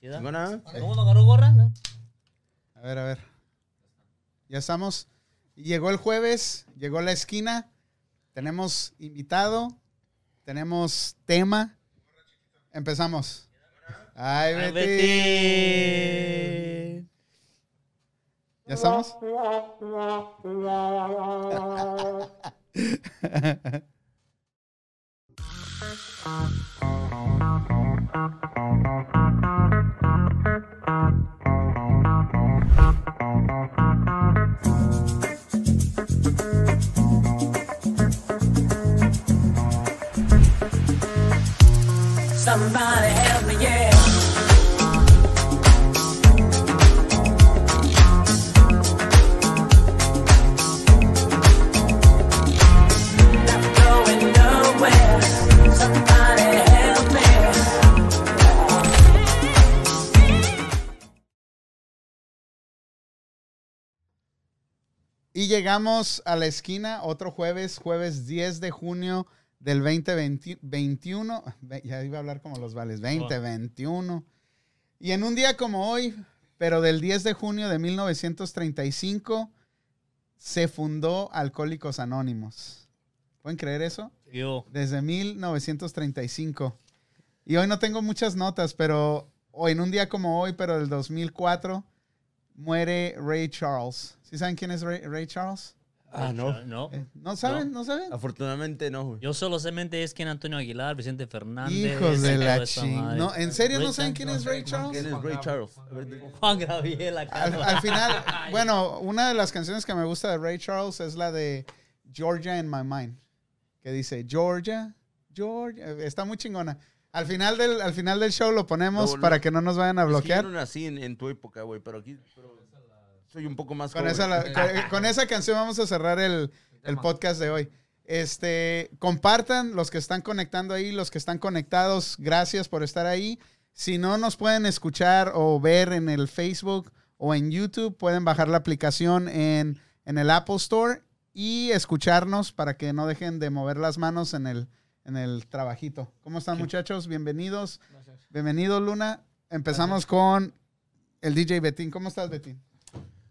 ¿Ciudad? Chingona, ¿eh? ¿Cómo no agarró gorra? No. A ver, a ver. Ya estamos. Llegó el jueves, llegó la esquina. Tenemos invitado, tenemos tema. Empezamos. Ay, Ay, Betty. Betty. ¿Ya estamos? Somebody help me, yeah. Not going nowhere. Somebody help me. Y llegamos a la esquina otro jueves, jueves 10 de junio del 2021. Ya iba a hablar como los vales, 2021. Y en un día como hoy, pero del 10 de junio de 1935, se fundó Alcohólicos Anónimos. ¿Pueden creer eso? Yo. Desde 1935. Y hoy no tengo muchas notas, pero hoy, en un día como hoy, pero del 2004, muere Ray Charles. ¿Sí saben quién es Ray, Ray Charles? Ah, no. No. Eh, ¿No saben? ¿No, saben? Afortunadamente no, güey. Yo solo solamente es quien Antonio Aguilar, Vicente Fernández. Hijos de toda la esa ching. madre. No, ¿En serio no Ray saben Charles. quién es Ray ¿Quién Charles? es Ray Charles? A ver, Juan Gabriel acá. Al, al final, bueno, una de las canciones que me gusta de Ray Charles es la de Georgia in My Mind, que dice Georgia, Georgia, eh, está muy chingona. Al final del, al final del show lo ponemos Lo- lo- para que no nos vayan a Es que yo bloquear. no nací en, en tu época, güey, pero aquí pero soy un poco más Con joven. esa, la- con- con esa canción vamos a cerrar el, el podcast de hoy. Este, compartan los que están conectando ahí, los que están conectados, gracias por estar ahí. Si no nos pueden escuchar o ver en el Facebook o en YouTube, pueden bajar la aplicación en, en el Apple Store y escucharnos para que no dejen de mover las manos en el, en el trabajito. ¿Cómo están muchachos? Bienvenidos. Bienvenido Luna. Empezamos con el DJ Betín. ¿Cómo estás Betín?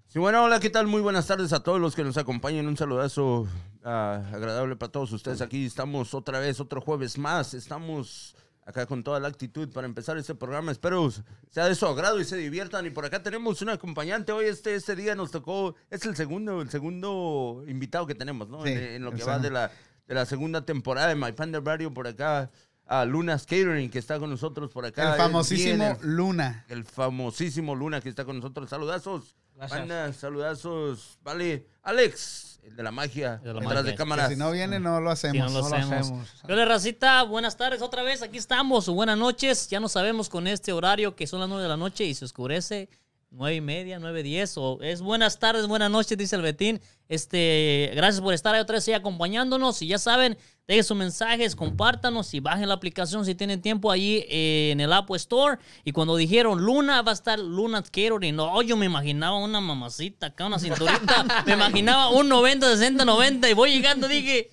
Sí, bueno, hola, ¿qué tal? Muy buenas tardes a todos los que nos acompañan. Un saludazo ah, agradable para todos ustedes. Aquí estamos otra vez, otro jueves más. Estamos acá con toda la actitud para empezar este programa. Espero sea de su agrado y se diviertan. Y por acá tenemos un acompañante. Hoy este, este día nos tocó, es el segundo, el segundo invitado que tenemos, ¿no? Sí, en, en lo el que va segundo. de la, de la segunda temporada de My Panda Radio por acá. A Lunas Catering, que está con nosotros por acá. El Él famosísimo viene- Luna. el famosísimo Luna que está con nosotros. Saludazos. Gracias. Banda, saludazos. Vale, Alex, el de la magia, de la detrás magia. de Que cámaras. si no viene, no lo Sí, hacemos. no lo No lo hacemos. hacemos. Hola, racita, buenas tardes otra vez. Aquí estamos. Buenas noches. Ya no sabemos con este horario que son las 9 de la noche y se oscurece. Nueve y media, nueve diez, o es buenas tardes, buenas noches, dice el Betín. Este, gracias por estar ahí otra vez ahí acompañándonos. Y ya saben, dejen sus mensajes, compártanos y bajen la aplicación si tienen tiempo allí eh, en el Apple Store. Y cuando dijeron Luna, va a estar Luna Catering. No, yo me imaginaba una mamacita acá, una cinturita. me imaginaba un 90, 60, 90. Y voy llegando, dije,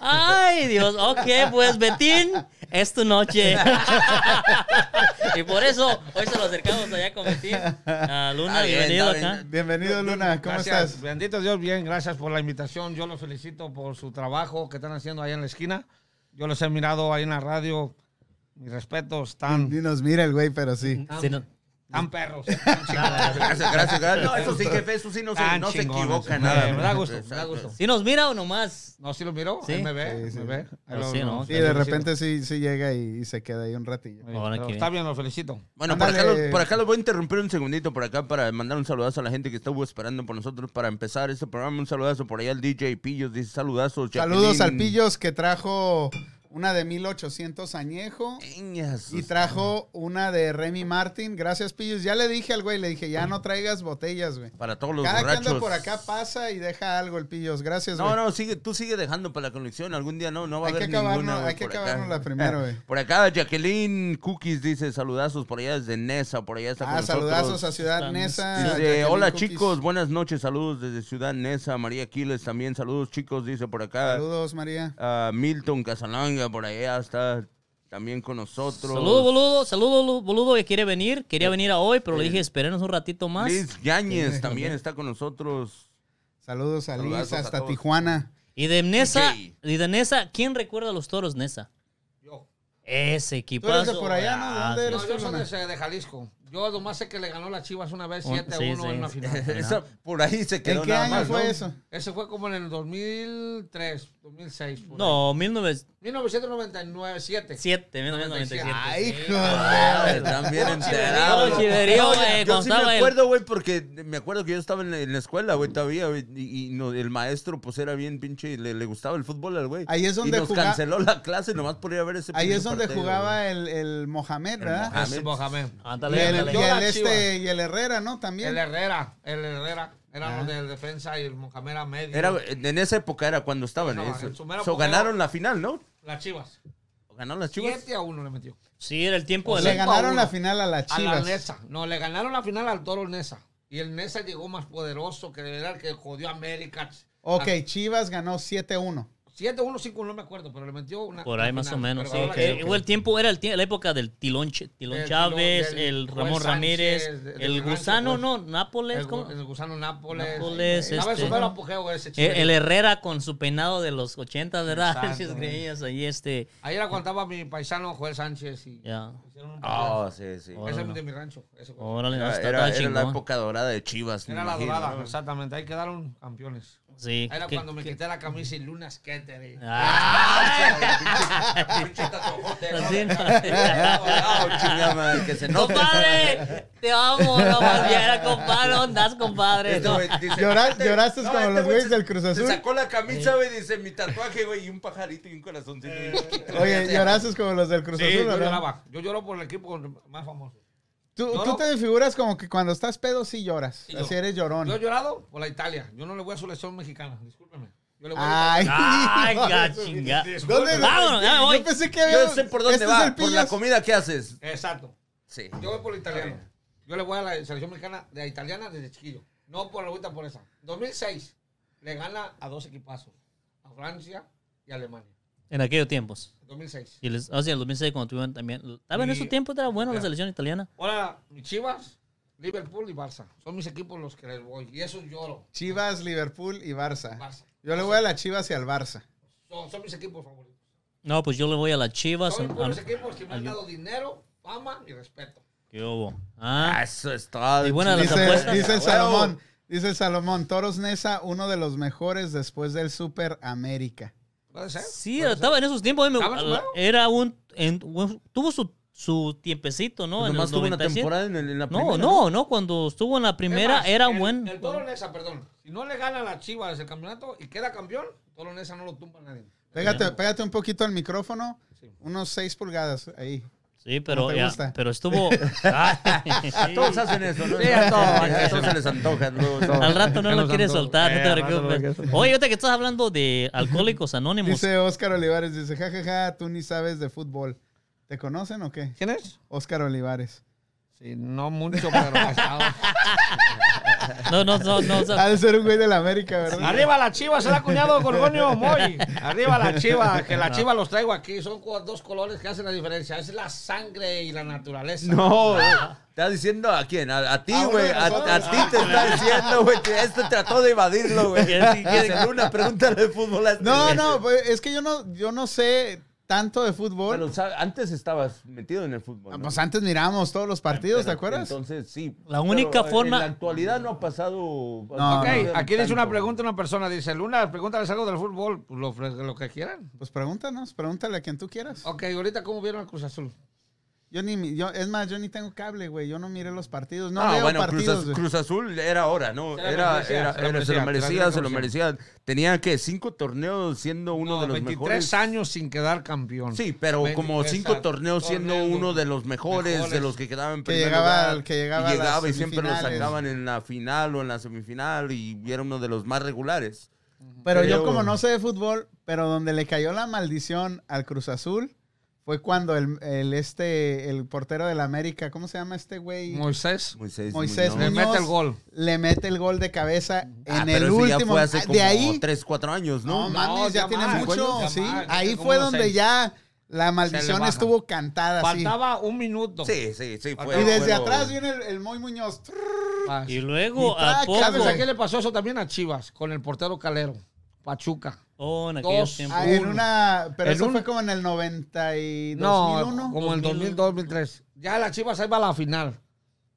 Ay, Dios, ok, pues Betín, es tu noche. y por eso hoy se lo acercamos allá con Betín. A Luna, Está bien, bienvenido está acá. bien. Bienvenido, Luna. ¿Cómo Gracias. estás? Bendito Dios, bien, gracias por la invitación. Yo los felicito por su trabajo que están haciendo ahí en la esquina. Yo los he mirado ahí en la radio. Mis respetos, Ni tan, nos mira el güey, pero sí. Sí, no- tan perros. tan chingones. Gracias, gracias, gracias. No, eso sí, jefe, eso sí no se, Tan no se chingones. equivoca Me- nada. me da gusto, Exacto. me da gusto. ¿sí nos mira o nomás? No, si lo miró, Sí. ahí me ve, Sí, sí. me ve. Ahí Ah, lo- sí, ¿no? lo Sí, de felicito. repente sí, sí llega y, y se queda ahí un ratillo. Muy bien, Ahora pero que Está bien, los felicito. Bueno, por acá, Ándale. lo- por acá lo voy a interrumpir un segundito por acá para mandar un saludazo a la gente que estuvo esperando por nosotros para empezar este programa. Un saludazo por allá al DJ Pillos, dice saludazos. Saludos al Jacqueline. Pillos que trajo una de 1800 añejo Ñas. y trajo una de Remy Martin. Gracias, Pillos. Ya le dije al güey, le dije, ya no traigas botellas, güey. Para todos los Cada que borrachos. anda por acá pasa y deja algo el Pillos. Gracias, güey. No, no, sigue, tú sigue dejando para la conexión. Algún día no, no va a Hay que haber acabarnos- ninguna. güey, hay que por acá. acabarnos la primera, güey. Por acá, Jacqueline Cookies dice saludazos por allá desde Nesa, por allá está con Ah, nosotros. saludazos a Ciudad Están- Nesa. Dice, Jacqueline hola Cookies. chicos, buenas noches, saludos desde Ciudad Nesa, María Quiles también, saludos chicos, dice por acá. ah, Saludos, María. a Milton Casalanga, por allá está también con nosotros. Saludos, boludo. Saludos, boludo, que quiere venir. Quería venir a hoy, pero le dije, espérenos un ratito más. Eh, Liz Yáñez también está con nosotros. Saludos a Liz, Saludazos a hasta todos. Tijuana. Y de Nesa, DJ. y de Nesa, ¿quién recuerda a los toros, Nesa? Yo. Ese Tú eres equipazo. de por allá, ¿no? ¿De dónde eres No, tú, yo soy Luna? de, de Jalisco. Yo nomás sé que le ganó las Chivas una vez Un- 7 a sí, 1 sí, en una sí. final. Esa, por ahí se quedó ¿En qué nada año más, fue ¿no? eso? Ese fue como en el 2003, 2006. por ahí. No, 1907, 1997. 1997. ¡Ay, hijo Ah, de... están bien Todo enterados. chiverío, No, güey, yo cuando sí estaba me el- acuerdo, güey, porque me acuerdo que yo estaba en la, en la escuela, güey, todavía, güey, y, y no- el maestro, pues, era bien pinche, y le, le gustaba el fútbol al güey. Ahí es donde Y nos jugaba- canceló la clase nomás por ir a ver ese Ahí pinche es donde partido, güey. jugaba el, el Mohamed, ¿verdad? Ese Mohamed. Y Ándale, el, y ándale. Todas el las este, y el Herrera, ¿no? También. El Herrera, el Herrera. Eran Ah. los del defensa y el Mohamed era medio. Era, en esa época era cuando estaban. No, eso. en su mera So, época ganaron era- la final, ¿no? Las Chivas. Ganaron las chivas. 7 a 1 le metió. Sí, era el tiempo de Le la... Cinco a ganaron uno. la final a las A la Chivas. Nesa. No, le ganaron la final al Toro Nesa. Y el Nesa llegó más poderoso, que era el que jodió a América. Ok, Chivas ganó 7-1. 7 1 5 no me acuerdo, pero le metió una. Por ahí una más o final. menos, sí. Pero ahora Eh, sí. hubo El tiempo era el tie- la época del Tilón, Ch- Tilón Del Chávez, Tilón, del el Juan Ramón Sánchez, Ramírez, de- del el Rancho, Gusano, pues. ¿no? Nápoles, El, ¿cómo? gu- el gusano Nápoles. eh, Nápoles, Estaba en este- su mero apogeo ese El, chico. el Herrera con su peinado de los 80, ¿verdad? Exacto, Esas güey. greñas ahí, este... Ayer aguantaba mi paisano Joel Sánchez y Ya. hicieron un Ah, partido. sí, sí. Oh, Ese no. es de mi rancho. ese güey. Órale, no, Era, está era- tan era la chingón. época dorada de Chivas, me Era la imagino. dorada, exactamente. Ahí quedaron campeones. Sí. Era ¿Qué- cuando me qué- quité la camisa y Luna Skater. y- ¡Ah! Pinche tatuajote, ¿no? Así, Ah, no. chingada madre, que se note. ¡Compadre! ¡Te amo! No más bien, compadre. ¿Dónde andas, compadre? Este güey dice, Llora- este- lloraste no, como este los güey güeyes se- del Cruz Se Azul. sacó la camisa, güey, dice mi tatuaje, güey, y un pajarito y un corazoncito. bien chiquito. Oye, lloraste como los del Cruz Sí, Azul, yo ¿verdad? lloraba. Yo lloro por el equipo más famoso. Tú, Lloro. tú te figuras como que cuando estás pedo sí lloras. Sí, Así lloro. eres llorón. Yo he llorado por la Italia. Yo no le voy a su selección mexicana. Discúlpeme. Yo le voy a Ay, ¡Ay, hijo de ga su- chinga! Ah, ¿Dónde? Ah. Este, Vámonos, ya me voy. Yo pensé que Yo sé por dónde este es va, el por la pillas. comida que haces. Exacto. Sí. Yo voy por el italiano. Yo le voy a la selección mexicana de la italiana desde chiquillo. No por la vuelta por esa. 2006 le gana a dos equipazos. A Francia y Alemania. En aquellos tiempos. 2006. Y les, o sea, en el 2006 cuando tuvieron también... Estaba en Y- esos tiempos, era buena la Ya. selección italiana. Ahora, mis Chivas, Liverpool y Barça. Son mis equipos los que les voy. Y eso lloro. Chivas, Liverpool y Barça. Barça. Yo le voy a la Chivas y al Barça. Son, son mis equipos favoritos. No, pues yo le voy a las chivas. Son a- mis puros a- equipos que me han dado dinero, fama y respeto. ¿Qué hubo? Ah, Eso es todo. Y buena las chingada. Dice, apuestas. dice el Huevo. Salomón. Dice el Salomón, Toros Nesa, uno de los mejores después del Super América. ¿Puede ser? sí, Ah, ¿Puede ser? Ah, estaba en esos tiempos. a mí me- ¿Estaba en su mano? Era un... en- tuvo su, su tiempecito, ¿no? En Pues Nomás el tuvo una 97. temporada en, el- en la No, primera, no, no, cuando estuvo en la primera Es más, era el- buen. El Toro Nesa, perdón. Si no le gana a la Chivas el campeonato y queda campeón, Toro Nesa no lo tumba nadie. Pégate, pégate un poquito al micrófono, Sí. unos 6 pulgadas ahí. Sí, pero te ya, gusta. pero estuvo A todos hacen eso, ¿no? Sí, a todos. A todos se les antoja. luego, todo. al rato no Ya lo nos quiere andó. soltar, no Eh, te al rato no lo preocupes. Oye, ahorita que estás hablando de alcohólicos anónimos, Dice Óscar Olivares, dice, jajaja, tú ni sabes de fútbol. ¿Te conocen o qué? ¿Quién es? Óscar Olivares. Sí, no mucho, pero bastado. no, no, no, no, no. Ha de ser un güey de la América, ¿verdad? Arriba la Chivas, será cuñado Gorgonio Moy. Arriba la Chivas, que la Chivas los traigo aquí. Son co- dos colores que hacen la diferencia. Es la sangre y la naturaleza. Ah, No, güey. ¿Estás diciendo a quién? A, a ti, A uno güey. de A, nosotros. a ti te está diciendo, güey. que Este trató de evadirlo, güey. Que sí, que- Hacerle una pregunta de fútbol a este No, güey. no, pues, es que yo no, yo no sé tanto de fútbol. Pero, ¿sabes? antes estabas metido en el fútbol. Ah, ¿no? Pues antes mirábamos todos los partidos, ¿te acuerdas? Entonces, sí. La única forma- En la actualidad no ha pasado. No, Ok, no. aquí dice una tanto. pregunta una persona. Dice, Luna, pregúntales algo del fútbol. Pues Lo, lo que quieran. Pues pregúntanos, pregúntale a quien tú quieras. Ok, ahorita, ¿cómo vieron al Cruz Azul? Yo ni, mi- yo, es más, yo ni tengo cable, güey. Yo no miré los partidos. No, No, veo Ah, bueno, Cruz, partidos, Az- güey. Cruz Azul era hora, ¿no? Se la Era, merecía, era, se la era- se lo merecía, merecía, se lo la merecía. Tenía que cinco torneos siendo uno No, de los 23 mejores. años sin quedar campeón. Sí, pero como 23 cinco torneos siendo torneos, uno de los mejores, de mejores. los que quedaban Que en primer llegaba lugar. al- que llegaba a y las llegaba y siempre lo semifinales. sacaban en la final o en la semifinal y era uno de los más regulares. Pero yo Creo- como no sé de fútbol, pero donde le cayó la maldición al Cruz Azul fue cuando el, el este el portero del América, ¿cómo se llama este güey? Moisés Moisés, Moisés Le Muñoz. mete el gol. Le mete el gol de cabeza Ah, en pero el eso ya último. fue hace como de ahí, 3, 4 años, no, ¿no? No, mames, ya ya tiene más, mucho, ya sí. más, ya ahí tiene fue como donde seis. ya La maldición baja. estuvo cantada así. Faltaba un minuto. Sí, sí, sí. Fue, Y Ah, desde fue- atrás viene el, el Moy Muñoz. Trrr. Ah, Y luego, Y ¿a taca, poco? ¿Sabes a qué le pasó eso también a Chivas? Con el portero Calero. Pachuca. Oh, en aquellos Dos. tiempos. Ah, Uno. en una, pero En eso un- fue como en el 90 y No, 2001. como el 2000. 2002-2003. Ya la Chivas ahí va a la final.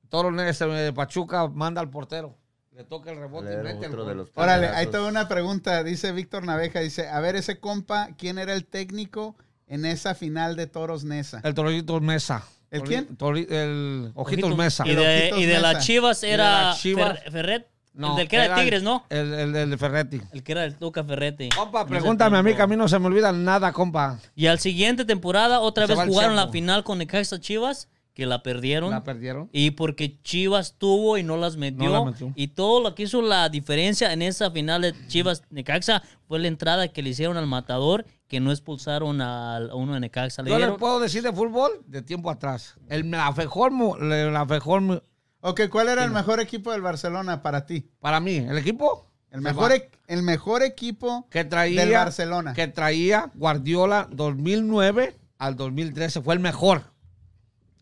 Toro Neste de Pachuca manda al portero. Le toca el rebote y Calero, mete el otro gol. de los Órale, pelotazos. ahí te va una pregunta. Dice Víctor Naveja, dice, a ver ese compa, ¿quién era el técnico en esa final de Toros Nesa? El Torito Mesa. ¿El Tori- quién? Tori- el Ojitos Ojito. Mesa. Y de, Ojitos y de la Mesa. Chivas Y de era la Chivas- Fer- Ferret. No, el del que era, de era el- Tigres, ¿no? El, el, el de Ferretti. El que era el Tuca Ferretti. Compa, En ese pregúntame a mí, tiempo. que a mí no se me olvida nada, compa. Y al siguiente temporada otra Se vez va el jugaron la Chapo. final con Necaxa Chivas, que la perdieron. La perdieron. y porque Chivas tuvo y no las metió. No la metió. Y todo lo que hizo la diferencia en esa final de Chivas Necaxa fue la entrada que le hicieron al matador, que no expulsaron al- a uno de Necaxa. Le Yo les dieron- puedo decir de fútbol de tiempo atrás. El, la mejor, mu- la mejor mu- Ok, ¿cuál era el mejor equipo del Barcelona para ti? para mí, el equipo El mejor, e- el mejor equipo que traía del Barcelona. que traía Guardiola 2009 al 2013 fue el mejor.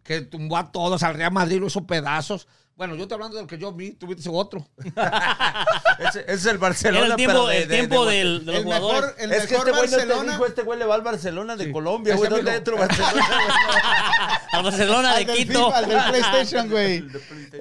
Que tumbó a todos, al Real Madrid lo hizo pedazos. Bueno, yo te hablando del que yo vi, tú viste otro. Ese- ese es el Era Barcelona. el tiempo, pero de- el de- tiempo de- del, de los el jugadores. mejor, el es que mejor este güey no te Barcelona. dijo, este güey le va al Barcelona de Colombia, Ese güey. ¿Dónde amigo. entra Barcelona? Al Barcelona Ah, de al del Quito. FIFA, al del PlayStation, güey.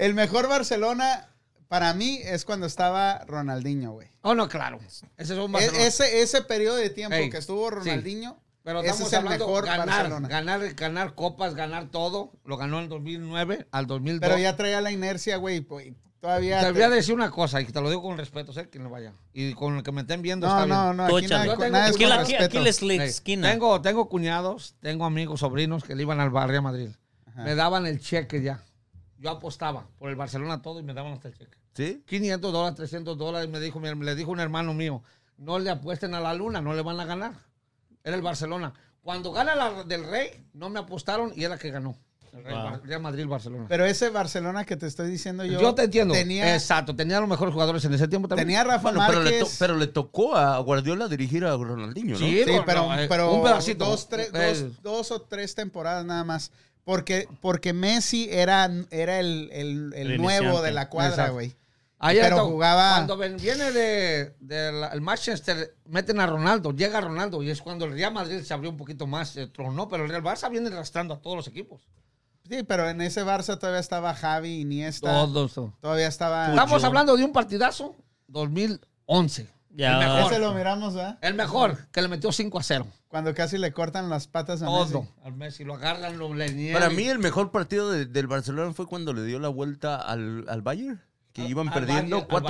El mejor Barcelona para mí es cuando estaba Ronaldinho, güey. Oh, no, claro. Ese es un E- Barcelona. Ese, ese periodo de tiempo Ey, que estuvo sí. Ronaldinho, Pero ese es estamos el hablando mejor ganar, Barcelona. ganar, ganar copas, ganar todo. Lo ganó en 2009 al 2002. Pero ya traía la inercia, güey. pues, Todavía. Te te- voy a decir una cosa, y te lo digo con respeto, sé que no vaya. Y con el que me estén viendo No, está no, bien. no. Aquí, Tocha. no hay Yo co- tengo- nada es Aquí, con la- aquí- aquí respeto. les- la Ey, esquina. Tengo, tengo cuñados, tengo amigos, sobrinos que le iban al barrio a Madrid. Me daban el cheque ya. Yo apostaba por el Barcelona todo y me daban hasta el cheque. ¿Sí? 500 dólares, 300 dólares, me dijo, mi- le dijo un hermano mío, no le apuesten a la luna, no le van a ganar. Era el Barcelona. Cuando gana la del Rey, no me apostaron y era que ganó. El Rey, Wow. Bar- Real Madrid, Barcelona. Pero ese Barcelona que te estoy diciendo yo. yo, te entiendo. Tenía, Exacto, tenía los mejores jugadores en ese tiempo también. tenía a Rafa Bueno, pero le, to- Márquez. pero le tocó a Guardiola dirigir a Ronaldinho, ¿no? Sí, sí, no, pero, no, eh, pero un pedacito. Dos, tres- Eh, dos- dos o tres temporadas nada más. Porque, porque Messi era, era el, el- el El nuevo iniciante. de la cuadra, Exacto. güey. Ayer Pero to- jugaba- Cuando ven- viene de, de la- el Manchester, meten a Ronaldo, llega Ronaldo y es cuando el Real Madrid se abrió un poquito más, se tronó, pero el Real Barça viene arrastrando a todos los equipos. Sí, pero en ese Barça todavía estaba Javi, Iniesta. Todos. todos. Todavía estaba. Estamos Puchón. hablando de un partidazo 2011. Ya. El mejor. Ese lo miramos, ¿ah? El mejor, que le metió 5 a 0. Cuando casi le cortan las patas a Todo. Messi. Al Messi lo agarran, lo le niegan. Para mí el mejor partido de- del Barcelona fue cuando le dio la vuelta al, al Bayern, que Al- iban al perdiendo Bayern, al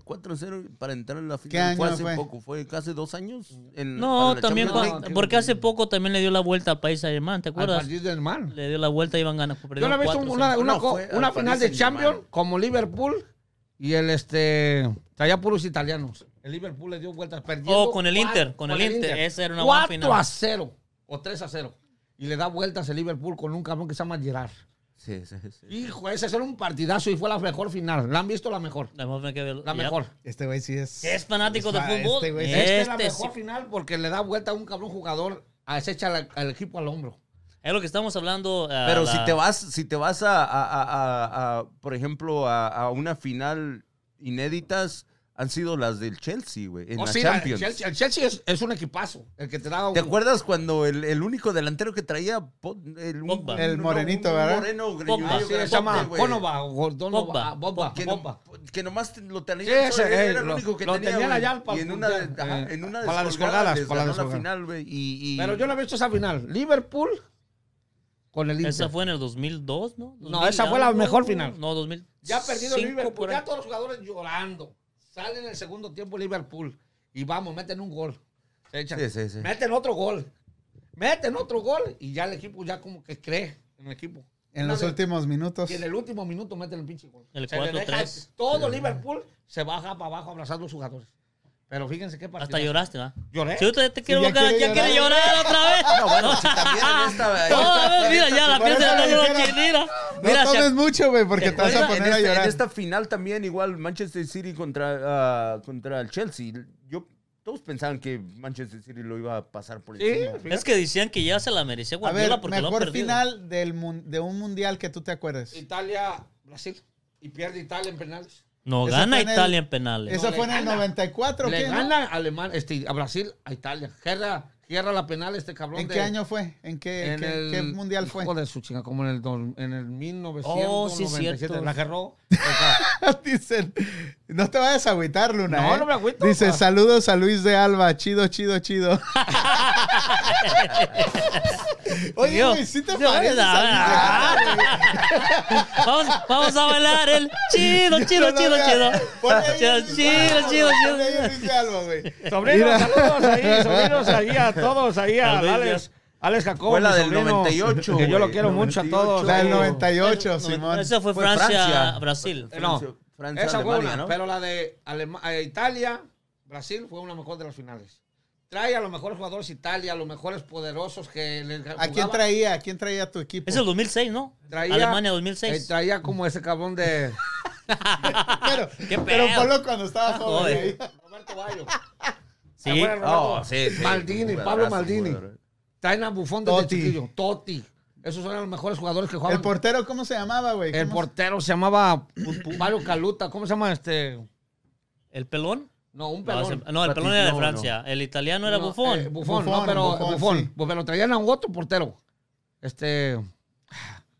4-0, 4-0 para entrar en la final. ¿Qué año fue hace fue? poco, fue casi dos años. en- para No, la también Champions cuando- League. porque hace poco también le dio la vuelta al país alemán, ¿te al acuerdas? partido del mal. Le dio la vuelta y iban ganando. Yo perdieron una vez pues, cuatro, una, sí. una No, co- fue una al final Paris de Saint-Germain. Champions como Liverpool y el este traía puros italianos. El Liverpool le dio vueltas perdiendo. Oh, con el cuat- Inter, con el Inter. Esa era una buena 4 final. a 0 o 3 a 0. Y le da vueltas el Liverpool con un cabrón que se llama Gerard. Sí, sí, sí. Hijo, ese era un partidazo y fue la mejor final. ¿La han visto la mejor? La mejor que- La ya. mejor. Este güey sí es. Es fanático de Ah, fútbol. este güey sí. Esta Este es la sí. mejor final porque le da vuelta a un cabrón jugador, a- se echa al, al equipo al hombro. Es lo que estamos hablando. ah, Pero la- si te vas, si te vas a, a- a- a- a, por ejemplo, a, a una final inéditas, han sido las del Chelsea, güey, en Oh, la sí, la- Champions. el Chelsea, el Chelsea es, es un equipazo, el que te da un- ¿Te acuerdas cuando el, el único delantero que traía po- el, un- Pogba. El morenito, ¿verdad? Moreno, Pogba. greñudo, Así se grandote, Ah, llama güey. Conova o Gordonova, Pogba. ah, Bomba. Que, Bomba. no- que nomás lo tenía. Sí, ese, era eh, el lo- único que lo tenía. tenía güey. allá para y en una, puntear, ajá, eh, en una para las descolgada colgadas, les para ganó las la colgadas. final, güey. Y, y- Pero yo no he visto esa final. Liverpool con el Inter. Esa fue en el 2002, ¿no? No, esa fue la mejor final. No, 2000. Ya ha perdido el Liverpool. Ya todos los jugadores llorando. Salen en el segundo tiempo Liverpool. Y vamos, meten un gol. Se echan. Sí, sí, sí. Meten otro gol. Meten otro gol. Y ya el equipo ya como que cree en el equipo. En Una los de- últimos minutos. Y en el último minuto meten el pinche gol. El Se le deja- 4-3. Todo Liverpool se baja para abajo abrazando a los jugadores. Pero fíjense qué partido. Hasta lloraste, ¿va? Lloré. Si usted te quiere ya buscar, quiere ya quiere llorar. llorar otra vez. No, bueno, si también en esta. Toda vez, mira, ya la Por piel se eso la le está dijeron, mira. No Mira, se- tomes mucho, güey, porque ¿Te te vas a acuerdas? poner en, a este- llorar. en esta final también, igual Manchester City contra, ah, contra el Chelsea. Yo Todos pensaban que Manchester City lo iba a pasar por Sí, encima. Es que decían que ya se la merecía A ver, Guardiola porque lo han mejor perdido. final del mun- de un mundial que tú te acuerdes. Italia, Brasil. Y pierde Italia en penales. No, Esa gana fue en el- Italia en penales. Esa le fue en el gana. 94, ¿o Le qué? no? gana a, Alemán, este, a Brasil, a Italia. Cierra, cierra la penal este cabrón. ¿En de- qué año fue? ¿En qué, en qué- el- qué mundial fue? Hijo de su chinga, como en el, don- en el Oh, sí, 1997. cierto. la cerró. O sea, Dicen, no te vayas a agüitar, Luna. No, ¿eh? no me agüito, Dice, pa. saludos a Luis de Alba. Chido, chido, chido. Oye, Yo- güey, sí te yo- pareces a Luis de Ah, Alba, güey. vamos, vamos a bailar el chido, chido, Yo no chido, veo- chido. Ponle ahí Chido, a Luis de Alba, chido, chido, ponle ahí a chido. Luis de Alba, güey. Sobrinos, saludos ahí, sobrinos ahí a todos, ahí a Al Luis, Alex, Alex Jacobo. Fue la mi del sobrino, 98, Que yo lo güey. quiero mucho a 98. todos. La del ahí. 98, No, Simón. Esa fue Fue Francia, Francia. Brasil. Eh, No, Francia- Francia, esa fue Alemania, una, ¿no? pero la de Alema- eh, Italia, Brasil fue una mejor de las finales. Trae a los mejores jugadores de Italia, a los mejores poderosos que le ¿A quién jugaba. traía? ¿A quién traía tu equipo? Es el 2006, ¿no? Traía- Alemania Eh, 2006. traía como ese cabrón de Pero, Qué pero pedo. Ah, ponlo cuando estaba joven. Joven. güey. Roberto Bayo. Sí. ¿Se acuerdan, Roberto? Oh, sí, sí. Maldini, Jugadorazo, Pablo Maldini. jugadorazo. Traen a Bufón desde Totti. chiquillo. Totti. Esos eran los mejores jugadores que jugaban. ¿El portero cómo se llamaba, güey? El ¿Cómo se- portero se llamaba Mario Caluta. ¿Cómo se llama este? ¿El pelón? No, un No, pelón. ese- no, el pelón era de No, no. Francia. El italiano era No, Buffon. eh, Bufón, Bufón, no, pero Bufón, Bufón. sí. Pues, Pero traían a un otro portero. Este.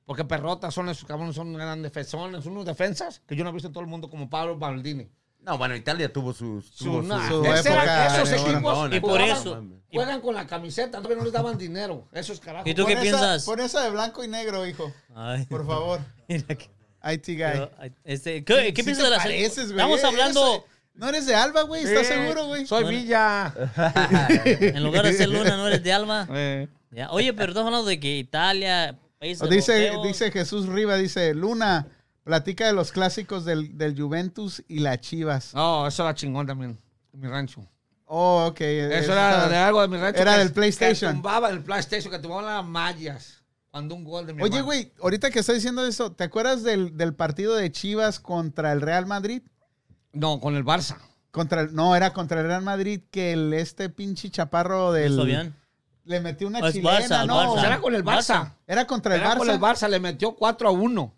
Porque perrotas son esos cabrones, son grandes defensores, unos defensas que yo no he visto en todo el mundo como Pablo Maldini. No, bueno, Italia tuvo sus... tuvo Su- sus- su ese era- época esos de eh. oro. equipos Perdón, y Y por jugaban- eso. y- juegan con la camiseta, todavía no les daban dinero. Esos carajos. ¿Y tú Pon qué esa- piensas? Pon esa de blanco y negro, hijo. Ay, Por favor. mira que- IT guy. pero, ay, este, ¿Qué, qué Sí piensas te de la pareces, güey. Estamos Eres- hablando, No eres de Alba, güey. ¿Estás Sí, seguro, güey? Soy Bueno. Villa. en lugar de ser luna, no eres de alma. Eh, Ya, Oye, pero estamos hablando de que Italia, países Dice, europeos- dice Jesús Riva, dice, Luna, platica de los clásicos del, del Juventus y las Chivas. Ah. No, eso era chingón también. Mi rancho. Oh, ok. Eso era de algo de mi rancho. Era que- del PlayStation. Que tumbaba el PlayStation, que tumbaban las mallas. Cuando un gol de mi Oye, hermano. güey, ahorita que estoy diciendo eso, ¿te acuerdas del, del partido de Chivas contra el Real Madrid? No, con el Barça. Contra el- no, era contra el Real Madrid que el, este pinche chaparro del... Fabián. Le metió una Oh, Es chilena, Barça, ¿no? Barça. O sea, era con el Barça. Era contra el Era Barça. con el Barça. Le metió 4 a 1.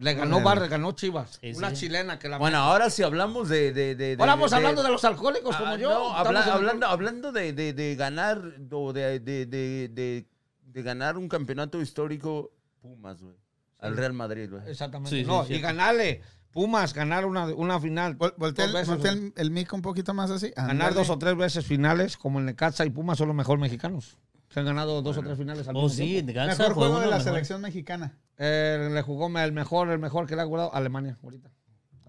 Le ganó Barça, le ganó Chivas. Sí, sí, Una sí. chilena que la. Bueno, ahora sí hablamos de... de, de- de- Ahora vamos hablando de los alcohólicos Ah, Pues, como yo. no, Estamos habla- en el- hablando, hablando de, de- de ganar o de, de- de- de- de ganar un campeonato histórico, Pumas, güey. Al Real Madrid, güey. Exactamente. Sí, sí, no, sí. y ganarle. Pumas, ganar una, una final. Vol- voltea el, Dos veces, voltea güey. el- el mic un poquito más así. Ganar Ándale. dos o tres veces finales, como el Necaxa y Pumas, son los mejores mexicanos. Se han ganado dos o tres finales al Oh, mismo sí, tiempo. de Gansa fue Mejor juego uno de la mejor. selección mexicana. Eh, le jugó el mejor, el mejor que le ha jugado Alemania ahorita.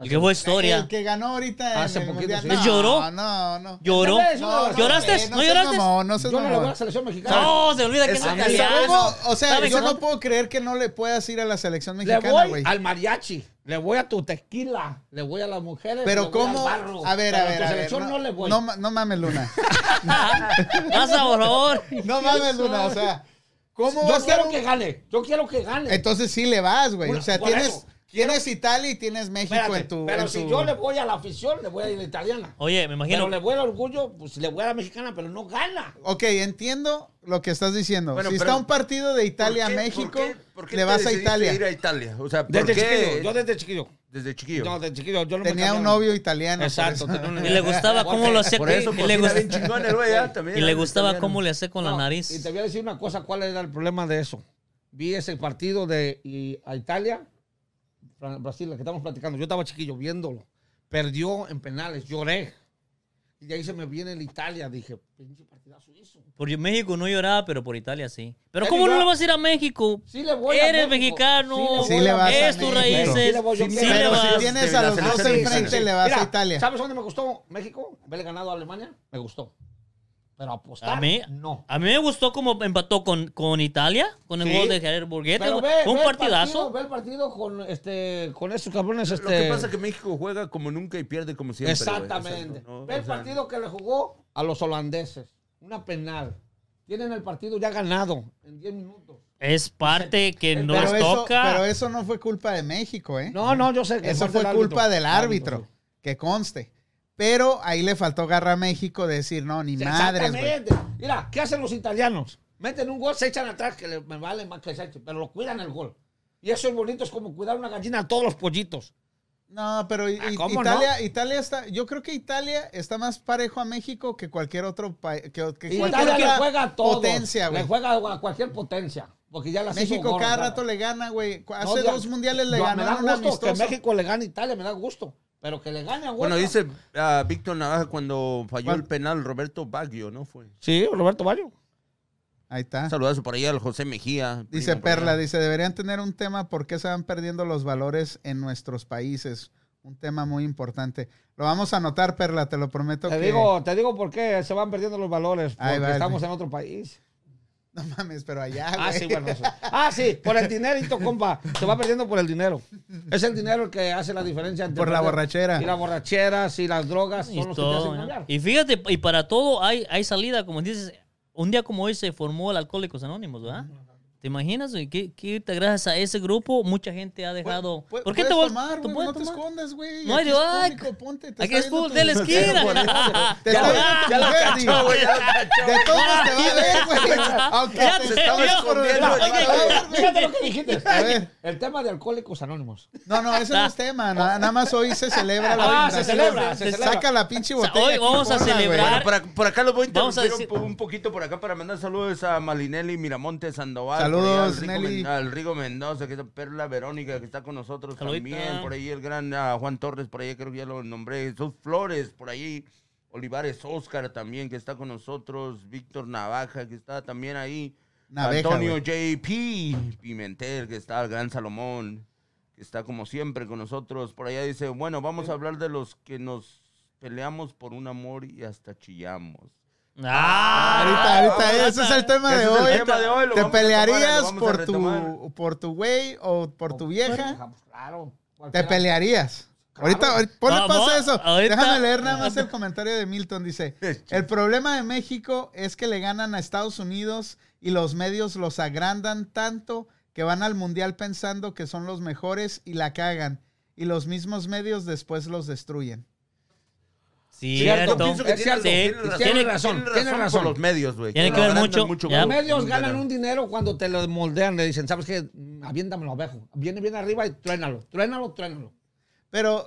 Y que fue historia. El que ganó ahorita en Hace el poquito, Mundial. sí. No, ¿Lloró? No, no. Lloró. Tal vez, no, no, ¿Lloraste? eh, ¿No, seas lloraste? mamón, no seas Yo no le voy a mamón. la selección mexicana. No, se olvida que es Es- O sea, italiano. ¿cómo? O sea, ¿Sabe yo que no puedo creer que no le puedas ir a la selección le mexicana, voy güey. al mariachi, le voy a tu tequila, le voy a las mujeres, Pero le voy cómo, al barro. a ver, a Pero ver, tu a ver, selección no, no, le voy. no ma- no mames, Luna. Pasa, por favor. No mames, Luna, o sea, ¿cómo va a ser yo quiero un- que gane, yo quiero que gane. Entonces sí le vas, güey. O Bueno, sea, por tienes eso. tienes Italia y tienes México Espérate, en tu pero en si tu- yo le voy a la afición, le voy a ir a la italiana. Oye, Oh, me pero imagino. le voy al orgullo, pues le voy a la mexicana, pero no gana. Ok, entiendo lo que estás diciendo. Bueno, si pero- está un partido de Italia a ¿Por qué- México, por qué- por qué le te vas a decidiste Italia. ir a Italia? O sea, ¿por Desde qué? chiquillo, yo desde chiquillo. Desde chiquillo. No, desde chiquillo, yo no me Tenía un cambiaba. novio italiano. por Exacto. eso. tenía un- Y le gustaba cómo lo hacía. Por eso, y le cocina gust- bien chingón el güey, ¿ah? También Y le era gustaba italiano. cómo le hacía con la No, nariz. Y te voy a decir una cosa, ¿cuál era el problema de eso? Vi ese partido de y- a Italia, Fra- Brasil, la que estamos platicando. Yo estaba chiquillo viéndolo. Perdió en penales, lloré. Y de ahí se me viene el Italia, dije, pinche partidazo hizo. Por México no lloraba, pero por Italia sí. Pero Pero ¿cómo no yo- le vas a ir a México? Sí le voy a Eres México. mexicano. Sí le vas a es tus México. raíces. Sí le voy, yo Sí quiero. le Pero vas. si tienes a los Sí, dos sí, sí, enfrente, sí. le vas Mira, a Italia. ¿Sabes dónde me gustó México? Haberle ganado a Alemania, me gustó. Pero apostar, A mí- no. A mí me gustó cómo empató con, con Italia, con el Sí. gol de Javier Borghetti. Pero ve, Fue un ve el partido, partidazo. ve el partido con, este, con esos cabrones. Este, Lo que pasa es que México juega como nunca y pierde como siempre. güey. Exactamente. Exacto, ¿no? Ve el O sea, partido que le jugó a los holandeses. Una penal. Tienen el partido ya ganado en 10 minutos. es parte que Pero nos pero, eso, toca. pero eso no fue culpa de México, ¿eh? No, no, yo sé que eso del fue árbitro. culpa del árbitro, que conste. Pero ahí le faltó garra a México de decir, no, ni madres, güey. Exactamente. Mira, ¿qué hacen los italianos? Meten un gol, se echan atrás, que le- me vale más que se echen, pero lo cuidan el gol. Y eso es bonito, es como cuidar una gallina a todos los pollitos. No, pero i- Ah, i- ¿cómo Italia, Italia está, yo creo que Italia está más parejo a México que cualquier otro país, que, que cualquier Italia le otra juega a todos. potencia, güey. Le juega a cualquier potencia. Porque ya las hizo México gordas, cada ya. rato le gana, güey. Cu- No, Hace ya- dos mundiales le yo- ganó Me da ganaron un gusto amistoso. que México le gane a Italia, me da gusto. Pero que le gane a Bueno, Huerta. dice ah, Víctor Navaja cuando falló ¿Cuál? el penal Roberto Baggio, ¿no? Fue. Sí, Roberto Bayo. Ahí está. Un saludazo por ahí al José Mejía. Dice primo por Perla, allá. dice, deberían tener un tema por qué se van perdiendo los valores en nuestros países. Un tema muy importante. Lo vamos a anotar, Perla, te lo prometo Te que- digo, te digo por qué se van perdiendo los valores. Ahí Porque va, estamos sí. en otro país. No mames, pero allá, Ah, güey. sí, bueno, eso. Ah, sí, por el dinerito, compa. Se va perdiendo por el dinero. Es el dinero el que hace la diferencia entre. Por la perder- borrachera. Y las borracheras y las drogas Y, son los que te todo, hacen ¿no? cambiar. Y fíjate, y para todo hay, hay salida, como dices, un día como hoy se formó el Alcohólicos Anónimos, ¿verdad? ¿Te imaginas? güey? Que, que ahorita gracias a ese grupo mucha gente ha dejado... Pu- ¿Por qué te puedes vol- te tomar, güey, puedes No te tomar? escondas, güey. No hay Aquí es de- público, ponte, te Aquí está es viendo full tu de la mujer. esquina. Te está viendo tu mujer, Di. De todos te va a ver, güey. Aunque Ya te te estaba vio. escondiendo. Ya, te va a ver, güey. Fíjate lo que dijiste. A ver. El tema de Alcohólicos Anónimos. No, no, ese no es tema. na- Nada más hoy se celebra la Ah, se fundación. celebra, se celebra. Saca la pinche sea, botella. hoy aquí, vamos a ponla, güey. celebrar. Bueno, por, ac- por acá los voy a Vamos a interrumpir decir- un, un poquito por acá para mandar saludos a Malinelli Miramonte Sandoval. Saludos, por ahí al Rigo Nelly. Men- Al Rigo Mendoza, que es Perla Verónica, que está con nosotros Saludita. también. Por ahí el gran ah, Juan Torres, por ahí creo que ya lo nombré. Sus Flores, por ahí. Olivares Oscar también, que está con nosotros. Víctor Navaja, que está también ahí. Naveja, Antonio güey. JP Pimentel, que está el gran Salomón, que está como siempre con nosotros. Por allá dice, bueno, Eh. vamos a hablar de los que nos peleamos por un amor y hasta chillamos. Ah, Ahorita, ahorita, ese es el tema de Ese es el hoy. tema de hoy, lo ¿Te vamos a retomar, lo pelearías vamos a por tu, retomar. por tu güey o por tu vieja? Pues claro. ¿Te cualquiera. pelearías? Ahorita, ahorita- ponle No, pausa no, a eso. ahorita- Déjame leer nada más el comentario de Milton. Dice, el problema de México es que le ganan a Estados Unidos y los medios los agrandan tanto que van al mundial pensando que son los mejores y la cagan. Y los mismos medios después los destruyen. Cierto. Yo pienso que Sí, tiene- tiene- tiene razón. tiene- tiene Tiene razón. razón por los medios, güey. Tiene lo que ver agrandan mucho, ya. güey. Los medios Tienen ganan que un dinero cuando te lo moldean. Le dicen, ¿sabes qué? Mm, Aviéntamelo abajo. Viene bien arriba y truénalo. Truénalo, truénalo. Pero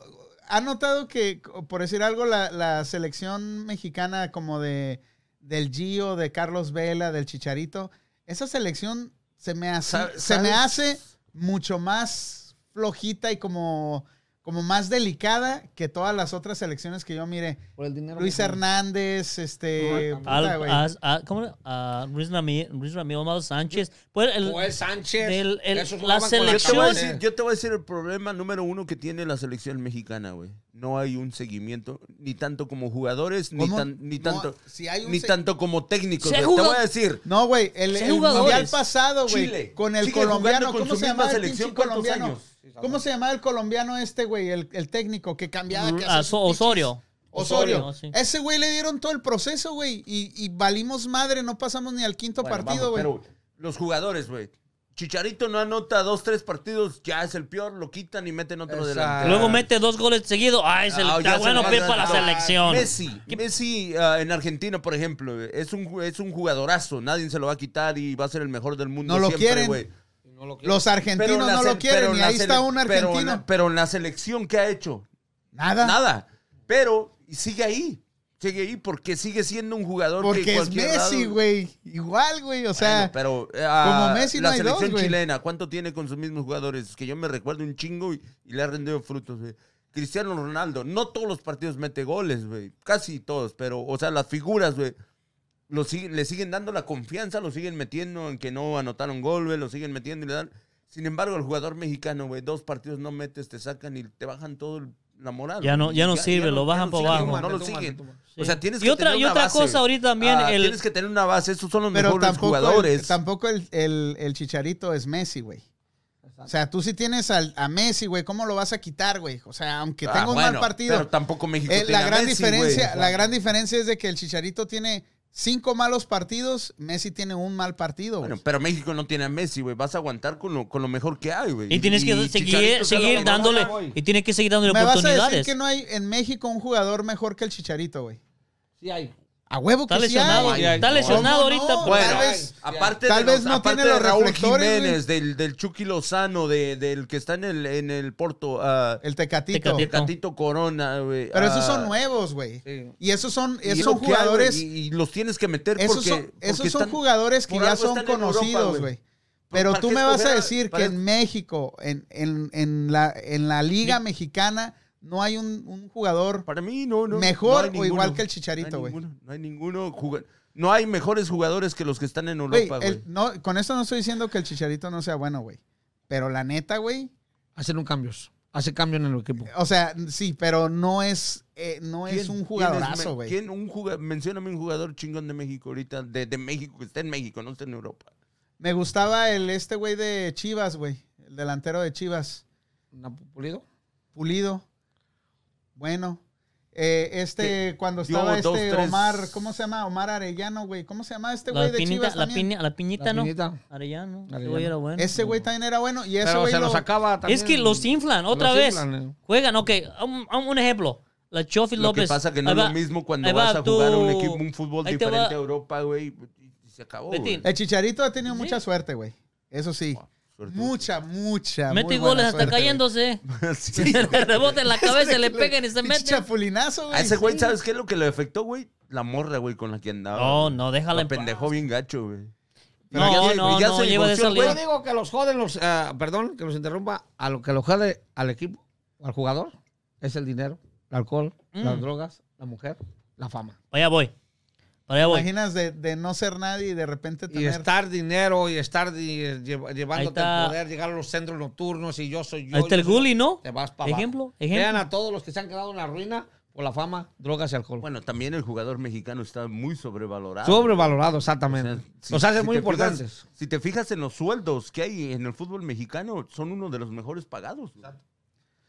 ha notado que, co- por decir algo, la, la selección mexicana como de del Gio, de Carlos Vela, del Chicharito, esa segación se me hace, Sa- se me ¿sabes? hace mucho más flojita y como, como más delicada que todas las otras selecciones que yo mire. Por el dinero. Luis mejor. Hernández, este... puta, Al, güey. as- a- ¿Cómo era? A Ruiz Ramí- Ruiz Ramiro Amado Sánchez. Pues el, Joel Sánchez. del- el- esos la jugaban con Yo te, voy a selección. decir, yo te voy a decir el problema número uno que tiene la selección mexicana, güey. No hay un seguimiento, ni tanto como jugadores, ni, ¿Cómo? tan- ni, No, tanto, si hay un ni se- tanto como técnicos. Se güey. juega- Te voy a decir, No, güey, el, Sí, el jugadores. mundial pasado, güey, Chile. con el Sigue colombiano, jugando con ¿cómo su se misma llamaba el selección, pinche ¿cuántos colombiano? años? ¿Cómo se llamaba el colombiano este, güey, el, el técnico que cambiaba? que Mm, hacía a sus So- pinches- Osorio. Osorio. Osorio, sí. Ese güey le dieron todo el proceso, güey, y, y valimos madre, no pasamos ni al quinto Bueno, partido, vamos, güey. Pero los jugadores, güey. Chicharito no anota dos, tres partidos, ya es el peor, lo quitan y meten otro Exacto. delante. Luego mete dos goles seguidos. Ay, se le- Ah, ya está se bueno le- Pepe para la Ah, selección. Messi, Messi ah, en Argentina, por ejemplo, güey, es un, ju- es un jugadorazo, nadie se lo va a quitar y va a ser el mejor del mundo No lo siempre, quieren. güey. No lo quiero. Los Pero en argentinos la no lo sele- pero quieren, en y la ahí sele- está un pero en argentino. Ah. la- pero en la selección, ¿qué ha hecho? nada. Nada. Pero y sigue ahí. Sigue ahí porque sigue siendo un jugador que Porque es cualquier Messi, lado- güey. Igual, güey, o sea. Bueno, pero eh, ah, como Messi no la hay selección dos, güey. chilena, ¿cuánto tiene con sus mismos jugadores? Que yo me recuerdo un chingo y, y le ha rendido frutos, güey. Cristiano Ronaldo, no todos los partidos mete goles, güey. Casi todos, pero, o sea, las figuras, güey, lo sig- le siguen dando la confianza, lo siguen metiendo en que no anotaron gol, güey, lo siguen metiendo y le dan. Sin embargo, el jugador mexicano, güey, dos partidos no metes, te sacan y te bajan todo el- la moral. Ya no- güey. ya no sirve, lo bajan por siguen, abajo. No lo Tumba, siguen. tumba. O sea, tienes Y que otra- tener y una otra base, cosa güey. ahorita también, el- Tienes que tener una base, estos son los Pero mejores tampoco, jugadores. El, tampoco el, el- el chicharito es Messi, güey. O sea, tú si tienes al- a Messi, güey, ¿cómo lo vas a quitar, güey? O sea, aunque Ah, tenga un mal bueno, partido. Pero tampoco México eh, tiene la a gran Messi, diferencia, güey. la gran diferencia es de que el chicharito tiene cinco malos partidos, Messi tiene un mal partido. güey. Bueno, pero México no tiene a Messi, güey. Vas a aguantar con lo, con lo mejor que hay, güey. Y tienes que seguir, Chicharito se lo seguir robó. dándole. voy. Y tienes que seguir dándole Me vas a decir oportunidades. que no hay en México un jugador mejor que el Chicharito, güey. Sí hay. A huevo que Está sí hay. lesionado. hay. Está ¿Cómo lesionado no? ahorita. pero- Bueno, Tal vez- aparte tal de los- vez no aparte tiene de los Raúl reflectores, Jiménez, del, del Chucky Lozano, de- del que está en el, en el Porto, ah, El Tecatito. Tecatito. Catito Corona, güey. Pero esos ah, son nuevos, güey. Sí. Y esos son, y esos es son lo que hay, güey, jugadores. y, y los tienes que meter porque. esos son, porque esos son están- jugadores que por ya algo son están en Europa, conocidos, güey. güey. Por- Pero para tú que me vas a escoger a- decir que para- en México, en, en- en la, en la liga mexicana, no hay un, un jugador. Para mí, no, no. Mejor no hay o igual ninguno. que el Chicharito, No güey. hay ninguno, No hay ninguno. juga- No hay mejores jugadores que los que están en Güey, Europa, el- güey. no, con esto no estoy diciendo que el Chicharito no sea bueno, güey. Pero la neta, güey. Hacen un cambios. Hace cambios en el equipo. O sea, sí, pero no es, eh, no es ¿Quién- un quién es jugadorazo, me- güey. ¿Quién un juga- Mencióname un jugador chingón de México ahorita, de, de México, que está en México, no está en Europa. Me gustaba el este güey de Chivas, güey. El delantero de Chivas. ¿Napo Pulido? Pulido. Bueno. Eh, este, cuando dio estaba dos, este tres- Omar, ¿cómo se llama? Omar Arellano, güey. ¿Cómo se llama este güey La de piñita, Chivas la, también? piña, la piñita, La ¿no? piñita. Arellano. Ese Arellano. güey era bueno. Ese güey también era bueno. Y ese Pero güey se lo- los acaba también. Es que los inflan, otra Los vez. inflan, eh. Juegan, ok. Un, un ejemplo. La Chofi Lo López. que pasa que no Ahí es lo va- mismo cuando ahí va vas a jugar un tu- equipo, un fútbol ahí te diferente a va- Europa, güey. Y se acabó, güey. Betín. El Chicharito ha tenido Sí. mucha suerte, güey. Eso sí. Suerte. Mucha, mucha. muy Mete buena goles hasta suerte, güey. cayéndose. Sí. Rebote en la cabeza, le pegan y se Pinche meten. Chapulinazo, güey. A ese güey, Sí. ¿sabes qué es lo que le afectó, güey? La morra, güey, con la que andaba. No, güey. no, déjala La en paz. pendejó bien gacho, güey. No, Pero ya se- no, ya no, se lleva de divorció el salida. Yo digo que los joden, los, ah, perdón, que los interrumpa, a lo que los jode al equipo, al jugador, es el dinero, el alcohol, Mm. las drogas, la mujer, la fama. Para allá voy. Para allá voy. ¿Te imaginas de, de no ser nadie y de repente Y tener... estar dinero y estar di- llev- llevándote está. el poder, llegar a los centros nocturnos y yo soy yo. Ahí está yo el soy yo. Gulli, ¿no? Te vas para Ejemplo, Vean ejemplo. a todos los que se han quedado en la ruina por la fama, drogas y alcohol. Bueno, también el jugador mexicano está muy sobrevalorado. Sobrevalorado, O sea, exactamente. si- los hace si muy te fijas- importantes. si te fijas en los sueldos que hay en el fútbol mexicano, son uno de los mejores pagados. güey.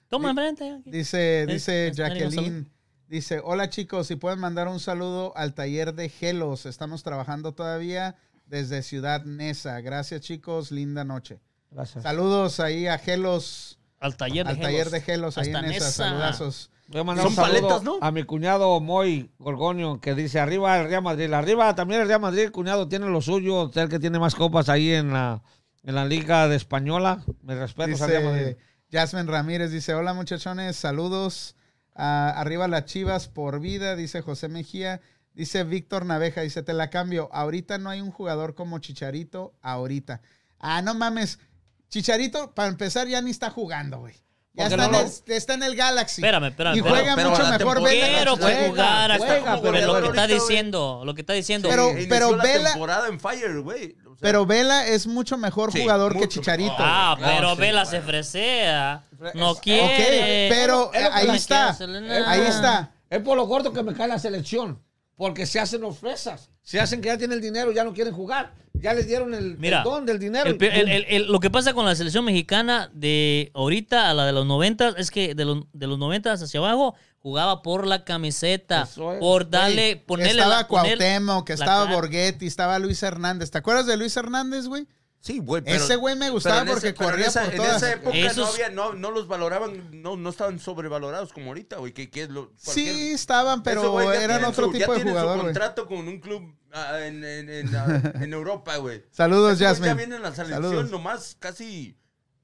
Toma, enfrente. Dice, Es- dice es Mario González. Jacqueline, dice, hola chicos, si pueden mandar un saludo al taller de Gelos, estamos trabajando todavía desde Ciudad Nesa. Gracias chicos, linda noche. Gracias. Saludos ahí a Gelos, Al taller de al taller de Gelos, ahí Hasta en Nesa, Nesa. saludazos. Voy a mandar Son un saludo paletas, ¿no? A mi cuñado Moy Gorgonio, que dice arriba el Real Madrid. Arriba también el Real Madrid, cuñado, tiene lo suyo. Usted que tiene más copas ahí en la, en la Liga de Española. Me respeto al Real Madrid. Dice Jasmine Ramírez, dice, hola muchachones, saludos. Ah, arriba las chivas por vida, dice José Mejía. Dice Víctor Naveja, dice, te la cambio. Ahorita no hay un jugador como Chicharito, ahorita. Ah, no mames. Chicharito, para empezar, ya ni está jugando, güey. Ya Porque está, no en lo- el, está en el Galaxy. Espérame, espérame. y espérame. juega Pero- mucho pero la mejor. temporada- vela- pues, Quiero que juega, jugara. juega, hasta- pero pero Lo que ahorita, está güey. diciendo. Lo que está diciendo. Pero- Inició pero la Vela- temporada en Fire, güey. O sea, Pero Vela es mucho mejor Sí, jugador que mucho Chicharito. mejor. Ah, Ah, pero sí, Vela se fresea. No Ok, quiere. pero, Es lo que ahí la está. quiero, Selena. Ahí está. Es por lo corto que me cae la selección. Porque se hacen los fresas. Se hacen que ya tienen el dinero, ya no quieren jugar. Ya les dieron el, Mira, el don del dinero. El pe- el- el- el- lo que pasa con la selección mexicana de ahorita a la de los 90 es que de los, de los 90 hacia abajo jugaba por la camiseta, Eso es. por darle, Güey, ponerle estaba la, poner- Cuauhtémoc, que la estaba cara. Borghetti, estaba Luis Hernández. ¿Te acuerdas de Luis Hernández, güey? Sí, güey. pero- Ese güey me pero gustaba en ese- porque pero en corría esa- por todas. En esa época no, Esos- había, no, no los valoraban, no, no estaban sobrevalorados como ahorita, güey. Que, que es lo, cualquier- Sí, estaban, Ese pero güey ya eran tiene otro su- tipo de Ya tiene su jugador, güey. contrato con un club ah, en, en, en, ah, en Europa, güey. Saludos, Ese Este güey Jasmine. Pues Ya viene en la selección Saludos. nomás casi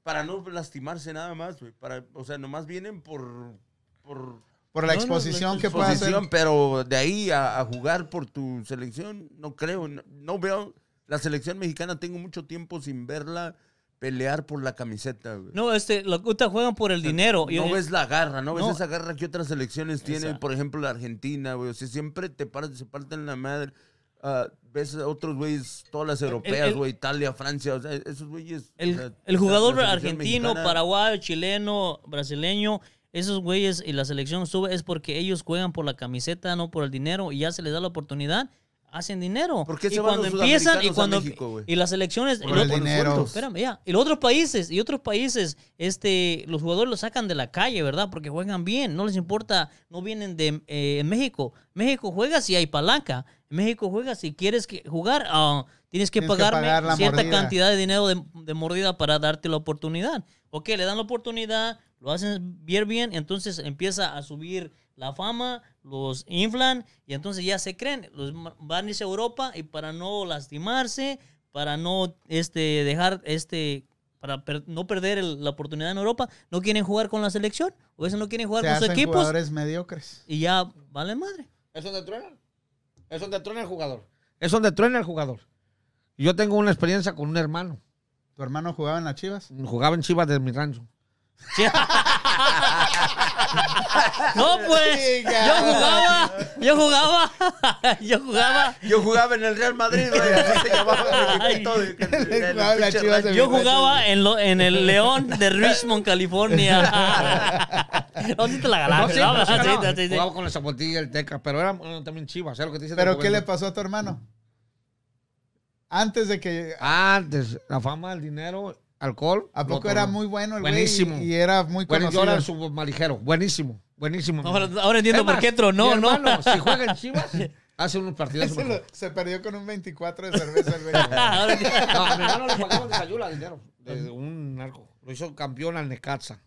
para no lastimarse nada más, güey. Para, o sea, nomás vienen por... por Por la No, no, no, exposición que pueda hacer. posición, pero de ahí a, a jugar por tu selección, no creo, no, no veo la selección mexicana, tengo mucho tiempo sin verla pelear por la camiseta, güey. No, este, los que juegan por el dinero. No Yo- ves la garra, no ves No. esa garra que otras selecciones tienen, por ejemplo la Argentina, güey. O sea, siempre te paras, se parten la madre. Ah, ves a otros güeyes, todas las europeas, el- güey, Italia, Francia, o sea, esos güeyes. o sea, El, el jugador la selección argentino, mexicana- paraguayo, chileno, brasileño, esos güeyes y la selección sube es porque ellos juegan por la camiseta, no por el dinero, y ya se les da la oportunidad, hacen dinero. ¿Por qué y se van los empiezan y sudamericanos a cuando México, güey? y las selecciones Por y Por lo- el los dinero. sueldos. Espérame, ya. Y los otros países, y otros países, este, los jugadores los sacan de la calle, ¿verdad? Porque juegan bien, no les importa, no vienen de eh, México. México juega si hay palanca. En México juegas, si quieres que jugar, ah, tienes que Tienes que pagarme pagar la cierta mordida. cantidad de dinero de, de mordida para darte la oportunidad. Ok, le dan la oportunidad, lo hacen bien bien, entonces empieza a subir la fama, los inflan y entonces ya se creen, los ma- van a irse a Europa y para no lastimarse, para no este dejar este para per- no perder el- la oportunidad en Europa, no quieren jugar con la selección o eso no quieren jugar Se con sus hacen equipos jugadores mediocres. y ya vale madre. Es donde truena. Es donde truena el jugador. Es donde truena el jugador. Yo tengo una experiencia con un hermano. ¿Tu hermano jugaba en las chivas? Jugaba en Chivas de mi rancho. No, pues. Yo jugaba. Yo jugaba. Yo jugaba. Yo jugaba en el Real Madrid, güey. Así se llamaba el equipito de- que- Jugaba de en las pinche Chivas de rancho. Yo jugaba en, lo- en el León de Richmond, California. No, si te la No, ganaste. sí, Ah, ¿no? pero sí, Sí, no. sí, sí. Jugaba con la zapatilla y el teca, pero era bueno, también Chivas. ¿sabes lo que te dice ¿Pero tu qué le juventud? pasó a tu hermano? Antes de que... Antes, la fama, el dinero, alcohol. ¿A lo poco otro, era ¿no? muy bueno el güey? Buenísimo. Y, y era muy Bueno, yo conocido. era su malijero. Buenísimo, buenísimo. No, ahora- ahora entiendo por qué tronó, mi ¿no? hermano, si juega en Chivas, hace unos partidos. Se, lo- se perdió con un 24 de cerveza el güey. No, a mi hermano le pagaban de Sayula dinero. De de un narco. Lo hizo campeón al Necaxa.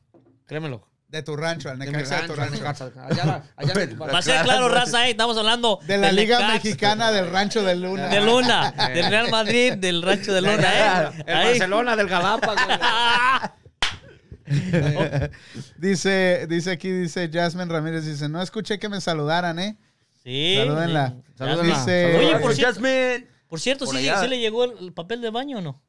Créemelo. De tu rancho, al De mi Necaxa de tu rancho, al rancho. Necaxa. Allá, la- allá en Va a ser claro, raza, eh, estamos hablando De la del Liga Necaxa, Mexicana del Rancho de Luna. De Luna, del Real Madrid, del Rancho de Luna, eh. El Ahí. Barcelona del Galápagos. Ah, Dice, dice aquí, dice Jasmine Ramírez, dice, no escuché que me saludaran, ¿eh? Sí. Salúdenla. Salúdenla. Oye, Dice- por Gracias, cierto- Jasmine. Por cierto, Por sí, allá. sí le llegó el, el papel de baño o no?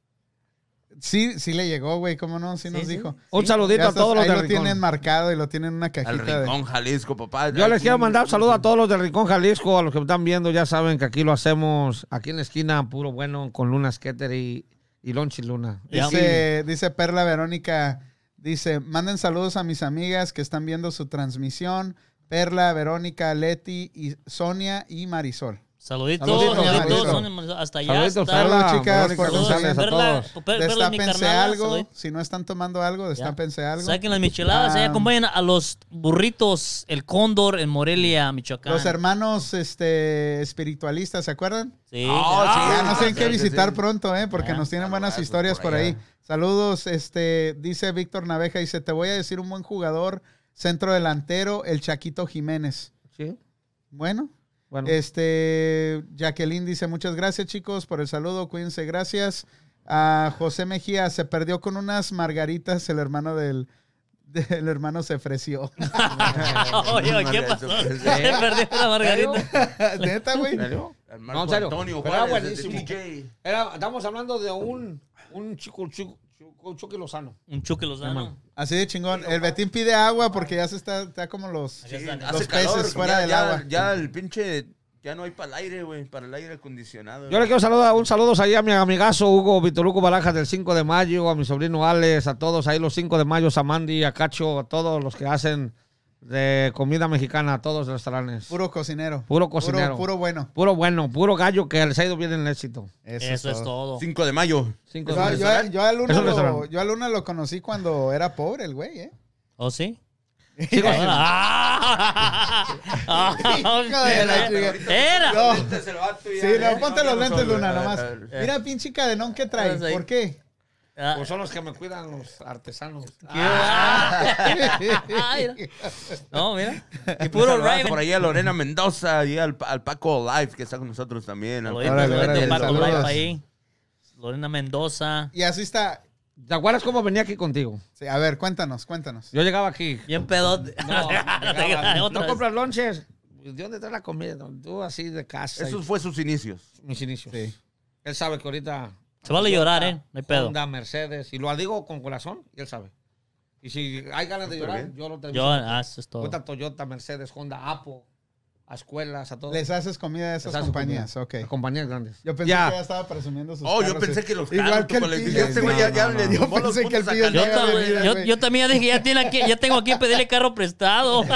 Sí, sí le llegó, güey, cómo no, sí, nos Sí, sí. dijo. Un saludito Ya a todos estás- los ahí del lo Rincón. tienen marcado y lo tienen en una Al cajita de... rincón Jalisco, papá. Yo les quiero mandar un saludo a todos los del Rincón Jalisco, a los que me están viendo, ya saben que aquí lo hacemos, aquí en la esquina, puro bueno, con Luna Skeeter y, y Lonchi Luna. Ya. Dice, dice Perla Verónica, dice, manden saludos a mis amigas que están viendo su transmisión. Perla, Verónica, Leti, y Sonia y Marisol. Saluditos, Saluditos, saluditos, saluditos. son hasta allá. Saluditos, hasta- saludos, chicas, Verónica por González, a Perla- todos. Perla es mi Destápense carnala, algo. saluditos. Si no están tomando algo, destápense algo. Saquen las micheladas, ahí Ah. acompañan a los burritos, el cóndor en Morelia, Michoacán. Los hermanos este, espiritualistas, ¿se acuerdan? Sí. Oh, Ah, sí. Ya nos tienen sí, que sí, visitar sí. pronto, ¿eh? Porque Ah, nos tienen buenas saludazos historias por por allá. ahí. Saludos, este, dice Víctor Naveja, dice, te voy a decir un buen jugador, centro delantero, el Chaquito Jiménez. Sí, Bueno, bueno. Eh, Este, Jacqueline dice, muchas gracias chicos por el saludo, cuídense, gracias. A José Mejía se perdió con unas margaritas, el hermano del, del hermano se ofreció. Oye, ¿qué pasó? Se perdió la margarita. Neta, güey. Al No, Marco en serio. Antonio Pero era Juárez, desde buenísimo. TJ. Era- estamos hablando de un, un chico, chico, chico- Chucky Lozano. Un chuque los dan. Así de chingón. El Betín pide agua porque ya se está, está como los... Hace Los calor, peces fuera ya- del ya- agua. Ya el pinche. Ya no hay para el aire, güey. Para el aire acondicionado. Yo le quiero saludar, un saludo ahí a mi amigazo Hugo Vitoruco Barajas del 5 de mayo, a mi sobrino Alex, a todos ahí los 5 de mayo, a Mandy, a Cacho, a todos los que hacen de comida mexicana, a todos los restaurantes. Puro, Puro cocinero. Puro cocinero. Puro, puro bueno. bueno, puro gallo que les ha ido bien en el éxito. Eso, Eso es todo. 5 de mayo. 5 de No, mayo. Pues, yo, a- yo a Luna Es un lo, restaurante. yo a Luna lo conocí cuando era pobre el güey, ¿eh? ¿O ¿Oh, sí? Sigo haciendo. Ah. Hijo de la chica. Era. No. Lentes el vato ya, Sí, eh, no, ponte los tiene lentes, sol, Luna, eh, nomás. eh, Mira, pinche cadenón que trae. Vamos ahí. ¿Por qué? Ah, Pues son los que me cuidan los artesanos. qué va. Ay, No, mira. Y puro saludazo Raven. Por ahí a Lorena Mendoza y al, al Paco Live que está con nosotros también. al Saluditos, Paco Órale, saluditos, órale, Live, Paco saludos. Live ahí. Lorena Mendoza. Y así está. ¿Te acuerdas cómo venía aquí contigo? Sí, a ver, cuéntanos, cuéntanos. Yo llegaba aquí. Bien pedote. No, llegaba, Otra no vez. compras lonches. ¿De dónde traes la comida? Tú así de casa. Esos Esos fue sus inicios. mis inicios. Sí. Él sabe que ahorita Se vale llorar, ¿eh? No hay pedo. Honda, Mercedes, y lo digo con corazón, y él sabe. Y si hay ganas de llorar, bien. yo lo tengo. Yo, ah, eso es todo. Cuenta Toyota, Mercedes, Honda, Apo, a escuelas, a todos. Les haces comida a esas Les hace compañías, comida. ok. A compañías grandes. Yo pensé Ya. que ya estaba presumiendo sus Oh, yo carros, pensé sí. que los Igual carros, que el como les dije, Pillo, este sí. güey ya- ya No, le no, dio no. por Yo los pensé que el puntos Pillo a Yo, Cali- Venga, tam- venga, yo- güey. yo también dije, ya, tiene aquí, ya tengo aquí que pedirle carro prestado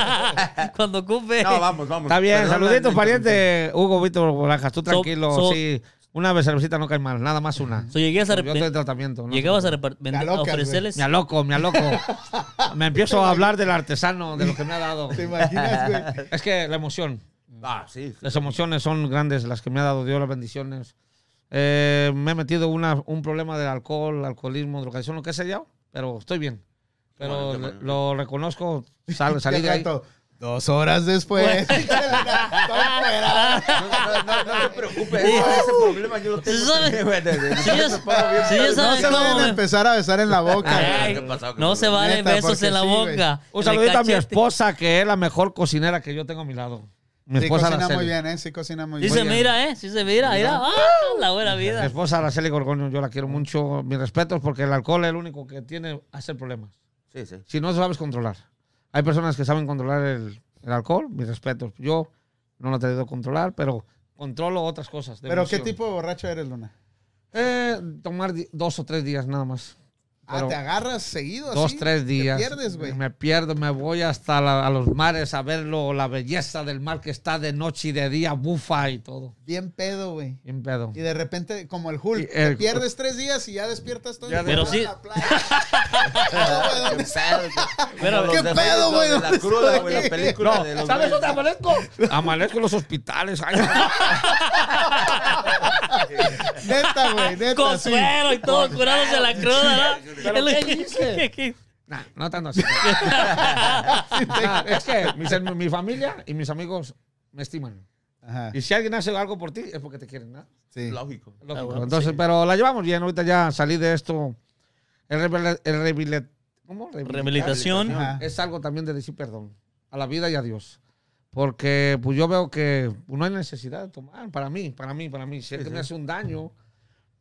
cuando ocupe. No, vamos, vamos. Está bien, Perdón, saluditos, la- pariente. Hugo Víctor Bolajas, tú So- tranquilo. so- sí, una vez cervecita no cae mal, nada más una. So, llegué a Pues Yo estoy en repente. tratamiento. ¿no? Llegabas a, repar- vender- Ya locas, a ofrecerles. Me aloco, me aloco. me empiezo a hablar del artesano, de lo que me ha dado. ¿Te imaginas, güey? Es que la emoción. Ah, sí. sí. Las emociones son grandes, las que me ha dado Dios, las bendiciones. Eh, me he metido una, un problema del alcohol, alcoholismo, drogación, lo que sea ya, pero estoy bien. Pero Bueno, qué bueno. lo reconozco, sal- salí Y de al ahí. rato, Dos horas después. Está fuera. No, no, no, no te preocupes, ese problema yo lo tengo. Sí, sabe. güey, de- de- Sí, ya- me pongo bien sí, ya sabe. No pedo. ¿Sabes se vayan cómo? a empezar a besar en la boca. Ay, ¿qué pasó? ¿Qué no pasó? se vale Neta, besos porque en la sí, güey. boca. Un en el saludito a mi cachete. esposa, que es la mejor cocinera que yo tengo a mi lado. Mi Sí, esposa cocina muy Araceli. bien, ¿eh? Sí, cocina muy Sí bien. se mira, ¿eh? Sí se mira. Mira, ¡ah! La buena Mi vida. esposa Araceli Gorgoño, yo la quiero mucho. Mis respetos, porque el alcohol es el único que tiene hacer problemas. Sí, sí. Si no sabes controlar. Hay personas que saben controlar el, el alcohol, mis respetos. Yo no lo he traído a controlar, pero controlo otras cosas. de Pero ¿qué emoción. tipo de borracho eres, Luna? Eh, tomar di- dos o tres días nada más. Ah, Pero te agarras seguido dos, así? tres días. Te pierdes, güey. Me pierdo, me voy hasta la- a los mares a verlo, la belleza del mar que está de noche y de día, bufa y todo. Bien pedo, güey. Bien pedo. Y de repente, como el Hulk, Y te el- pierdes tres días y ya despiertas todo. Ya el de- Pero día sí- en la playa. No, güey, ¿dónde está? Pero- Como los ¿Qué pedo, de Freddy, güey? de La cruda, güey, la Estoy- película de los ¿Sabes güeyes. dónde amanezco? Amanezco en los hospitales. Ay, Neta, güey, neta, Con sí. suero y todo, curándose la cruda, ¿no? ¿Pero Es lo qué que- nah, no tanto así. Nah, es que mis- mi, familia y mis amigos me estiman. Ajá, Y si alguien hace algo por ti, es porque te quieren, ¿no? sí. Lógico. Lógico. Ah, bueno, Entonces, sí. pero la llevamos bien. Ahorita ya salí de esto. El, rebel- el rebile- ¿cómo? Rehabilitar. Rehabilitación. Ajá. es algo también de decir perdón a la vida y a Dios. Porque pues yo veo que no hay necesidad de tomar, para mí, para mí, para mí. Si es que me hace un daño,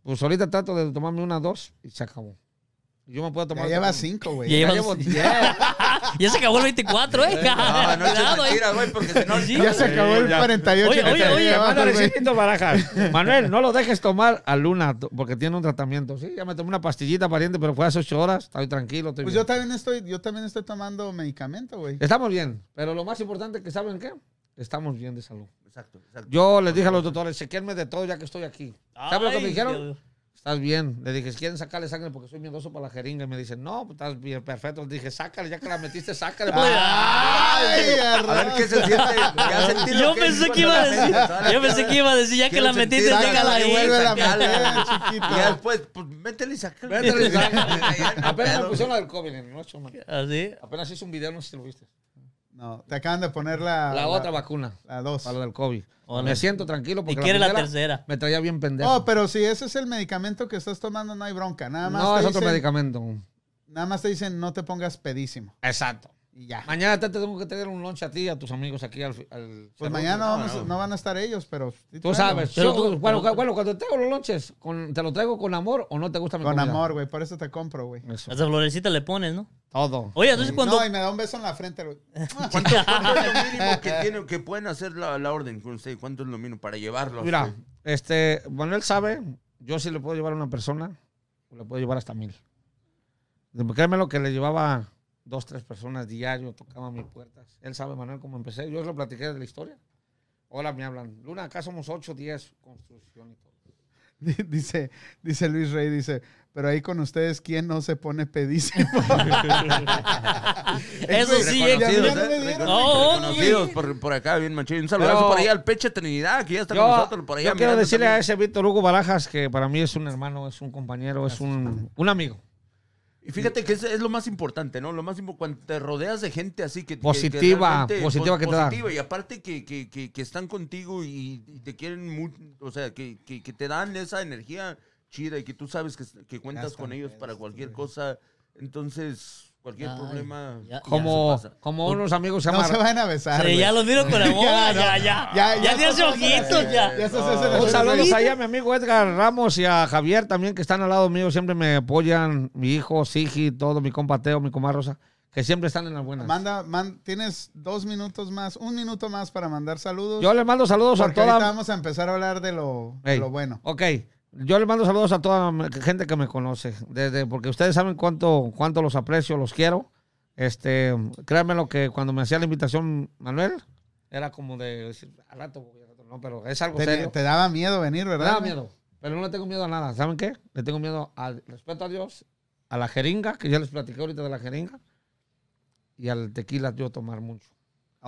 pues ahorita trato de tomarme una, dos y se acabó. Yo me puedo tomar... Ya otra llevas con- cinco, Ya güey. Ya llevas- llevo diez. Ya se acabó el 24, ¿eh? No, no eches Cuidado, ¿eh? mentiras, güey, porque si no... Sí, Ya se acabó el 48. Oye, que oye, te oye, llevas, Manuel, pues, güey. necesito barajas. Manuel, no lo dejes tomar a Luna to- porque tiene un tratamiento. Sí, ya me tomé una pastillita pariente, pero fue hace ocho horas. Estoy tranquilo. Estoy Pues bien. yo también estoy, yo también estoy tomando medicamento, güey. Estamos bien, pero lo más importante es que saben qué, estamos bien de salud. Exacto, exacto. Yo les dije a los doctores, chequenme de todo ya que estoy aquí. ¿Saben lo que Ay, me dijeron? Dios. Estás bien. Le dije, ¿quieren sacarle sangre? Porque soy miedoso para la jeringa. Y me dicen, no, pues, estás bien, perfecto. Le dije, sácale, ya que la metiste, sácale. pues". Ay, A ver qué arroz. se siente. Ya sentí lo Yo que pensé es que iba a cuando la decir, metes. yo pensé que iba a decir, ya que Quiero la metiste, sentir- déjala sácala, ahí. Vuelve la sacala. manera, Y ya chiquito. después, pues, métele y saca. Métele y sácale. Ya no Apenas me pedo. pusieron la del COVID en el ocho, man. Así. Apenas hice un video, no sé si lo viste. No, te acaban de poner la... La otra vacuna, La dos. Oh, para lo del COVID. Hola. Me siento tranquilo Y porque quiere la primera tercera. me traía bien pendejo. Oh, pero si ese es el medicamento que estás tomando, no hay bronca. Nada más no, te es otro dicen- medicamento. Nada más te dicen, no te pongas pedísimo. Exacto. Y ya. Mañana te tengo que tener un lunch a ti y a tus amigos aquí al... fi- al- Pues al- mañana no, no, vamos- no. no van a estar ellos, pero... sí, Tú tráelo. sabes. Pero yo- tú- bueno, pero- bueno, cuando traigo los lonches, con- te lo traigo con amor o no te gusta mi Con comida? amor, güey. Por eso te compro, güey. Eso. Hasta florecita le pones, ¿no? Todo. Oye, entonces cuando... No, y me da un beso en la frente, güey. ¿Cuánto, cuánto es lo mínimo que, tienen, que pueden hacer la, la orden con usted? ¿Cuánto es lo mínimo para llevarlo? Mira, este, Manuel sabe, yo si le puedo llevar a una persona, le puedo llevar hasta mil. Créeme lo que le llevaba dos, tres personas diario, tocaba mis puertas. Él sabe, Manuel, cómo empecé. Yo lo platiqué de la historia. Ahora me hablan, Luna, acá somos ocho, diez, construcción y todo. Dice, dice Luis Rey, dice, pero ahí con ustedes, ¿quién no se pone pedísimo? Eso sí, eh. Ya- Reconocidos, ya no ¿eh? me dieron. Oh, Reconocidos sí. por, por acá, bien machín. Un saludazo Pero- por allá al Peche Trinidad, que ya está con nosotros por allá. yo quiero mirando decirle a también. ese Víctor Hugo Barajas que para mí es un hermano, es un compañero, es un, un amigo. Y fíjate que es, es lo más importante, ¿no? Lo más importante, cuando te rodeas de gente así que... que- que Positiva, realmente- positiva que te da. Positiva, y aparte que, que, que, que están contigo y, y te quieren mucho, o sea, que, que, que te dan esa energía chida y que tú sabes que, que cuentas están con ellos para pedos, cualquier güey. cosa. Entonces, cualquier Ay, problema... ya- ya Como, se pasa. como unos amigos se No llaman se van a besar, Sí, güey. ya los miro con amor, ya, Ya, no. ya, ya. Ya, Ya, ya tiene pasó, ojitos, ya. ya. Ya se hace la- Un saludos Sí. ahí a mi amigo Edgar Ramos y a Javier también que están al lado mío, siempre me apoyan, mi hijo, Sigi, todo, mi compa Teo, mi compa Rosa, que siempre están en las buenas. Manda, man- tienes dos minutos más, un minuto más para mandar saludos. Yo les mando saludos a porque ahorita toda... vamos a empezar a hablar de lo, de Ey, lo bueno. Ok, yo les mando saludos a toda la gente que me conoce, desde, porque ustedes saben cuánto, cuánto los aprecio, los quiero. Este, créanme lo que cuando me hacía la invitación Manuel, era como de decir, al rato, voy, al rato no, pero es algo Te, serio. te daba miedo venir, Me ¿verdad? daba miedo. Pero no le tengo miedo a nada. ¿Saben qué? Le tengo miedo al respeto a Dios, a la jeringa, que ya les platiqué ahorita de la jeringa, y al tequila yo tomar mucho.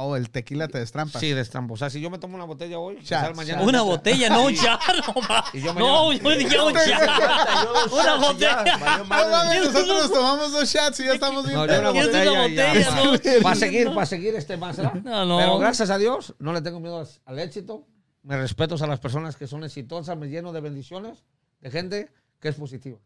Oh, el tequila te destrampa. Sí, de estampo. O sea, si yo me tomo una botella hoy, quizá Shots, mañana. Una botella, no un char. No, ma. Y no yo mañana- yo dije un char. Una botella. Ah, No mames, nosotros nos tomamos dos shots y ya estamos bien. No, yo pedos. ¿Qué una es una botella. botella, no? Para seguir, para seguir este más. ¿verdad? No, no. Pero gracias a Dios, no le tengo miedo al- al éxito. Me respeto a las personas que son exitosas, me lleno de bendiciones de gente que es positiva.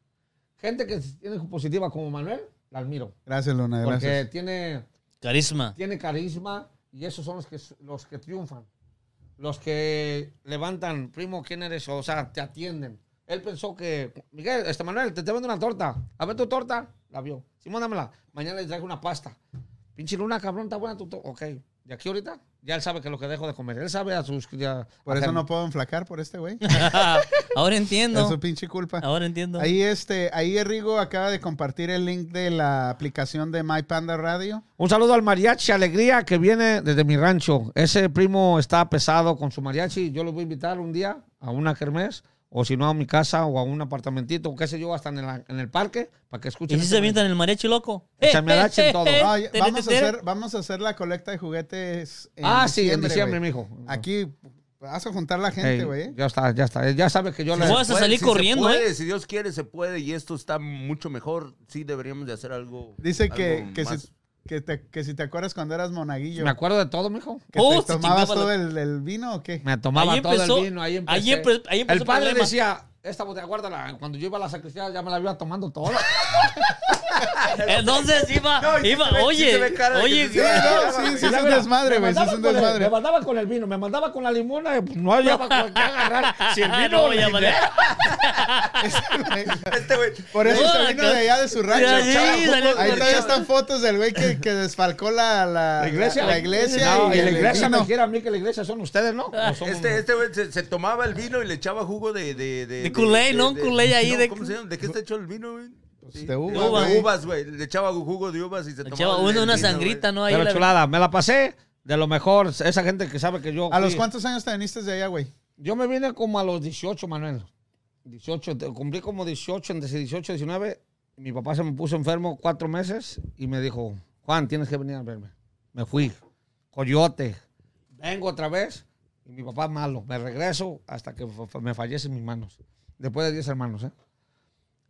Gente que tiene positiva como Manuel, la admiro. Gracias, Luna, Porque gracias. tiene Carisma. tiene carisma y esos son los que, los que triunfan. Los que levantan, primo, ¿quién eres? O sea, te atienden. Él pensó que, Miguel, este Manuel, te estoy vendo una torta. A ver tu torta. La vio. Simón, dámela. Mañana le traigo una pasta. Pinche luna, cabrón, está buena tu torta. Ok. De aquí ahorita, ya él sabe que es lo que dejo de comer. Él sabe a sus... ya- Por a eso Germ- no puedo enflacar por este güey. Ahora Es su entiendo. pinche culpa. Ahora entiendo. Ahí este, ahí Rigo acaba de compartir el link de la aplicación de My Panda Radio. Un saludo al mariachi Alegría que viene desde mi rancho. Ese primo está pesado con su mariachi. Yo lo voy a invitar un día a una kermés o si no a mi casa o a un apartamentito o qué sé yo, hasta en, la- en el parque para ¿Y que escuchen. si este se avientan el mariachi loco? Se me agacha en Eh, eh, todo. eh, Ah, eh, vamos, a tere, hacer, vamos a hacer la colecta de juguetes en ah, sí, en güey. diciembre, mijo. Aquí vas a juntar la Ey, gente, güey. ya está, ya está. Ya sabe que yo le. voy a- Vas a salir corriendo, ¿eh? Si Dios quiere, se puede. Y esto está mucho mejor. Sí, deberíamos de hacer algo. Dice que, algo que, más. si, que, te, que si te acuerdas cuando eras monaguillo, Me acuerdo de todo, mijo. que Oh, se te tomabas chingaba todo la- el, el vino o qué. Me tomaba Ahí todo empezó- el vino. Ahí, empecé. ahí empe- ahí empezó El padre el problema. decía: Esta botella, guárdala. Cuando yo iba a la sacristía, ya me la iba tomando toda. Entonces iba, No, y Ah, iba, se ve- sí se ve oye, cara de que oye, se Sí, no, sí, sí, Y es la un verdad, desmadre, me güey. Sí, es mandaba un con el- desmadre. Me mandaba con el vino, me mandaba con la limona, y pues, no hallaba con qué agarrar. Si el vino Ah, No, le ya quité. valió. Este güey. Por eso No, se vino acá- de allá de su rancho. Ya, sí, chavo. salió Ahí corriendo. todavía están fotos del güey que, que desfalcó la, la, La iglesia. La iglesia. No, y la el iglesia vino. me quiere a mí que la iglesia son ustedes, ¿no? Ah, O son- Este, este güey se, se tomaba el vino y le echaba jugo de. De, de, De Kool-Aid, ¿no? Un Kool-Aid ahí de- ¿Cómo se llama? ¿De qué está hecho el vino, güey? Sí, de uva, no, güey. uvas, Pues güey. Le echaba jugo de uvas y se tomaba. Echaba el- una, el una vino, sangrita, güey. ¿no? Ahí Pero la- chulada, me la pasé de lo mejor. Esa gente que sabe que yo. ¿A fui- los cuántos años te viniste de allá, güey? Yo me vine como a los 18, Manuel. 18, te- cumplí como 18, entre 18 y 19. Mi papá se me puso enfermo cuatro meses y me dijo, Juan, tienes que venir a verme. Me fui. Coyote. Vengo otra vez. Y mi papá malo. Me regreso hasta que fa- fa- me fallecen mis manos. Después de 10 hermanos, ¿eh?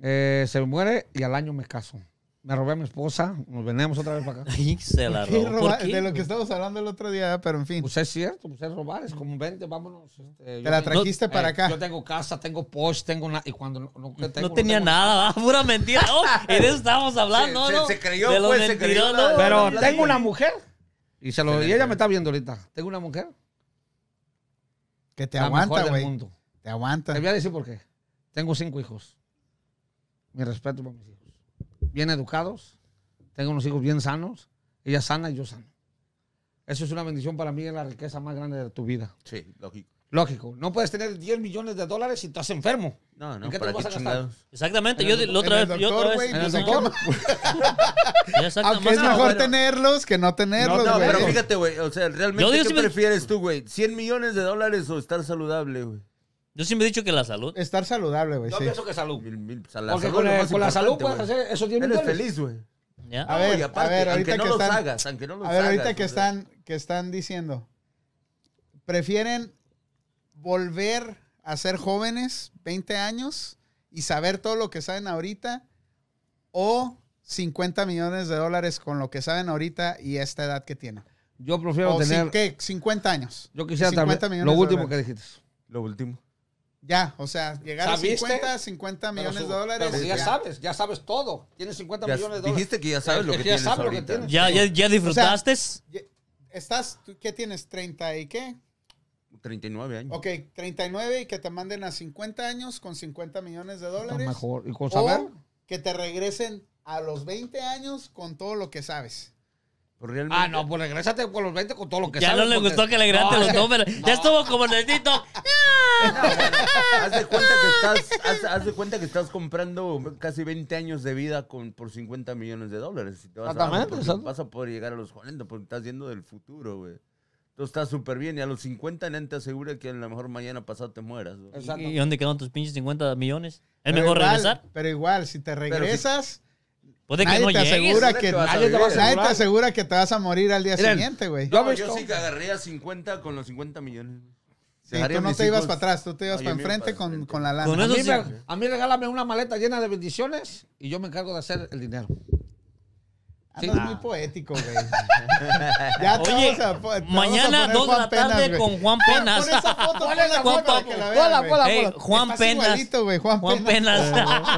Eh, se me muere y al año me caso. Me robé a mi esposa. Nos venimos otra vez para acá. Ay, se la ¿Qué robó. roba- ¿Por qué? de lo que estábamos hablando el otro día, pero en fin. Pues es cierto, pues es robar. Es como, vente, vámonos. este, yo Te la tengo- trajiste Eh, para acá. Yo tengo casa, tengo Porsche, tengo una. Y cuando no, no- que tengo, No tenía tengo- nada, ¿va? pura mentira. Oh, y de eso estábamos hablando, Se- se- ¿no? se creyó, de lo pues, se creyó mentiroso. la- Pero Habla tengo bien. una mujer. Y, se lo, y ella me está viendo ahorita. Tengo una mujer. Que te la aguanta, mejor del güey. mundo. Te aguanta. Te voy a decir por qué. Tengo cinco hijos. Mi respeto para mis hijos. Bien educados. Tengo unos hijos bien sanos. Ella sana y yo sano. Eso es una bendición para mí. Es la riqueza más grande de tu vida. Sí, lógico. Lógico. No puedes tener 10 millones de dólares si estás enfermo. No, no, ¿En qué te ¿para lo vas qué a gastar? chingados? Exactamente, En yo el- la otra en el vez. yo doctor, otra vez- güey, En el Sí, pues, doctor. Ya Aunque es exactamente. mejor bueno. tenerlos que no tenerlos, No, güey. pero fíjate, güey. O sea, Yo realmente, digo ¿qué si me- prefieres tú, güey? ¿100 millones de dólares o estar saludable, güey? Yo siempre he dicho que la salud. Estar saludable, güey. Yo sí. pienso que salud. Mil, mil, la Porque salud con, es lo el- más con la salud puedes importante, güey. hacer esos 10 Eres millones. feliz, güey. ¿ya? A ver, y aparte, a ver, aunque ahorita no que los están- hagas, aunque no los A ver, ahorita hagas, que o sea. están, que están diciendo, prefieren volver a ser jóvenes, 20 años, y saber todo lo que saben ahorita, o 50 millones de dólares con lo que saben ahorita y esta edad que tienen. Yo prefiero O tener. cin- Oh, ¿qué? 50 años. Yo quisiera 50 también. millones Lo de último que dólares. dijiste. Lo último. Ya, o sea, llegar a ¿Sabiste? 50, 50 millones Pero de su- dólares. pero ya, ya. sabes, ya sabes todo. Tienes 50 Ya millones de dólares. dijiste que ya sabes lo Es que ya tienes sabes lo que ahorita. tienes. ¿Ya, ya, ya disfrutaste? Ye- Estás, ¿tú qué tienes? ¿30 y qué? 39 años. Ok, 39 y que te manden a 50 años con 50 millones de Está dólares. mejor. Y con saber. O que te regresen a los 20 años con todo lo que sabes. Pues realmente- Ah, no, pues regrésate con los 20 con todo lo que ya sabes. no le porque- gustó que le grabaste No, los es que- números. no. Ya estuvo como en el TikTok. No, bueno, haz de cuenta que estás, haz, haz de cuenta que estás comprando casi 20 años de vida con, por 50 millones de dólares. Si te vas, a dar, Exactamente, porque exacto. vas a poder llegar a los 40 porque estás yendo del futuro, güey. Tú estás súper bien y a los 50 nadie te asegura que a lo mejor mañana pasado te mueras. güey. Exacto. ¿Y dónde quedaron tus pinches 50 millones? ¿Es Pero mejor igual, regresar? Pero igual, si te regresas, Puede que Nadie no te llegues. asegura que, Nadie te va a nadie asegurar. te asegura que te vas a morir al día Miren, siguiente, güey. yo- Yo, No, me yo esto- sí que agarré a 50 con los 50 millones. tú Dejaría a no mis te ibas hijos- para atrás, tú te ibas No, yo para me iba enfrente para con, enfrente. con la lana. Con A eso mí, sí. me- a mí regálame una maleta llena de bendiciones y yo me encargo de hacer el dinero. Andas Ah, muy poético, güey. ya te Oye, vamos a po- te vamos a mañana poner 2 de Juan la Penas, tarde güey. con Juan Pon- Penas. Pon esa foto, pon la Juan foto para Pa- que la vean, Hola, güey. hola. Ey, Juan Estás Penas. igualito, güey, Juan Juan Penas. Penas.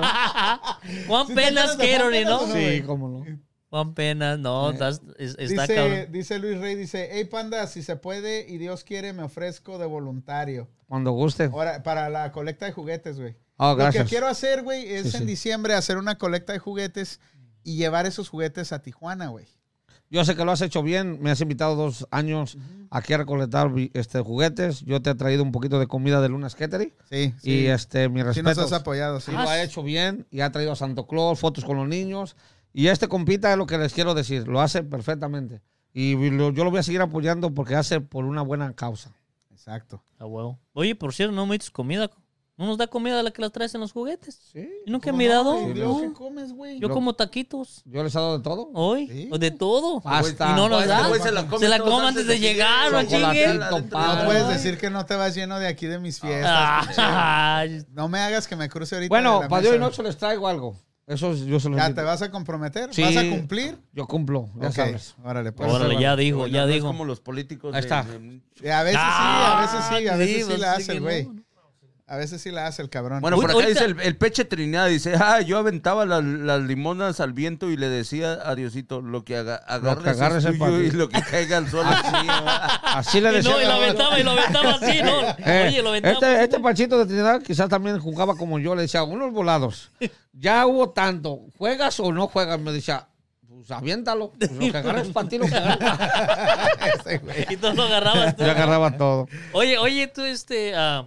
Juan Sí te Penas Catering, acuerdas de Juan Penas, ¿no? ¿o no? güey. cómo no. Juan Penas, no, estás- es- está Dice, cabrón. dice Luis Rey, dice, hey panda, si se puede y Dios quiere, me ofrezco de voluntario. Cuando guste. Ahora, para la colecta de juguetes, güey. Ah, Lo gracias. que quiero hacer, güey, es Sí, en sí. diciembre hacer una colecta de juguetes y llevar esos juguetes a Tijuana, güey. Yo sé que lo has hecho bien. Me has invitado dos años aquí a recolectar vi- este, juguetes. Yo te he traído un poquito de comida de Lunas Catering. Sí, Y sí. este, mi Sí respeto. nos has apoyado, sí. lo ha hecho bien y ha traído a Santo Claus, fotos con los niños. Y este compita es lo que les quiero decir. Lo hace perfectamente. Y lo- yo lo voy a seguir apoyando porque hace por una buena causa. Exacto. A huevo. Oye, por cierto, no me dices comida. No nos da comida la que las traes en los juguetes. Sí. Yo Nunca he ¿Cómo no, mirado. güey? No. Luego, ¿Qué comes, güey? Yo Lo- como taquitos. Yo les he dado de todo. Hoy. Sí. Ah, Pues, De todo. Pues, Hasta Y no nos Este da. güey se la come Se la todos come antes de llegar, no Chocolatito, chingue. adentro de Ah, No la- puedes güey. decir que no te vas lleno de aquí de mis fiestas. Ah, No me hagas que me cruce ahorita. de Bueno, la para de hoy mesa. noche les traigo algo. Eso es- yo se los Ya digo. te vas a comprometer, Sí. vas a cumplir. Yo cumplo, ya Ok, sabes. Órale, pues. Órale, ya dijo, Oye, ya no es dijo. como los políticos. Ahí de- está. de- Eh, A veces sí, a veces sí, a Ah, veces sí, pues, la sí hace el que güey. no. A veces sí la hace el cabrón. Bueno, pues, Uy, por acá ahorita- dice el, el Peche Trinidad, dice, ah, yo aventaba las, las limonas al viento y le decía a Diosito, lo que haga, agarres, agarres es es tuyo para ti". y lo que caiga al sol es mío. Así le Y decía. no, y lo aventaba, y lo aventaba así, ¿no? Eh, Oye, lo aventaba. este, este Panchito de Trinidad quizás también jugaba como yo, le decía, unos volados. Ya hubo tanto, ¿juegas o no juegas? Me decía, pues aviéntalo, pues, lo que agarres para ti, lo que agarres. Ese güey. Y tú lo agarrabas. tú. Yo agarraba todo. Oye, oye, tú, este, ah,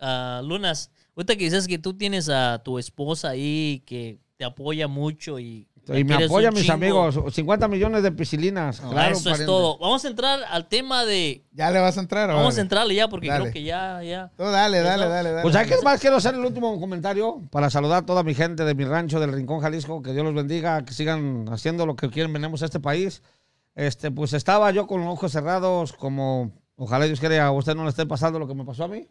ah, Lunas, ahorita que dices que tú tienes a tu esposa ahí que te apoya mucho y... la Y me quieres apoyan un mis chingo. amigos, 50 millones de piscilinas. Ah, claro, Eso pariente. es todo. Vamos a entrar al tema de... Ya le vas a entrar, Vamos órale. a entrarle ya porque Dale. creo que ya, ya... Tú dale, dale, dale, dale. Pues hay que más quiero hacer el último comentario para saludar a toda mi gente de mi rancho del Rincón Jalisco, que Dios los bendiga, que sigan haciendo lo que quieren venimos a este país. Este, pues estaba yo con los ojos cerrados, como ojalá Dios quiera a usted no le esté pasando lo que me pasó a mí,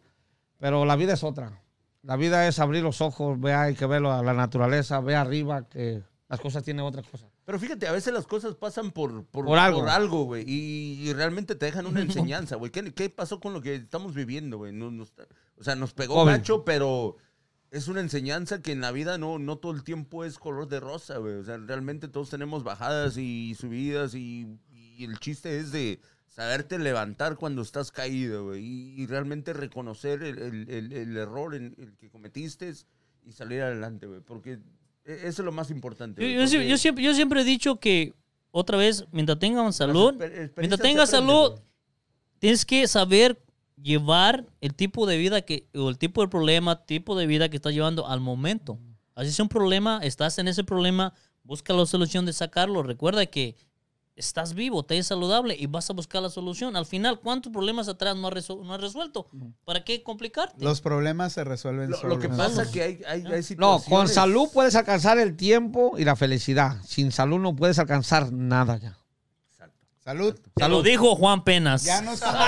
pero la vida es otra. La vida es abrir los ojos, vea, hay que ver la la naturaleza, ve arriba que las cosas tienen otra cosa. Pero fíjate, a veces las cosas pasan por, por, Por algo. por algo, güey. Y, y realmente te dejan una enseñanza, güey. ¿Qué, qué pasó con lo que estamos viviendo, güey? Nos- nos- o sea, nos pegó Joven. gacho, pero es una enseñanza que en la vida no, no todo el tiempo es color de rosa, güey. O sea, realmente todos tenemos bajadas y subidas y, y el chiste es de saberte levantar cuando estás caído, güey. Y, y realmente reconocer el, el- el- el error en el que cometiste y salir adelante, güey. Porque e- eso es lo más importante. Yo, güey, yo sie- porque- yo siempre, yo siempre he dicho que, otra vez, mientras tengan salud, exper- experiencias mientras se tengas aprende, salud, güey. tienes que saber llevar el tipo de vida que, o el tipo de problema, tipo de vida que estás llevando al momento. Así es un problema, estás en ese problema, busca la solución de sacarlo. Recuerda que estás vivo, te es saludable y vas a buscar la solución. Al final, ¿cuántos problemas atrás no has, resol- no has resuelto? ¿Para qué complicarte? Los problemas se resuelven Lo, solos. lo que pasa es que hay, hay, hay No, situaciones. con salud puedes alcanzar el tiempo y la felicidad. Sin salud no puedes alcanzar nada ya. Exacto. Salud. Te lo dijo Juan Penas. Ya no estamos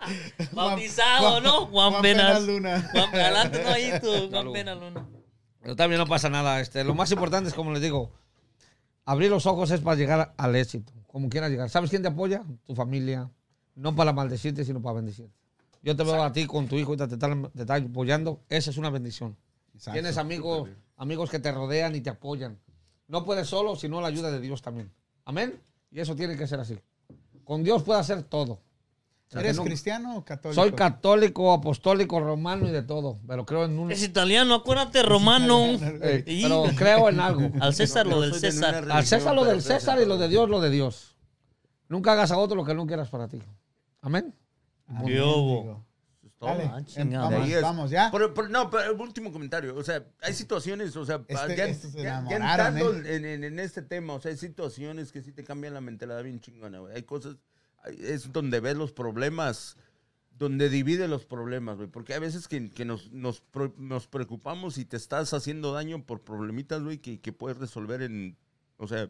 Bautizado, ¿no? Juan, Penas. Luna. Juan adelante, no ahí tú, Juan Penas Luna. Pero también no pasa nada. Este, lo más importante es, como les digo, abrir los ojos es para llegar al éxito, como quieras llegar. ¿Sabes quién te apoya? Tu familia. No para maldecirte, sino para bendecirte. Yo te veo a ti con tu hijo y te, te están- te están apoyando. Esa es una bendición. Exacto. Tienes amigos, amigos que te rodean y te apoyan. No puedes solo, sino la ayuda de Dios también. Amén. Y eso tiene que ser así. Con Dios puedes hacer todo. ¿Eres No- cristiano o católico? Soy católico, apostólico, romano y de todo, pero creo en un... Es italiano, acuérdate, romano. Eh, Y- pero creo en algo. Al César Yo lo del soy de una César. religión, Al César lo pero del César y lo de Dios lo de Dios. Nunca hagas a otro lo que no quieras para ti. Amén. Ah, ¿Qué hubo? es todo. Dale, Ah, em, chingada. De vamos, ahí es. vamos, ya. Pero- pero- no, pero el último comentario. O sea, hay situaciones, o sea, Este- ya, estos se ya- ya enamoraron, ¿eh? entrando en, en- en este tema, o sea, hay situaciones que sí te cambian la mentalidad bien chingona, güey. Hay cosas, hay- es donde ves los problemas donde divide los problemas, güey. Porque hay veces que, que nos, nos, pro- nos preocupamos y te estás haciendo daño por problemitas, güey, que, que puedes resolver en. O sea,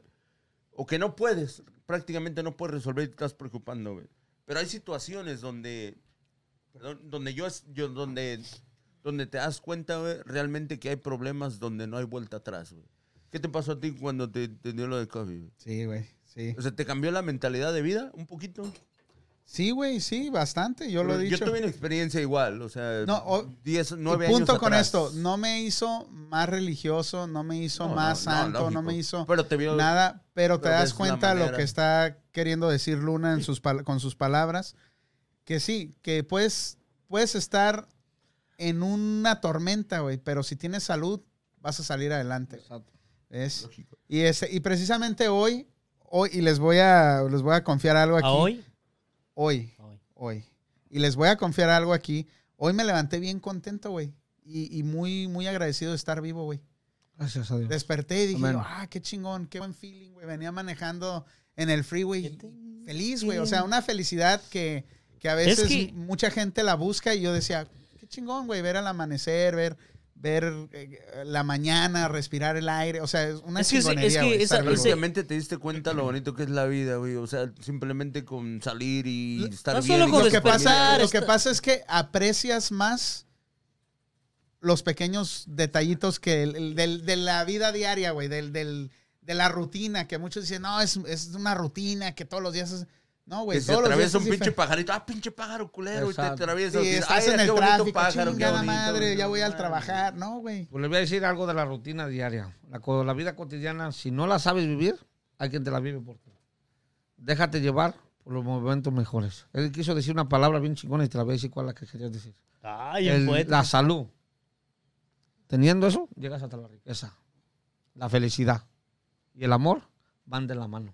o que no puedes, prácticamente no puedes resolver y te estás preocupando, güey. Pero hay situaciones donde. Perdón, donde yo. es- yo donde, donde te das cuenta, güey, realmente que hay problemas donde no hay vuelta atrás, güey. ¿Qué te pasó a ti cuando te, te dio lo de COVID? güey? Sí, güey. Sí. O sea, ¿te cambió la mentalidad de vida un poquito? Sí, güey, sí, bastante. Yo lo he Yo dicho. tuve una experiencia igual, o sea, No, o- 10, 9 años punto con atrás. esto. No me hizo más religioso, no me hizo No, no, más no, santo, no, lógico. me hizo Pero te vio- nada. Pero te pero das ves la cuenta lo manera. que está queriendo decir Luna en sus pal- con sus palabras. Que sí, que puedes, puedes estar en una tormenta, güey, pero si tienes salud, vas a salir adelante. güey. Exacto. Es- y, este, y precisamente hoy, hoy, y les voy a, les voy a confiar algo aquí. ¿A hoy? Hoy A hoy. hoy. Y les voy a confiar algo aquí. Hoy me levanté bien contento, güey. Y, y muy, muy agradecido de estar vivo, güey. Gracias a Dios. Desperté y dije, Amén. ah, qué chingón, qué buen feeling, güey. Venía manejando en el freeway. ¿Qué te- Feliz, güey. O sea, una felicidad que, que a veces que- mucha gente la busca y yo decía, qué chingón, güey, ver al amanecer, ver ver eh, la mañana, respirar el aire. O sea, es una Es que sí, es chingonería, que güey, esa- estar vivo. ese- Prácticamente te diste cuenta lo bonito que es la vida, güey. O sea, simplemente con salir y estar no bien. solo y con lo comer que bien. pasa, despertar, lo que esta- pasa es que aprecias más los pequeños detallitos que el- el del- de la vida diaria, güey, del, del- de la rutina, que muchos dicen, no, es, es una rutina que todos los días es... No, Que güey, se todos los días atraviesa es un pinche diferente. pajarito. Ah, pinche pájaro culero. Y te Exacto. atraviesa. Sí, y dices, estás "Ay, en qué el bonito tráfico, pájaro, qué chingada bonito, madre, güey, ya no voy al mames". trabajar, no, güey. Pues les voy a decir algo de la rutina diaria. La, co- la vida cotidiana, si no la sabes vivir, hay quien te la vive por ti. Déjate llevar por los momentos mejores. Él quiso decir una palabra bien chingona y te la voy a decir cuál es la que querías decir. Ay, el El- poeta. la salud. Teniendo eso, llegas hasta la riqueza. La felicidad y el amor van de la mano.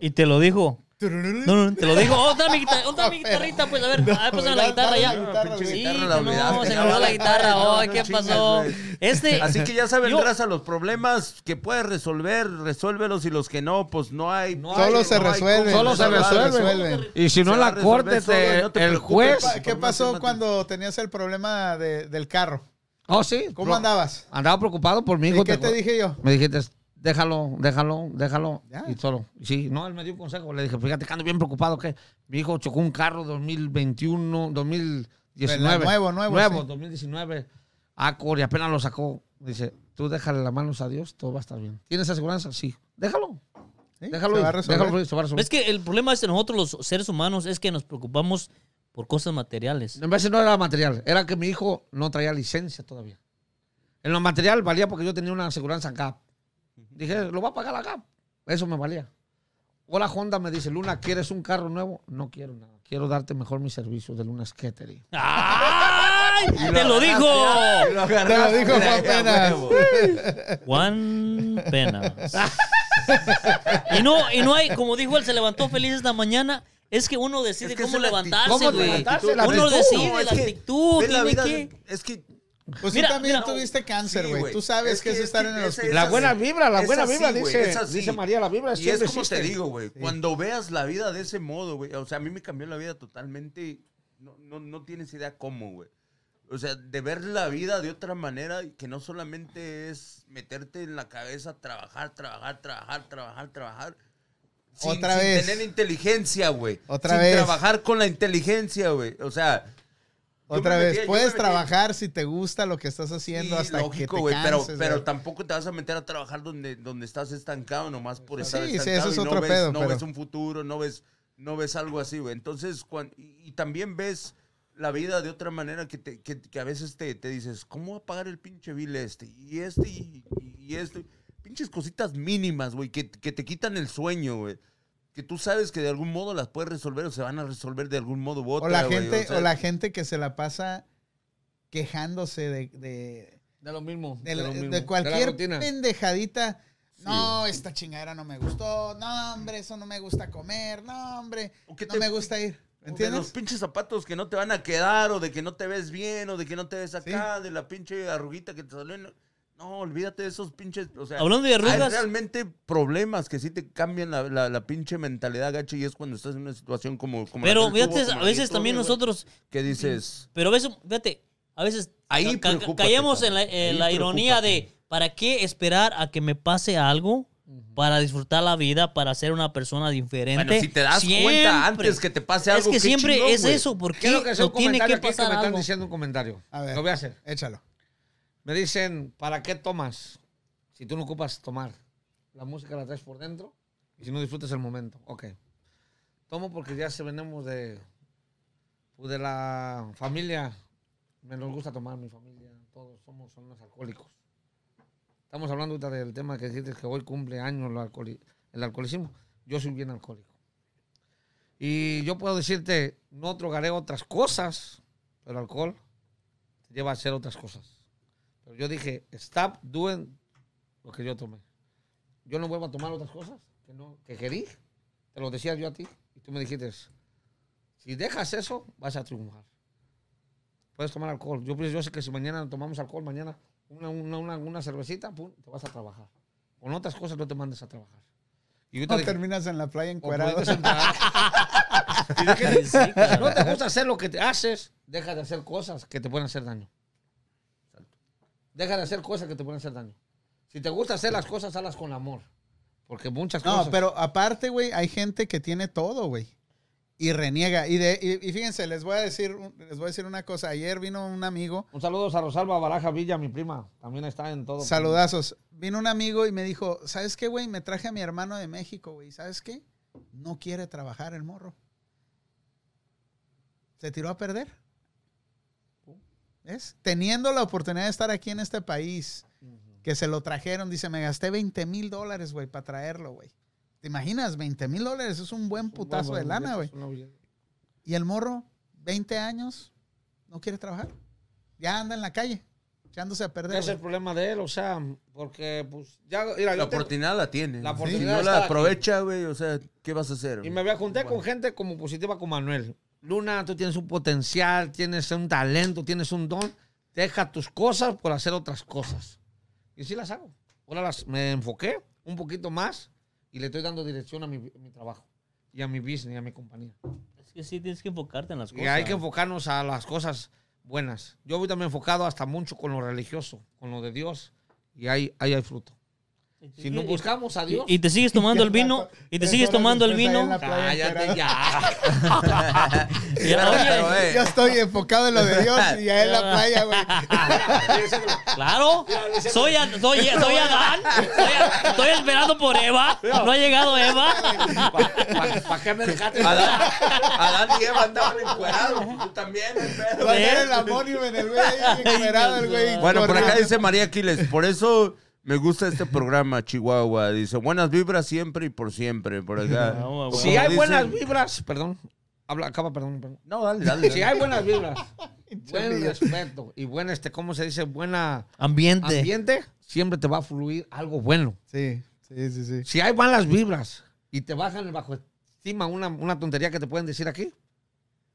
Y te lo dijo. No, no, te lo digo. Oh, dame, guita- oh, dame guitarrita, pues a ver, a ver, pásame la dale, guitarra dale ya. la guitarra, Sí, güey. Guitarra la no, olvidaste, se ya me olvidó la vale, guitarra. no, Ay, no ¿qué chingas, pasó? güey. Este, Así que ya saben, Yo- raza, los problemas que puedes resolver, resuélvelos y los que no, pues no hay. No hay- Solo no se hay cómo resuelve. solo se resolverlo. resuelve. Y Se si no en va a la resolver corte, solo, te- no te el preocupes, juez. pa- ¿Qué pasó cuando tenías el problema de- del carro? Oh, sí. ¿Cómo Pro- andabas? Andaba preocupado por mi hijo. ¿Y qué te acuer- dije yo? Me dijiste, déjalo, déjalo, déjalo. Ya. Y solo. Sí, no, él me dio un consejo. Le dije, fíjate que ando bien preocupado que mi hijo chocó un carro 2021, 2019. Pues, nuevo, nuevo, Nuevo, sí. 2019. A Ah, y apenas lo sacó. Dice, tú déjale las manos a Dios, todo va a estar bien. ¿Tienes aseguranza? Sí. Déjalo. ¿Sí? Déjalo Se ir, va a resolver. déjalo ir, se va a resolver. es que el problema es de nosotros, los seres humanos, es que nos preocupamos por cosas materiales. En veces no era material, era que mi hijo no traía licencia todavía. En lo material valía porque yo tenía una aseguranza GAP. Dije, lo va a pagar la GAP. Eso me valía. O la Honda me dice, Luna, ¿quieres un carro nuevo? No quiero nada. Quiero darte mejor mis servicios de Luna Skattery. ¡Ay! ¡Te lo dijo! Lo Te lo agarraste, dijo mira, Juan ya, Penas. huevo. Juan Penas. Y no, y no hay, como dijo él, se levantó feliz esta mañana. Es que uno decide Es que cómo es la actitud. levantarse, ¿Cómo güey. levantarse? La Uno actitud. decide No, es la que actitud, ves la tiene vida que... de- Es que Pues Mira, tú también mira, tuviste cáncer, sí, güey. güey. tú sabes Es que, que- es estar es en que el esa- hospital. La así. buena vibra, la Es buena así, vibra, güey, dice, es así. dice María, la vibra Y es siempre como te existe. digo, güey. Cuando veas la vida de ese modo, güey. O sea, a mí me cambió la vida totalmente. No, no, no tienes idea cómo, güey. O sea, de ver la vida de otra manera y que no solamente es meterte en la cabeza, trabajar, trabajar, trabajar, trabajar, trabajar. Sin, Otra sin vez. tener inteligencia, güey. Otra sin vez. trabajar con la inteligencia, güey. O sea, Yo Otra me vez, metí- yo me puedes metí- trabajar si te gusta lo que estás haciendo sí, hasta que te güey, pero, canses, pero güey. tampoco te vas a meter a trabajar donde, donde estás estancado nomás por estar Sí, sí, estancado eso es y otro no ves, pedo, no pero- ves un futuro, no ves, no ves algo así, güey. Entonces, cuan- y, y también ves la vida de otra manera que, te- que, que a veces te, te dices, ¿cómo va a pagar el pinche bill este? Y este, y, y- y este. Pinches cositas mínimas, güey, que, que te quitan el sueño, güey. Que tú sabes que de algún modo las puedes resolver o se van a resolver de algún modo u otro. o la gente, o la gente que se la pasa quejándose de, de, De lo mismo. de- lo de mismo, la cualquier rutina. pendejadita. No, esta chingadera no me gustó. No, hombre, eso no me gusta comer. No, hombre, ¿O qué no te- me gusta ir. De los ¿Entiendes? pinches zapatos que no te van a quedar, o de que no te ves bien, o de que no te ves acá, de la pinche arruguita que te salió. en- No, olvídate de esos pinches. O sea, Hablando de hay arrugas. realmente problemas que sí te cambian la, la- la pinche mentalidad, gacha, y es cuando estás en una situación como. como la Pero que él tuvo, fíjate, como a la que veces tú, también güey, nosotros, Que dices. pero a veces, fíjate, a veces Ahí ca- ca- preocúpate, caemos en la, cabrón. en Ahí la ironía de, preocúpate. ¿para qué esperar a que me pase algo? Para disfrutar la vida, para ser una persona diferente. Bueno, si te das Siempre. cuenta antes que te pase algo. Es que qué siempre chingón, es güey. eso, porque Quiero que sea no un tiene comentario que aquí que pasar me están algo. diciendo un comentario. A ver. Lo voy a hacer. Échalo. Me dicen, ¿para qué tomas? Si tú no ocupas tomar. La música la traes por dentro y si no disfrutas el momento. Ok. Tomo porque ya se venimos de, pues, de la familia. Me nos gusta tomar mi familia. Todos somos son unos alcohólicos. Estamos hablando ahorita del tema que dijiste que hoy cumple años lo alcoholi- el alcoholismo. Yo soy bien alcohólico. Y yo puedo decirte, no drogaré otras cosas, pero alcohol te lleva a hacer otras cosas. Pero yo dije, stop doing lo que yo tomé. Yo no vuelvo a tomar otras cosas que, no, que querí. Te lo decía yo a ti. Y tú me dijiste, si dejas eso, vas a triunfar. Puedes tomar alcohol. Yo, pues, yo sé que si mañana tomamos alcohol, mañana una, una, una, una cervecita, pum, te vas a trabajar. Con otras cosas no te mandes a trabajar. Y yo No terminas en la playa o pudiste encuerado. sentar. Y deje- si no te gusta hacer lo que te haces, deja de hacer cosas que te pueden hacer daño. Deja de hacer cosas que te pueden hacer daño. Si te gusta hacer las cosas, hazlas con amor. Porque muchas cosas. No, pero aparte, güey, hay gente que tiene todo, güey. Y reniega. Y, de, y, y fíjense, les voy a decir, un- les voy a decir una cosa. Ayer vino un amigo Un saludo a Rosalba Baraja Villa, mi prima. También está en todo. Saludazos. Vino un amigo y me dijo, ¿sabes qué, güey? Me traje a mi hermano de México, güey. ¿Sabes qué? No quiere trabajar el morro. Se tiró a perder. ¿Ves? Teniendo la oportunidad de estar aquí en este país, que se lo trajeron, dice, me gasté 20 mil dólares, güey, para traerlo, güey. ¿Te imaginas? 20 mil dólares es un buen putazo de lana, güey. Y el morro, 20 años, no quiere trabajar. Ya anda en la calle, echándose a perder. Ese es güey. el problema de él, o sea, porque pues ya. Mira, La yo te- oportunidad la tiene. La Sí, oportunidad si no está la aquí. aprovecha, güey, o sea, ¿qué vas a hacer? Y me voy a juntar con gente como positiva como Manuel. Luna, tú tienes un potencial, tienes un talento, tienes un don. Deja tus cosas por hacer otras cosas. Y sí las hago. Ahora las, me enfoqué un poquito más y le estoy dando dirección a mi, a mi trabajo y a mi business y a mi compañía. Es que sí tienes que enfocarte en las Y cosas. hay que enfocarnos a las cosas buenas. Yo ahorita me he enfocado hasta mucho con lo religioso, con lo de Dios. Y ahí, ahí hay fruto. Si no Y- buscamos a y, Dios... y te sigues tomando el vino, y te Tres sigues horas tomando el después ahí en vino. la playa encuerado. Cállate ya. y- Pero, oye, eh, Yo estoy enfocado en lo de Dios y ahí en la playa, güey. claro, soy, a- soy, soy Adán, soy a- estoy esperando por Eva, no ha llegado Eva. ¿Para qué me dejaste? Adán, Adán y Eva andaban encuerados. Tú también, el pedo. Va a ser el amonio en el güey, ahí encuerado el güey. Bueno, por acá corriendo. dice María Aquiles, por eso me gusta este programa, Chihuahua. Dice, buenas vibras siempre y por siempre, por acá. Ah, bueno. O como Si hay dicen- buenas vibras, perdón, habla, acaba, perdón, perdón. No, dale, dale. Si hay buenas vibras, buen respeto y buen, este, ¿cómo se dice? Buena Ambiente. ambiente, siempre te va a fluir algo bueno. Sí, sí, sí, sí. Si hay malas vibras y te bajan el bajo estima, una, una tontería que te pueden decir aquí,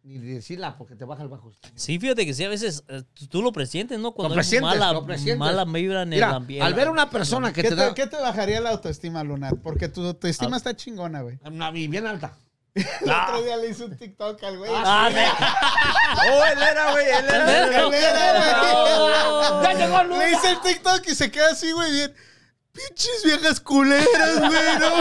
ni decirla porque te baja el bajo estima. Sí, fíjate que sí, a veces eh, tú- tú lo presientes, ¿no? Cuando Lo presientes, hay mala, lo presientes. mala vibra en el Mira, ambiente. al ver una persona que ¿Qué te, te, da qué te bajaría la autoestima, Lunar? Porque tu Ah. autoestima está chingona, güey. una bien alta. El otro día le hice un TikTok al güey. Ah, sí. Oh, él era, güey, él era. Le era, ¡Ya llegó güey. Le hice el TikTok y se queda así, güey, bien. Pinches viejas culeras, güey, ¿no?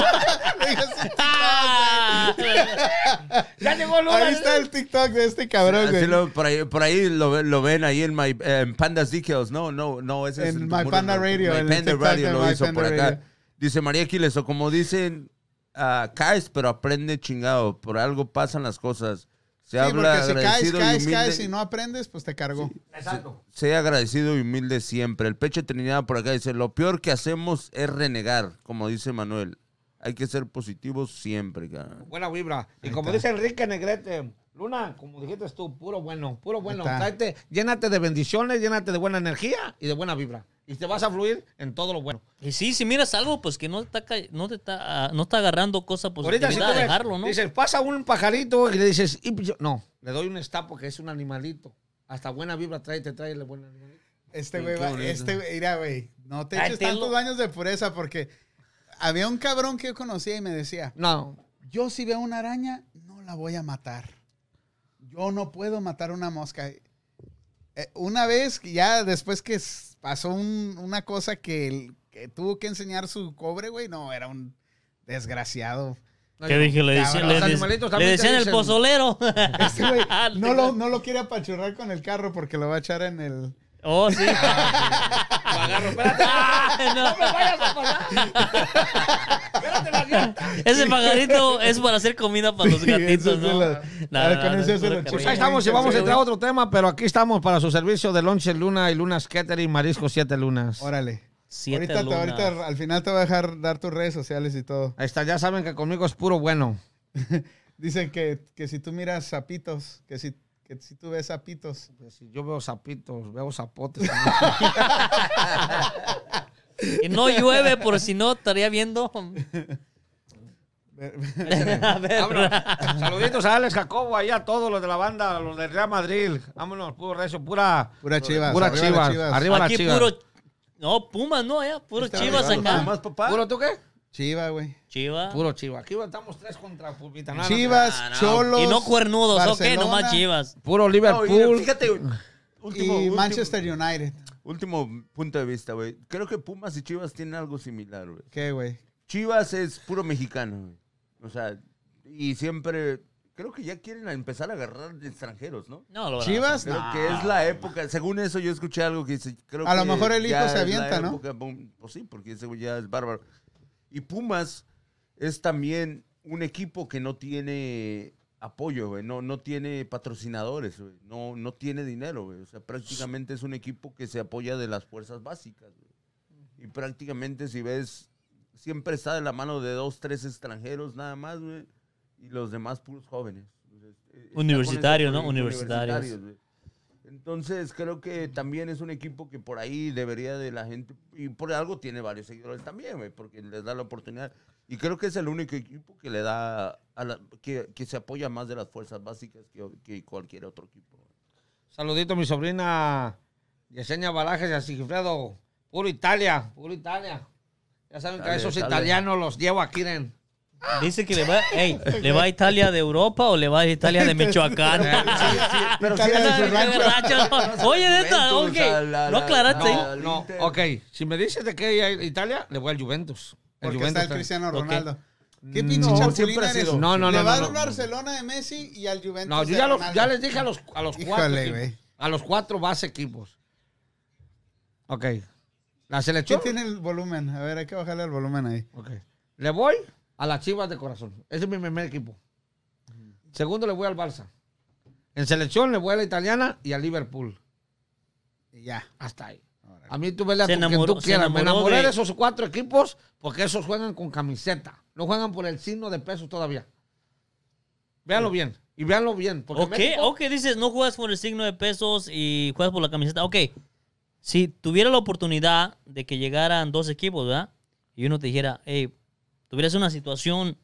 Le dije así, Ah. ¡Ya llegó Luna! Ahí está el TikTok de este cabrón, Así güey. lo- por ahí, por ahí lo, ve- lo ven ahí en, my, eh, en Pandas Details. No, no, no. Ese es En el My puro- Panda Radio, My en el Panda TikTok Radio de lo My hizo Panda por acá. Radio. Dice María Aquiles, o como dicen, ah, caes, pero aprende chingado. Por algo pasan las cosas. Se Sí, habla porque si caes, agradecido caes, y humilde. caes y no aprendes, pues te cargó. Exacto. Sea agradecido y humilde siempre. El Peche Trinidad por acá dice, lo peor que hacemos es renegar, como dice Manuel. Hay que ser positivos siempre, cara. Buena vibra. Y como dice Enrique Negrete, Luna, como dijiste tú, puro bueno, puro bueno. está. Tráete, llénate de bendiciones, llénate de buena energía y de buena vibra. Y te vas a fluir en todo lo bueno. Y sí, si miras algo, pues que no, está, ca- no, te está, ah, no está agarrando cosa Ahorita si tú positividad, ves, dejarlo, ¿no? dices, pasa un pajarito y le dices, "Y, pues, yo-". no, le doy un estapo que es un animalito. Hasta buena vibra, tráete, tráele buena vibra. Este güey, va- este güey, mira, güey. No te Ay, eches Ah, te lo- tantos baños de pureza porque había un cabrón que yo conocía y me decía, No. yo si veo una araña, no la voy a matar. Yo no puedo matar una mosca. Eh, una vez, que ya después que s- pasó un- una cosa que, el- que tuvo que enseñar su cobre, güey, no, era un desgraciado. no, ¿Qué yo no. dije? Le, Cabrón, decían- le los de- animalitos le también te decían el dicen- pozolero. Este güey no lo, no lo quiere apachurrar con el carro porque lo va a echar en el... Oh, sí. Lo agarro, espérate. Ah, no. No me vayas a pasar. Espérate, Maguita. Ese pajarito es para hacer comida para los Sí, eso gatitos, es ¿no? la- la de con eso es se pura lo Pues ahí carrilla. estamos, y vamos a Sí, entrar a otro tema, pero aquí estamos para su servicio de lonche luna y lunas catering, marisco siete lunas. Órale. Siete ahorita, te- lunas. ahorita al final te voy a dejar dar tus redes sociales y todo. Ahí está, ya saben que conmigo es puro bueno. Dicen que, que si tú miras sapitos, que si, que si tú ves sapitos. Pues si yo veo sapitos, veo zapotes. también. Y no llueve, por si no, estaría viendo. A ver, Vámonos. Saluditos a Alex Jacobo, ahí a todos los de la banda, los de Real Madrid. Vámonos, puro recio, pura, Pura chivas. pura arriba chivas. las Arriba las aquí chivas. puro. No, Pumas, no, ya. Puro Está Chivas arriba, acá. ¿Más, papá? ¿Puro tú qué? Chiva, güey. Chivas. Puro chivas. Aquí estamos tres contra Pulpita. no, no, Chivas, no, no. Cholos. Y no cuernudos, ¿ok? Barcelona Nomás Chivas. Puro No, mira, Liverpool. fíjate, último, Y último- Manchester United. último punto de vista, güey. Creo que Pumas y Chivas tienen algo similar, güey. ¿Qué, güey? Chivas es puro mexicano, güey. O sea, y siempre... Creo que ya quieren empezar a agarrar extranjeros, ¿no? No, lo van a Chivas, Creo no. que es la época. Según eso, yo escuché algo que dice. Creo A lo que mejor el hijo ya se es la avienta, ¿no? época, pum, Pues sí, porque ese güey ya es bárbaro. Y Pumas es también un equipo que no tiene apoyo, güey. No, no tiene patrocinadores, güey. No, no tiene dinero, güey. O sea, prácticamente es un equipo que se apoya de las fuerzas básicas, güey. Y prácticamente, si ves, siempre está de la mano de dos, tres extranjeros nada más, güey. Y los demás puros jóvenes. Este, Universitario, Está con ¿no? ese- Universitarios. güey. Entonces, creo que también es un equipo que por ahí debería de la gente, y por algo tiene varios seguidores también, güey, porque les da la oportunidad. Y creo que es el único equipo que le da, a la- que, que se apoya más de las fuerzas básicas que, que cualquier otro equipo. Saludito a mi sobrina Yesenia Balajes y a Sigifredo. Puro Italia, puro Italia. Ya saben que a Dale, esos dale. italianos los llevo aquí en. Dice que le va, ey, ¿le va a Italia de Europa o le va a Italia de Michoacán? Pero Italia sí, de sí, su rancho. Rancho, no. Oye, neta, Juventus, ok. a la- No la- aclaraste. no. ¿eh? al No, Inter. ok. Si me dices de qué hay Italia, le voy al Juventus. El Porque Juventus está el Cristiano también. Ronaldo. ¿Qué Mm, pinche no, chapulín siempre ha eres? sido. No, no, Le no, va no, a un no. Barcelona de Messi y al Juventus No, yo de ya, lo- Ronaldo. ya les dije a los, a los cuatro. Híjole, equipos. güey. a los cuatro base equipos. Ok. La ¿Qué selección. tiene el volumen? A ver, hay que bajarle el volumen ahí. Ok. Le voy a las Chivas de corazón. Ese es mi primer equipo. Segundo le voy al Barça. En selección le voy a la italiana y al Liverpool. Y ya. Hasta ahí. A mí tú vele a Se tu- quien enamoró- tú se quieras. Me enamoró enamoré de... de- esos cuatro equipos porque esos juegan con camiseta. No juegan por el signo de peso todavía. Véanlo bien. Y véanlo bien. Porque Ok, México- ok, dices, no juegas por el signo de pesos y juegas por la camiseta. Ok, si tuviera la oportunidad de que llegaran dos equipos, ¿verdad? Y uno te dijera, hey, tuvieras una situación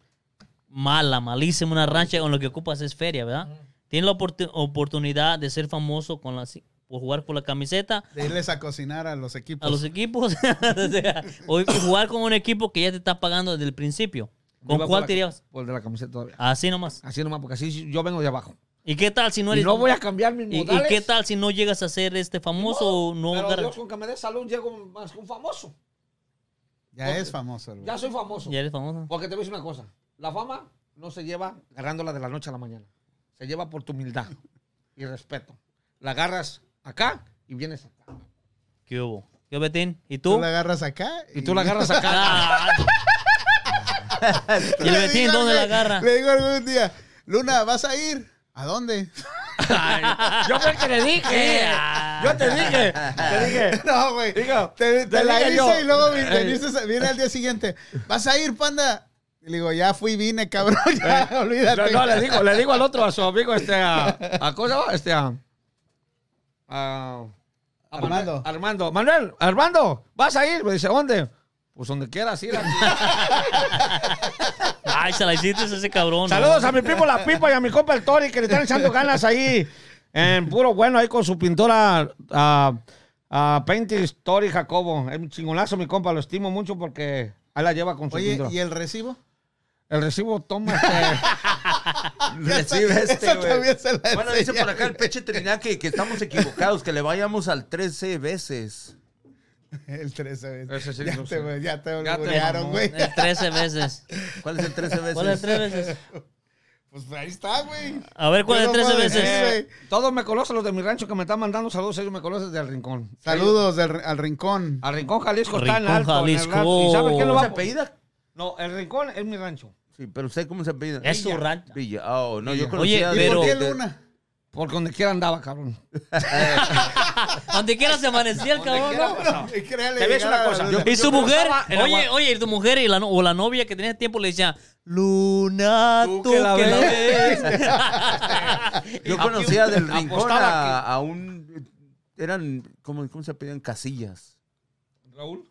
mala, malísima, una rancha, con lo que ocupas es feria, ¿verdad? Tienes la oportu- oportunidad de ser famoso con la, ci- por jugar por la camiseta De irles a cocinar a los equipos. a los equipos. o sea, o jugar con un equipo que ya te está pagando desde el principio. ¿Con Iba por cuál la- te irías? Por el de la camiseta todavía. Así nomás. Así nomás, porque así yo vengo de abajo. ¿Y qué tal si no y eres... no voy a cambiar mis ¿Y, y modales. qué tal si no llegas a ser este famoso o no pero agarras- Dios, con que me dé salud llego más que un famoso. Ya es famoso el güey. Ya soy famoso. Ya eres famoso. Porque te voy a decir una cosa. La fama no se lleva agarrándola de la noche a la mañana. Se lleva por tu humildad y respeto. La agarras acá y vienes acá. ¿Qué hubo? ¿Qué Betín? ¿Y Tú tú? la agarras acá. Y tú la agarras acá. Ah. ¿Y el Le Betín digo dónde al la güey- agarra? Le digo algún día, Luna, ¿vas a ir? ¿A dónde? Yo fue el que le dije. Eh, Yo te dije. Te dije. No, güey. Eh, Digo, Te, te te la dije hice yo. Eh. y luego vi- viniste- viene al día siguiente. ¿Vas a ir, panda? Y le digo, ya fui, vine, cabrón. Ya, No, olvídate. Eh. no, le digo, le digo al otro, a su amigo, este, a, a cosa, este, a, a- a Armando. Manuel- Armando, Manuel, Armando, vas a ir, me dice, ¿dónde? Pues donde quieras ir. aquí". Ay, se la hiciste a ese cabrón. Saludos ¿no? a mi primo La Pipa y a mi compa El Tori, que le están echando ganas ahí, en puro bueno, ahí con su pintora, ah, Ah, Painting Story Jacobo. Es un chingonazo, mi compa. Lo estimo mucho porque ahí la lleva con su Oye, tundra. ¿y el recibo? El recibo toma este, Recibe Esa- este, esa güey. también se la Bueno, dice enseña. por acá el Peche Trinidad que, que estamos equivocados, que le vayamos al 13 veces. El 13, güey. Ese sí, ya, no te, sé. güey, ya te Ya te olvidaron, mamó. güey. Es 13 veces. ¿Cuál es el 13 veces? ¿Cuál es 13 veces? Pues ahí está, güey. A ver, ¿cuál es Yo no 13 puedo veces? decir, güey. Todos me conocen los de mi rancho que me están mandando saludos. Ellos me conocen del rincón. Saludos del- al rincón. Al rincón Jalisco está en Rincón alto. en el Jalisco. rancho. ¿Y saben quién lo ¿Cómo va ¿Se a pedir? apellida? No, el rincón es mi rancho. Sí, pero ¿usted cómo se apellida? Es su rancho. Villa. Ah, Oh, no, yo Villa. conocía Oye, de- ¿Y por pero- qué de- Luna? Por donde quiera andaba, cabrón. Donde quiera se amanecía el cabrón, ¿no? No, créale, Te ves llegar una a la cosa, luna. yo- Y su mujer, estaba en oye, Agua- oye, y tu mujer y la, no- o la novia que tenía tiempo le decía, Luna, tú, que la, ves. ves. Yo Aquí conocía un- del rincón apostaba a, a un... Eran, ¿cómo, cómo se apellidan? Casillas. Raúl,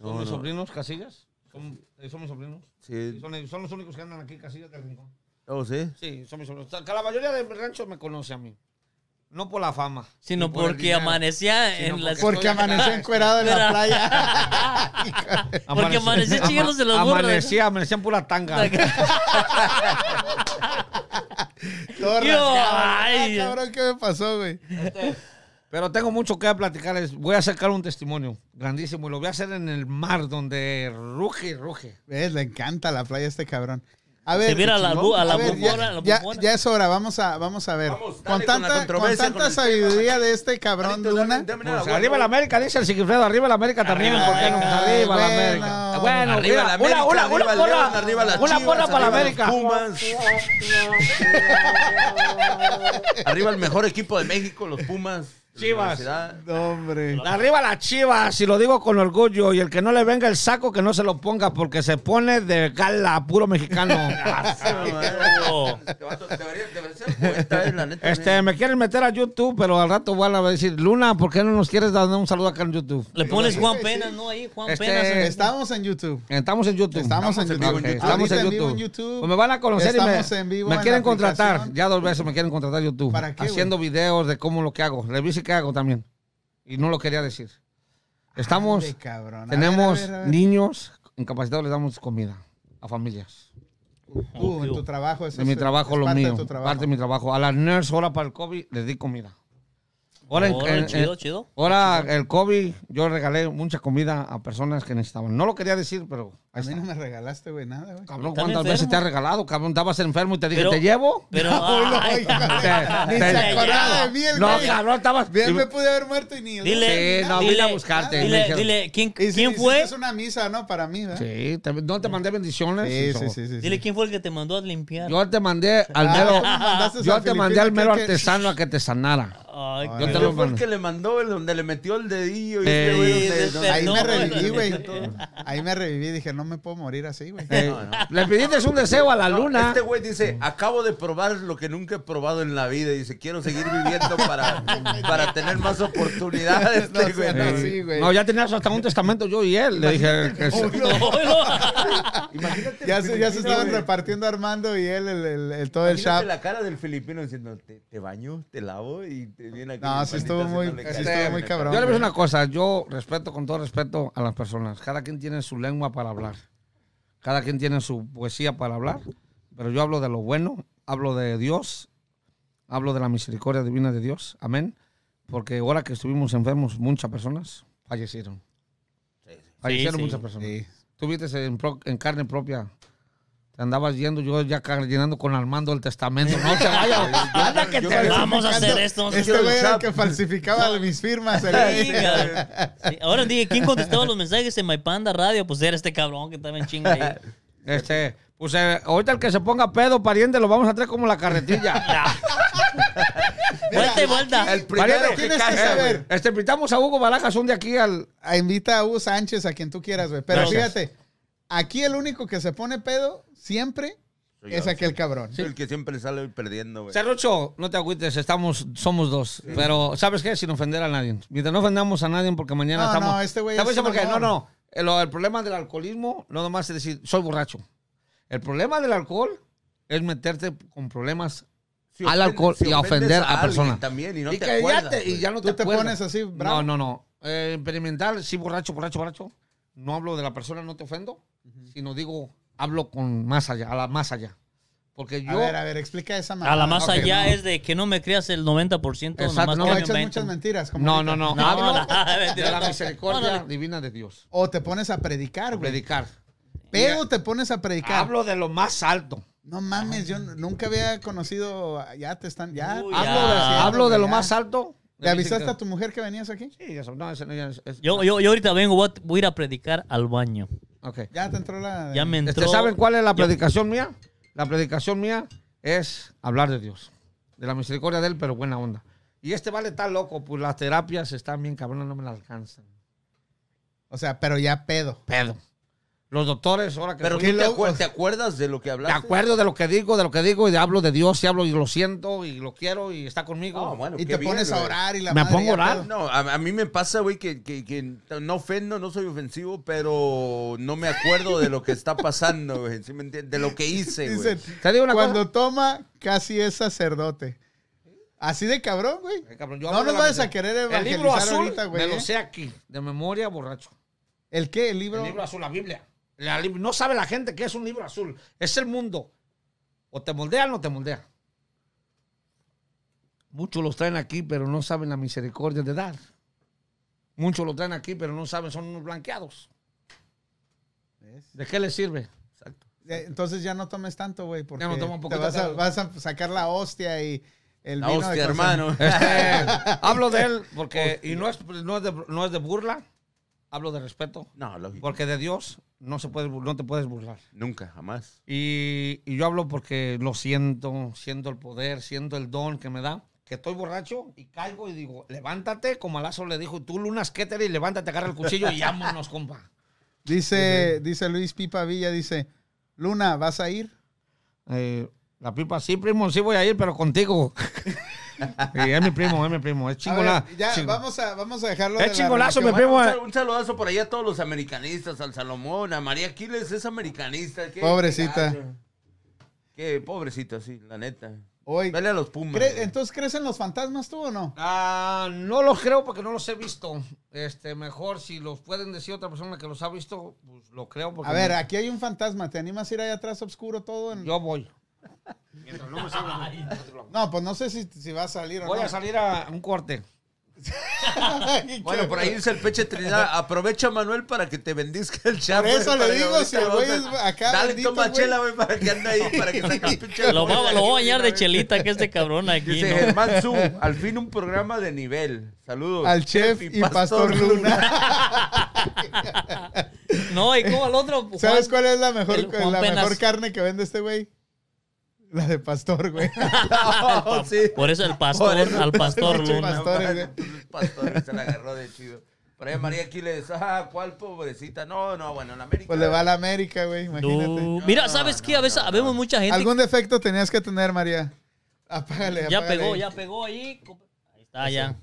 son No, mis no. sobrinos, Casillas. Son, eh, son mis sobrinos. Sí. Son, son los únicos que andan aquí, Casillas del rincón. Oh, sí. Sí, son mis sobrinos. O sea, que la mayoría de mi rancho me conoce a mí. No por la fama. Sino ni por el porque dinero. amanecía Sino en la... porque- Porque amaneció encuerado en la Mira. playa. Porque amanecí Ama- chingándose las gorras. Amanecía, amanecía en pura tanga. Todo Yo, rasgado. Ah, ay. cabrón, ¿qué me pasó, güey? Pero tengo mucho que platicarles. Voy a sacar un testimonio grandísimo y lo voy a hacer en el mar donde ruge y ruge. ¿Ves? Le encanta la playa a este cabrón. A Se ver, viera la bu- a la a ver, ya- bufona, a la ya, bufona. ya es hora, vamos a, vamos a ver. Vamos, con dale con la tanta, con controversia, tanta con el sabiduría de este cabrón Carlito, dame- Luna. dame Pues, la buena, arriba la América, dice el Sigifredo. Arriba la América también. Arriba ¿por qué la no? América, Arriba la bueno. América. Ah, Bueno, Arriba la mira, una, América, una, arriba una el León, porra. arriba las Una Chivas, porra para la arriba América. los Pumas. arriba el mejor equipo de México, los Pumas. Chivas. La universidad. No, hombre. Arriba la Chivas, y lo digo con orgullo. Y el que no le venga el saco, que no se lo ponga, porque se pone de gala, puro mexicano. Oh. eh. Te va a to- Debería debería ser poeta, eh, la neta. Este, me quieren meter a YouTube, pero al rato van a decir, Luna, ¿por qué no nos quieres dar un saludo acá en YouTube? Le pones Juan Sí, Penas, sí. ¿no? Ahí, Juan Este, Penas. ¿eh? en- Estamos en YouTube. Estamos en YouTube. Estamos en Ok, YouTube. Estamos Ahorita en vivo en YouTube. YouTube. Pues me van a conocer y Estamos en me, vivo me en quieren la aplicación. contratar. Ya dos veces me quieren contratar YouTube. ¿Para qué, Haciendo videos de cómo lo que hago. Le dije que hago también. Y no lo quería decir. Estamos, Ande, cabrón. A ver, tenemos a ver, a ver. niños incapacitados, les damos comida a familias. Tú, en tu trabajo. eso De mi es- trabajo, es lo parte de mío. tu trabajo. Parte de mi trabajo. A las nurse, ahora para el COVID, les di comida. Ahora, en- Órale, en- chido, en- chido. ahora el COVID, yo regalé mucha comida a personas que necesitaban. No lo quería decir, pero ahí A mí está. no me regalaste, güey, nada, güey. Cabrón, Están ¿cuántas veces enfermos. te has regalado? Cabrón, estabas enfermo y te dije, Pero- ¿te llevo? Pero, ay, Ni se te- te- acordaba de mí el no, güey. cabrón, estabas. Bien me pude haber muerto y ni... dile, Sí, no, dile, vine a buscarte, me Dile, dijeron. dile, ¿quién, Y si- quién si fue? Es una misa, ¿no? Para mí, ¿verdad? Sí, te- no te mandé bendiciones. Sí, sí, Hijo. sí, sí, Dile, sí. ¿quién fue el que te mandó a limpiar? Yo te mandé al Ah, mero. tú me mandaste yo al te filipino mandé al mero aquel que- artesano a que te sanara. Ay, Yo te Yo lo fue el mandé. que le mandó, el donde le metió el dedillo. Y Eh, este güey donde- sí, donde- sí, Ahí No, me güey. reviví, güey. Ahí me reviví. Dije, no me puedo morir así, güey. Eh, Le pidiste un deseo a la No, luna. Este güey dice, acabo de probar lo que nunca he probado en la vida. Y dice, quiero seguir viviendo para, para tener más oportunidades. No, este güey. no, Eh, No, sí, güey. no, ya tenías hasta un testamento yo y él. Le dije que sí. Imagínate Ya el se, ya se filipino, estaban güey. repartiendo Armando y él, el, el- el- todo el Imagínate shop. la cara del filipino diciendo, te, te baño, te lavo y te viene aquí. No, sí estuvo muy- sí estuvo muy cabrón. Yo le voy a decir una cosa, yo respeto con todo respeto a las personas. Cada quien tiene su lengua para hablar. Cada quien tiene su poesía para hablar. Pero yo hablo de lo bueno, hablo de Dios, hablo de la misericordia divina de Dios. Amén. Porque ahora que estuvimos enfermos, muchas personas fallecieron. Fallecieron Sí, sí. muchas personas. Sí. Tuviste en, pro- en carne propia. Te andabas yendo, yo ya ca- llenando con Armando el testamento. No te vayas. Anda que yo- te yo- Vamos a hacer esto. vamos a hacer- Este güey era el Shop. que falsificaba mis firmas. el güey. Sí, cabrón. Sí, Ahora dije, ¿quién contestaba los mensajes en My Panda Radio? Pues era este cabrón que estaba en chinga ahí. Este, pues eh, ahorita el que se ponga pedo, pariente, lo vamos a traer como la carretilla. Vuelta y vuelta. El primero Pariente, eh, que tienes que cae, saber. güey. Este, invitamos a Hugo Barajas un día aquí al. Ah, Invita a Hugo Sánchez, a quien tú quieras, güey. Pero Gracias. fíjate, aquí el único que se pone pedo siempre Soy yo, es aquel cabrón. soy El que siempre sale perdiendo, Pues. güey. Cerrucho, no te agüites, estamos, somos dos. Pero, ¿sabes qué? Sin ofender a nadie. Mientras no ofendamos a nadie, porque mañana No, estamos. no, este güey ¿Sabes es un por qué? No, amor. no. El, el problema del alcoholismo no nomás es decir, soy borracho. El problema del alcohol es meterte con problemas si al ofendes- alcohol si y a ofendes ofender a alguien personas. También, y no y, te que ya, acuerdas, te, y güey. ya no Tú te, acuerdas. pones así, bravo. No, no, no. Eh, experimental, sí, borracho, borracho, borracho. No hablo de la persona, no te ofendo, sino digo, hablo con más allá, a la más allá. Porque A yo. ver, a ver, explica esa A la más ok, allá no. es de que no me creas el 90%. Exacto, nomás no que No me echas inventen. muchas mentiras. como no, no, ahorita. no, No, Hablo no, no, de la no, no. misericordia No, no. divina de Dios. O te pones a predicar, güey. Predicar. Pero te pones a predicar. Hablo de lo más alto. No mames, yo nunca había conocido. Ya te están. Ya. Uy, Hablo, ya. de, hablo de lo Ya. más alto. ¿Le avisaste a tu mujer que venías aquí? Sí, eso. No, eso no, ya es- es- Yo, yo, yo ahorita vengo, voy a, voy a ir a predicar al baño. ok. Ya te entró la. Ya me Este, entró. ¿Saben cuál es la yo- predicación mía? La predicación mía es hablar de Dios, de la misericordia de Él, pero buena onda. Y este vale tan loco, pues las terapias están bien cabronas, no me las alcanzan. O sea, pero ya pedo. Pedo. Los doctores, ahora que Pero tú soy- te, me acuer- te acuerdas de lo que hablaste. acuerdo de lo que digo, de lo que digo y de hablo de Dios y hablo y lo siento y lo quiero y está conmigo. No, bueno, Y qué te bien, pones a güey. orar y la Me madre, pongo a ya orar. pedo. Ah, No, a, a mí me pasa, güey, que, que- que no ofendo, no soy ofensivo, pero no me acuerdo de lo que está pasando, güey. ¿sí me entiendes? De lo que hice, güey. Dicen, Te digo una cuando cosa. toma, casi es sacerdote. Así de cabrón, güey. Eh, cabrón, yo No hablo de nos la vayas a miseria. querer El libro evangelizar azul, ahorita, güey. me lo ¿eh? sé aquí, de memoria borracho. ¿El qué? ¿El libro? El libro azul, la Biblia. La lib- no sabe la gente que es un libro azul. Es el mundo. O te moldean o te moldean. Muchos los traen aquí, pero no saben la misericordia de dar. Muchos los traen aquí, pero no saben, son unos blanqueados. ¿De qué les sirve? Eh, Entonces ya no tomes tanto, güey, porque Ya no tomo un te poquito, vas, a, claro. vas a sacar la hostia y el La vino de hostia, Consan- hermano. Este, hablo de él porque, y no es, no, es de, no es de burla, hablo de respeto, No, lógico. porque de Dios no, se puede, bu- no te puedes burlar. Nunca, jamás. Y, y yo hablo porque lo siento, siento el poder, siento el don que me da. Que estoy borracho y caigo y digo, levántate, como Alazo le dijo, tú lunas Keter y levántate, agarra el cuchillo y vámonos, compa. Dice, dice Luis Pipa Villa, dice, Luna, ¿vas a ir? Eh, la pipa, sí, primo, sí voy a ir, pero contigo. Y es mi primo, es mi primo, A es ver, chingona. ya, ching- vamos a, vamos a dejarlo. Es de la chingolazo, religión. me pego. un, eh. sal- un saludazo por allá a todos los americanistas, al Salomón, a María Aquiles, es americanista. qué- Pobrecita. Qué, gacho. Qué pobrecita, sí, la neta. Oye, Dale a los Pumas. ¿cre- güey. entonces, ¿crees en los fantasmas tú o no? Ah, no los creo porque no los he visto. Este, mejor si los pueden decir otra persona que los ha visto, pues lo creo. Porque A ver, me- aquí hay un fantasma, ¿te animas a ir allá atrás oscuro todo? en- yo voy. Mientras no me salga, no te preocupes. No, pues no sé si, si va a salir o Voy no. a salir a un corte. Bueno, por ahí dice el Peche Trinidad. Aprovecha, Manuel, para que te bendizca el chavo. eso güey, le para digo, si que ahorita el vamos a- güey es acá Dale, bendito, toma güey. chela, güey, para que ande ahí, para que saque el pinche. Lo voy, a- lo voy a bañar de chelita que este cabrón aquí. Dice ¿no? Germán Zu, al fin un programa de nivel. Saludos. Al chef y pastor Luna. No, y como al otro. Juan- ¿Sabes cuál es la el mejor, Juan la Penas. mejor carne que vende este güey? La de pastor, güey. Oh, sí. Por eso el pastor, Por eso- al pastor Pinche Luna. Pastores, ¿eh? güey. Pastores, se la agarró de chido. Por ahí María Aquiles, ah, ¿cuál pobrecita? No, no, bueno, en América. Pues le va a la América, güey, imagínate. Tú- Mira, No, ¿sabes no, qué? A veces no, no. vemos mucha gente. Algún defecto tenías que tener, María. Apágale, Ya apágale. pegó, ya pegó ahí. Ahí está, ya.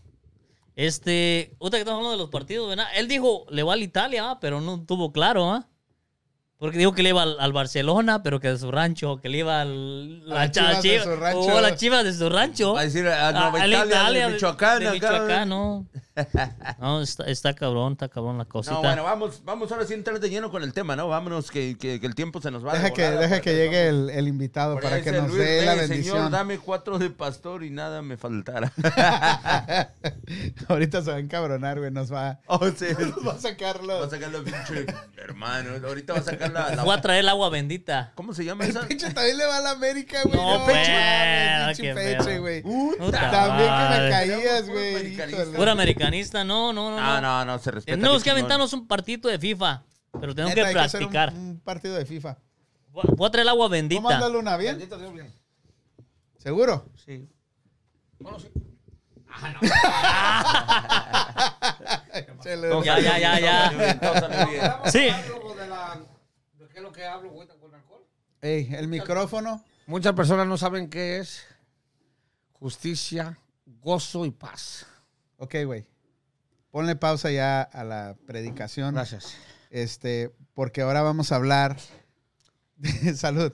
Este, usted que estamos hablando de los partidos, ¿verdad? Él dijo, le va a Italia, ah, pero no tuvo claro, ¿ah? Porque dijo que le iba al, al Barcelona, pero que de su rancho, que le iba al, A las chivas de su rancho. o a las chivas de su rancho. Va a decir a Ah, Nueva a la Italia, de de- Michoacán, de acá. Michoacán, no. No, está, está cabrón, está cabrón la cosita. No, bueno, vamos, vamos ahora sí a entrar de lleno con el tema, ¿no? Vámonos, que, que, que el tiempo se nos va. de Deja que, volada, deja porque que estamos- llegue el, el invitado Por para ahí que dice nos Luis dé la Reyes, Señor, bendición. dame cuatro de pastor y nada me faltará. Ahorita se va a encabronar, güey. Nos va, o sea, nos va a va sacarlo. a sacar los pinche hermano. Ahorita va a sacar la, la- Voy a traer el agua bendita. ¿Cómo se llama esa? Pinche también le va a la América, güey. No, mames, pero, pinche qué peche, pedo. güey. Puta También que me madre. caías, Puro güey. americanista. híjole. Pura americanista, no, no, no. Ah, No, no. no, no, se respeta. Tenemos que chingón. aventarnos un partidito de FIFA, pero tenemos Neta, que hay hacer un- practicar. Un, partido de FIFA. Voy a traer el agua ¿Cómo anda bendita. Luna? ¿Bien? Bendito Dios, bien. ¿Seguro? Sí. Bueno, sí. Se le- Ya, ya, ya, ya. Todo salió bien. Sí. Algo de la- ¿de qué es lo que hablo, güey, con alcohol? Ey, el micrófono. Muchas personas no saben qué es justicia, gozo y paz. Ok, güey. Ponle pausa ya a la predicación. Gracias. Este, porque ahora vamos a hablar. de- salud.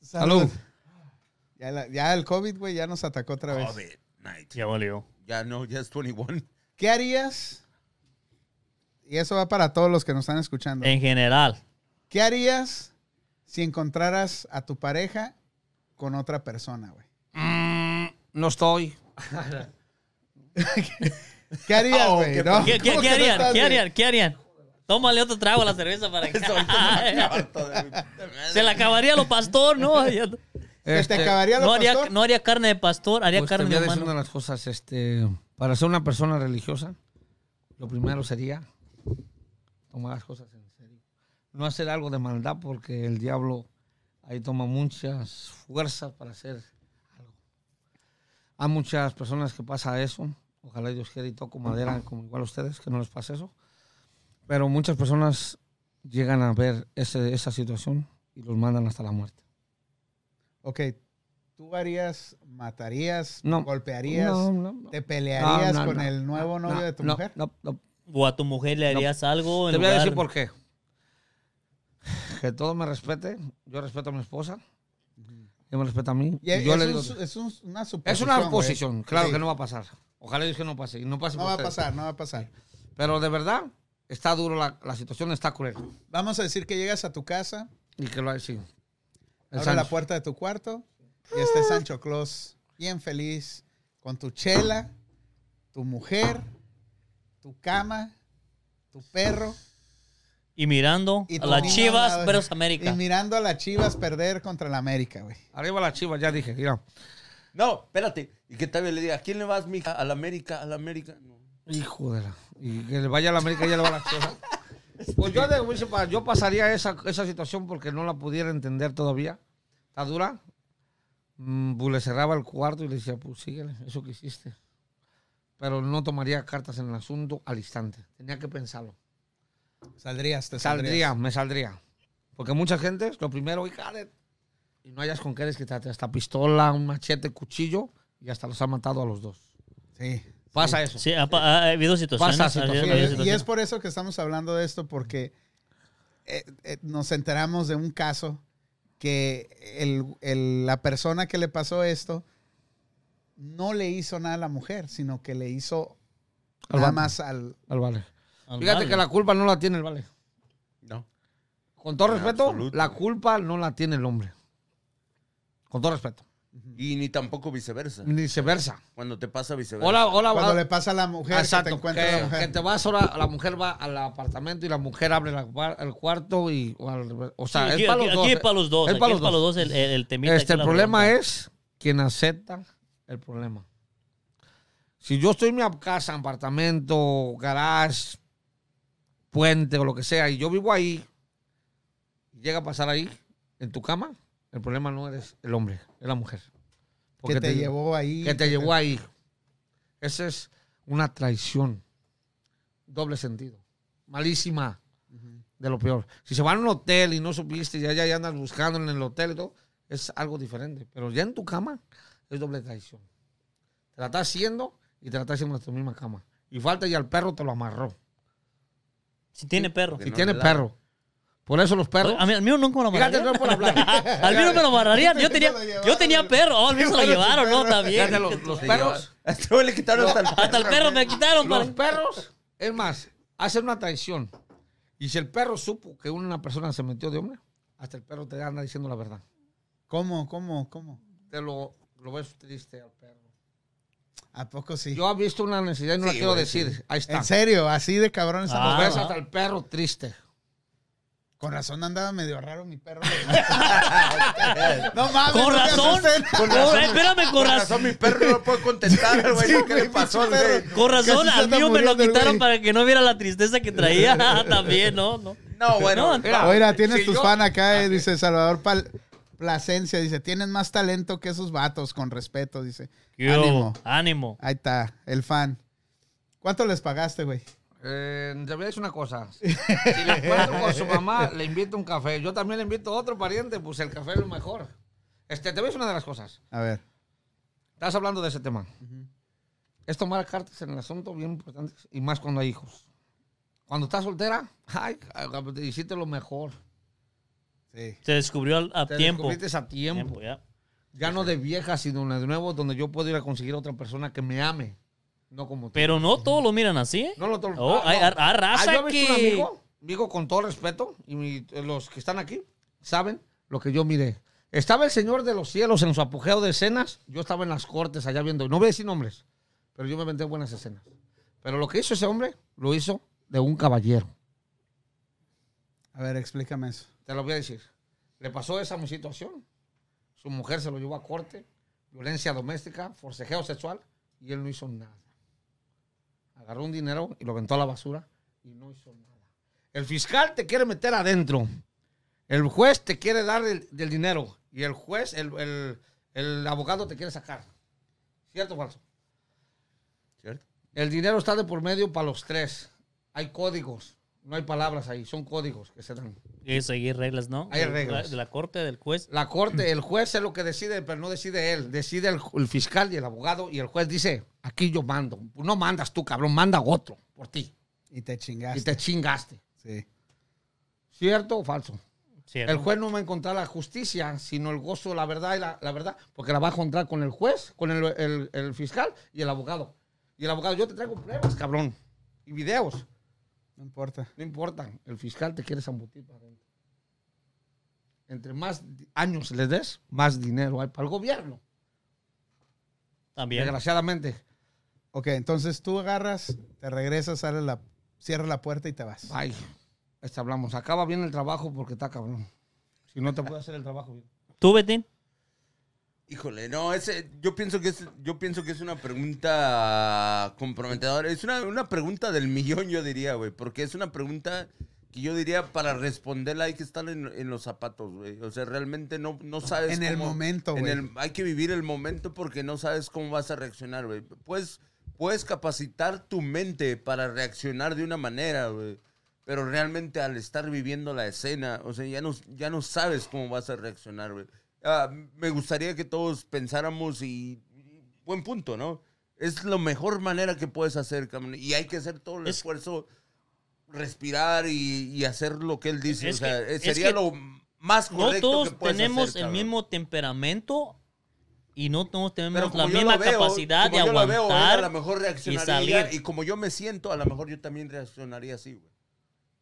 Salud. Ya, la- ya el COVID, güey, ya nos atacó otra vez. COVID-19. Ya valió. Ya no, ya es 21. ¿Qué harías? Y eso va para todos los que nos están escuchando. En general. ¿Qué harías si encontraras a tu pareja con otra persona, güey? Mm, no estoy. ¿Qué harías, Oh, güey? qué- No, ¿Qué, qué- Ah, ¿cómo qué que no harían? estás, ¿Qué güey? harían? ¿Qué harían? Tómale otro trago a la cerveza para que... Se le acabaría a lo pastor, ¿no? Ya- ¿Se Este, te acabaría lo No haría, pastor? no haría carne de pastor, haría pues, te carne voy a de decir una humano. de las cosas, este, para ser una persona religiosa, lo primero sería tomar las cosas en serio. No hacer algo de maldad porque el diablo ahí toma muchas fuerzas para hacer algo. Hay muchas personas que pasa eso. Ojalá Dios quiera y toco madera como igual a ustedes, que no les pase eso. Pero muchas personas llegan a ver ese- esa situación y los mandan hasta la muerte. Ok, ¿tú harías, matarías, No. golpearías, No, no, no. te pelearías No, no, con no. el nuevo No, novio de tu no, mujer? no, no. O a tu mujer le harías algo. en Te voy a lugar- decir por qué. Que todo me respete. Yo respeto a mi esposa. Ella me respeta a mí. Y y yo es, le un digo- su- es un- una suposición. es una güey. posición. Claro Sí. que no va a pasar. Ojalá Dios que no pase. Y no pase No por va a ustedes. pasar, no va a pasar. Pero de verdad, está duro la, la situación, está cruel. Vamos a decir que llegas a tu casa, Y que lo ha sido. abres la puerta de tu cuarto y está Sancho Claus bien feliz con tu chela, tu mujer, tu cama, tu perro. Y mirando Y a tu las niño al Chivas lado. versus América. Y mirando a las chivas perder contra la América, güey. Arriba la chiva, ya dije. mira. No, espérate. Y que todavía le diga, ¿a quién le vas, mija? A la América, a la América. No. Hijo de la. Y que le vaya a la América y ya le va a la chiva. Pues yo, de- hubiese pa- yo pasaría esa, esa situación porque no la pudiera entender todavía. ¿Está dura? Mm, pues le cerraba el cuarto y le decía, pues síguele, eso que hiciste. Pero no tomaría cartas en el asunto al instante. Tenía que pensarlo. Saldrías, te Saldría, saldrías. me saldría. Porque mucha gente, lo primero, "Hija de-", y no hayas con qué desquitarte. Hasta pistola, un machete, cuchillo, y hasta los ha matado a los dos. Sí. Pasa eso. Sí, ha, pa- ha- ha habido situaciones. Pasa ha habido- ha situaciones. habido Y- Y situaciones. es por eso que estamos hablando de esto, porque eh, eh, nos enteramos de un caso que el- el- la persona que le pasó esto no le hizo nada a la mujer, sino que le hizo Al nada vato. más al... Al vale. Al Fíjate vale. que la culpa no la tiene el vale. No. Con todo En respeto, absoluto. la culpa no la tiene el hombre. Con todo respeto. Y ni tampoco viceversa. Ni viceversa. Cuando te pasa viceversa. Hola, hola, Cuando hola. le pasa a la mujer, que Ah, Exacto. te Que, encuentra la mujer. que te vas ahora, la mujer va al apartamento y la mujer abre la cua- el cuarto y. O, al revés. O Sí, sea, aquí, es para aquí- los dos. aquí eh. es para los dos. Es aquí para es los para los dos. dos el, el, el temita. Este, el aquí, la problema bronca. es quien acepta el problema. Si yo estoy en mi casa, apartamento, garage, puente o lo que sea, y yo vivo ahí, y llega a pasar ahí, en tu cama, el problema no eres el hombre, es la mujer. que te, llevó ahí. Que te llevó ahí. Esa es una traición. Doble sentido. Malísima. De lo peor. Si se van a un hotel y no supiste, ya, ya, ya andas buscando en el hotel y todo, es algo diferente. Pero ya en tu cama es doble traición. Te la estás haciendo y te la estás haciendo en tu misma cama. Y falta y al perro te lo amarró. Si tiene perro. Si no tiene te la- perro. Por eso los perros. A mí, al mío nunca me lo Fíjate, amarraría. no por hablar. Al mío no me lo amarrarían. Yo tenía, Se lo llevaron. yo tenía perro. Oh, al mío se lo llevaron, ¿no? También. Fíjate, los, los perros. A este güey le quitaron hasta el Hasta el perro me quitaron. Los para- perros, es más, hacen una traición. Y si el perro supo que una persona se metió de hombre, hasta el perro te anda diciendo la verdad. ¿Cómo, cómo, cómo? Te lo, lo ves triste al perro. ¿A poco sí? Yo he visto una necesidad y no la Sí, quiero güey, decir. Ahí está. en serio, así de cabrón esa Ah. Lo mujer. ves hasta el perro triste. Con razón andaba medio raro mi perro. no mames. Con no me razón. asusten. Con- Espérame, con Con razón. razón, mi perro no puede contestar, güey. ¿Qué le güey, pasó al pinche güey? perro. Con razón, Casi se al anda mío me lo muriendo el quitaron güey. para que no viera la tristeza que traía también, ¿no? no. No, No, bueno. no. Oiga, tienes si tus yo- fan acá, Ah, eh, dice Salvador Pal- Plasencia, dice, tienes más talento que esos vatos, con respeto, dice. Ánimo. Ánimo. Ánimo. Ahí está, el fan. ¿Cuánto les pagaste, güey? Eh, te voy a decir una cosa. Si le encuentro con su mamá, le invito un café. Yo también le invito a otro pariente, pues el café es lo mejor. Este, te voy a decir una de las cosas. A ver. Estás hablando de ese tema. Es tomar cartas en el asunto bien importante y más cuando hay hijos. Cuando estás soltera, ay, te hiciste lo mejor. Sí. Se descubrió al- a Te tiempo. descubriste a tiempo. Tiempo, ya. Ya no de vieja, sino de nuevo, donde yo puedo ir a conseguir a otra persona que me ame. No como tú. Pero no todos lo miran así, ¿eh? No lo tomo. Oh, hay- hay- hay raza yo he visto un que- amigo, digo con todo respeto, y mi- los que están aquí saben lo que yo miré. Estaba el Señor de los Cielos en su apogeo de escenas. Yo estaba en las cortes allá viendo. No voy a decir nombres, pero yo me vendé buenas escenas. Pero lo que hizo ese hombre, lo hizo de un caballero. A ver, explícame eso. Te lo voy a decir. Le pasó esa mi situación. Su mujer se lo llevó a corte, violencia doméstica, forcejeo sexual, y él no hizo nada. Agarró un dinero y lo aventó a la basura y no hizo nada. El fiscal te quiere meter adentro. El juez te quiere dar el- del dinero. Y el juez, el, el- el abogado te quiere sacar. ¿Cierto o falso? ¿Cierto? El dinero está de por medio para los tres. Hay códigos. No hay palabras ahí. Son códigos que se dan. Y seguir reglas, ¿no? Hay reglas. De la corte, del juez. La corte, el juez es lo que decide, pero no decide él. Decide el, el fiscal y el abogado. Y el juez dice, aquí yo mando. No mandas tú, cabrón, manda otro por ti. Y te Y chingaste. te chingaste. Sí. ¿Cierto o falso? Cierto. El juez no va a encontrar la justicia, sino el gozo, la verdad y la, la verdad. Porque la va a encontrar con el juez, con el, el- el fiscal y el abogado. Y el abogado, yo te traigo pruebas, cabrón. Y videos. No importa. No importa, el fiscal te quiere zambutir para adentro. Entre más di- años le des, más dinero hay para el gobierno. También. Desgraciadamente. Ok, entonces tú agarras, te regresas, sales la, cierras la puerta y te vas. Ah. Ay, este hablamos. Acaba bien el trabajo porque está cabrón. Si no te puede hacer el trabajo bien. ¿Tú, Betín? Híjole, no, ese, yo pienso que es, yo pienso que es una pregunta comprometedora. Es una, una pregunta del millón, yo diría, güey. Porque es una pregunta que yo diría para responderla hay que estar en, en los zapatos, güey. O sea, realmente no, no sabes. En el momento, en güey. el- Hay que vivir el momento porque no sabes cómo vas a reaccionar, güey. Puedes, puedes capacitar tu mente para reaccionar de una manera, güey. Pero realmente al estar viviendo la escena, o sea, ya no, ya no sabes cómo vas a reaccionar, güey. Ah, me gustaría que todos pensáramos y, y- Buen punto, ¿no? Es la mejor manera que puedes hacer, cabrón. Y hay que hacer todo el Es- esfuerzo, respirar y, y hacer lo que él dice. Es o sea, que- eh, es sería que lo más correcto No que todos puedes tenemos hacer, el cabrón. mismo temperamento y no todos Pero tenemos como la yo lo misma veo, capacidad como de yo lo veo, él aguantar. a lo mejor reaccionaría. Y, salir. como yo me siento, a lo mejor yo también reaccionaría así, güey.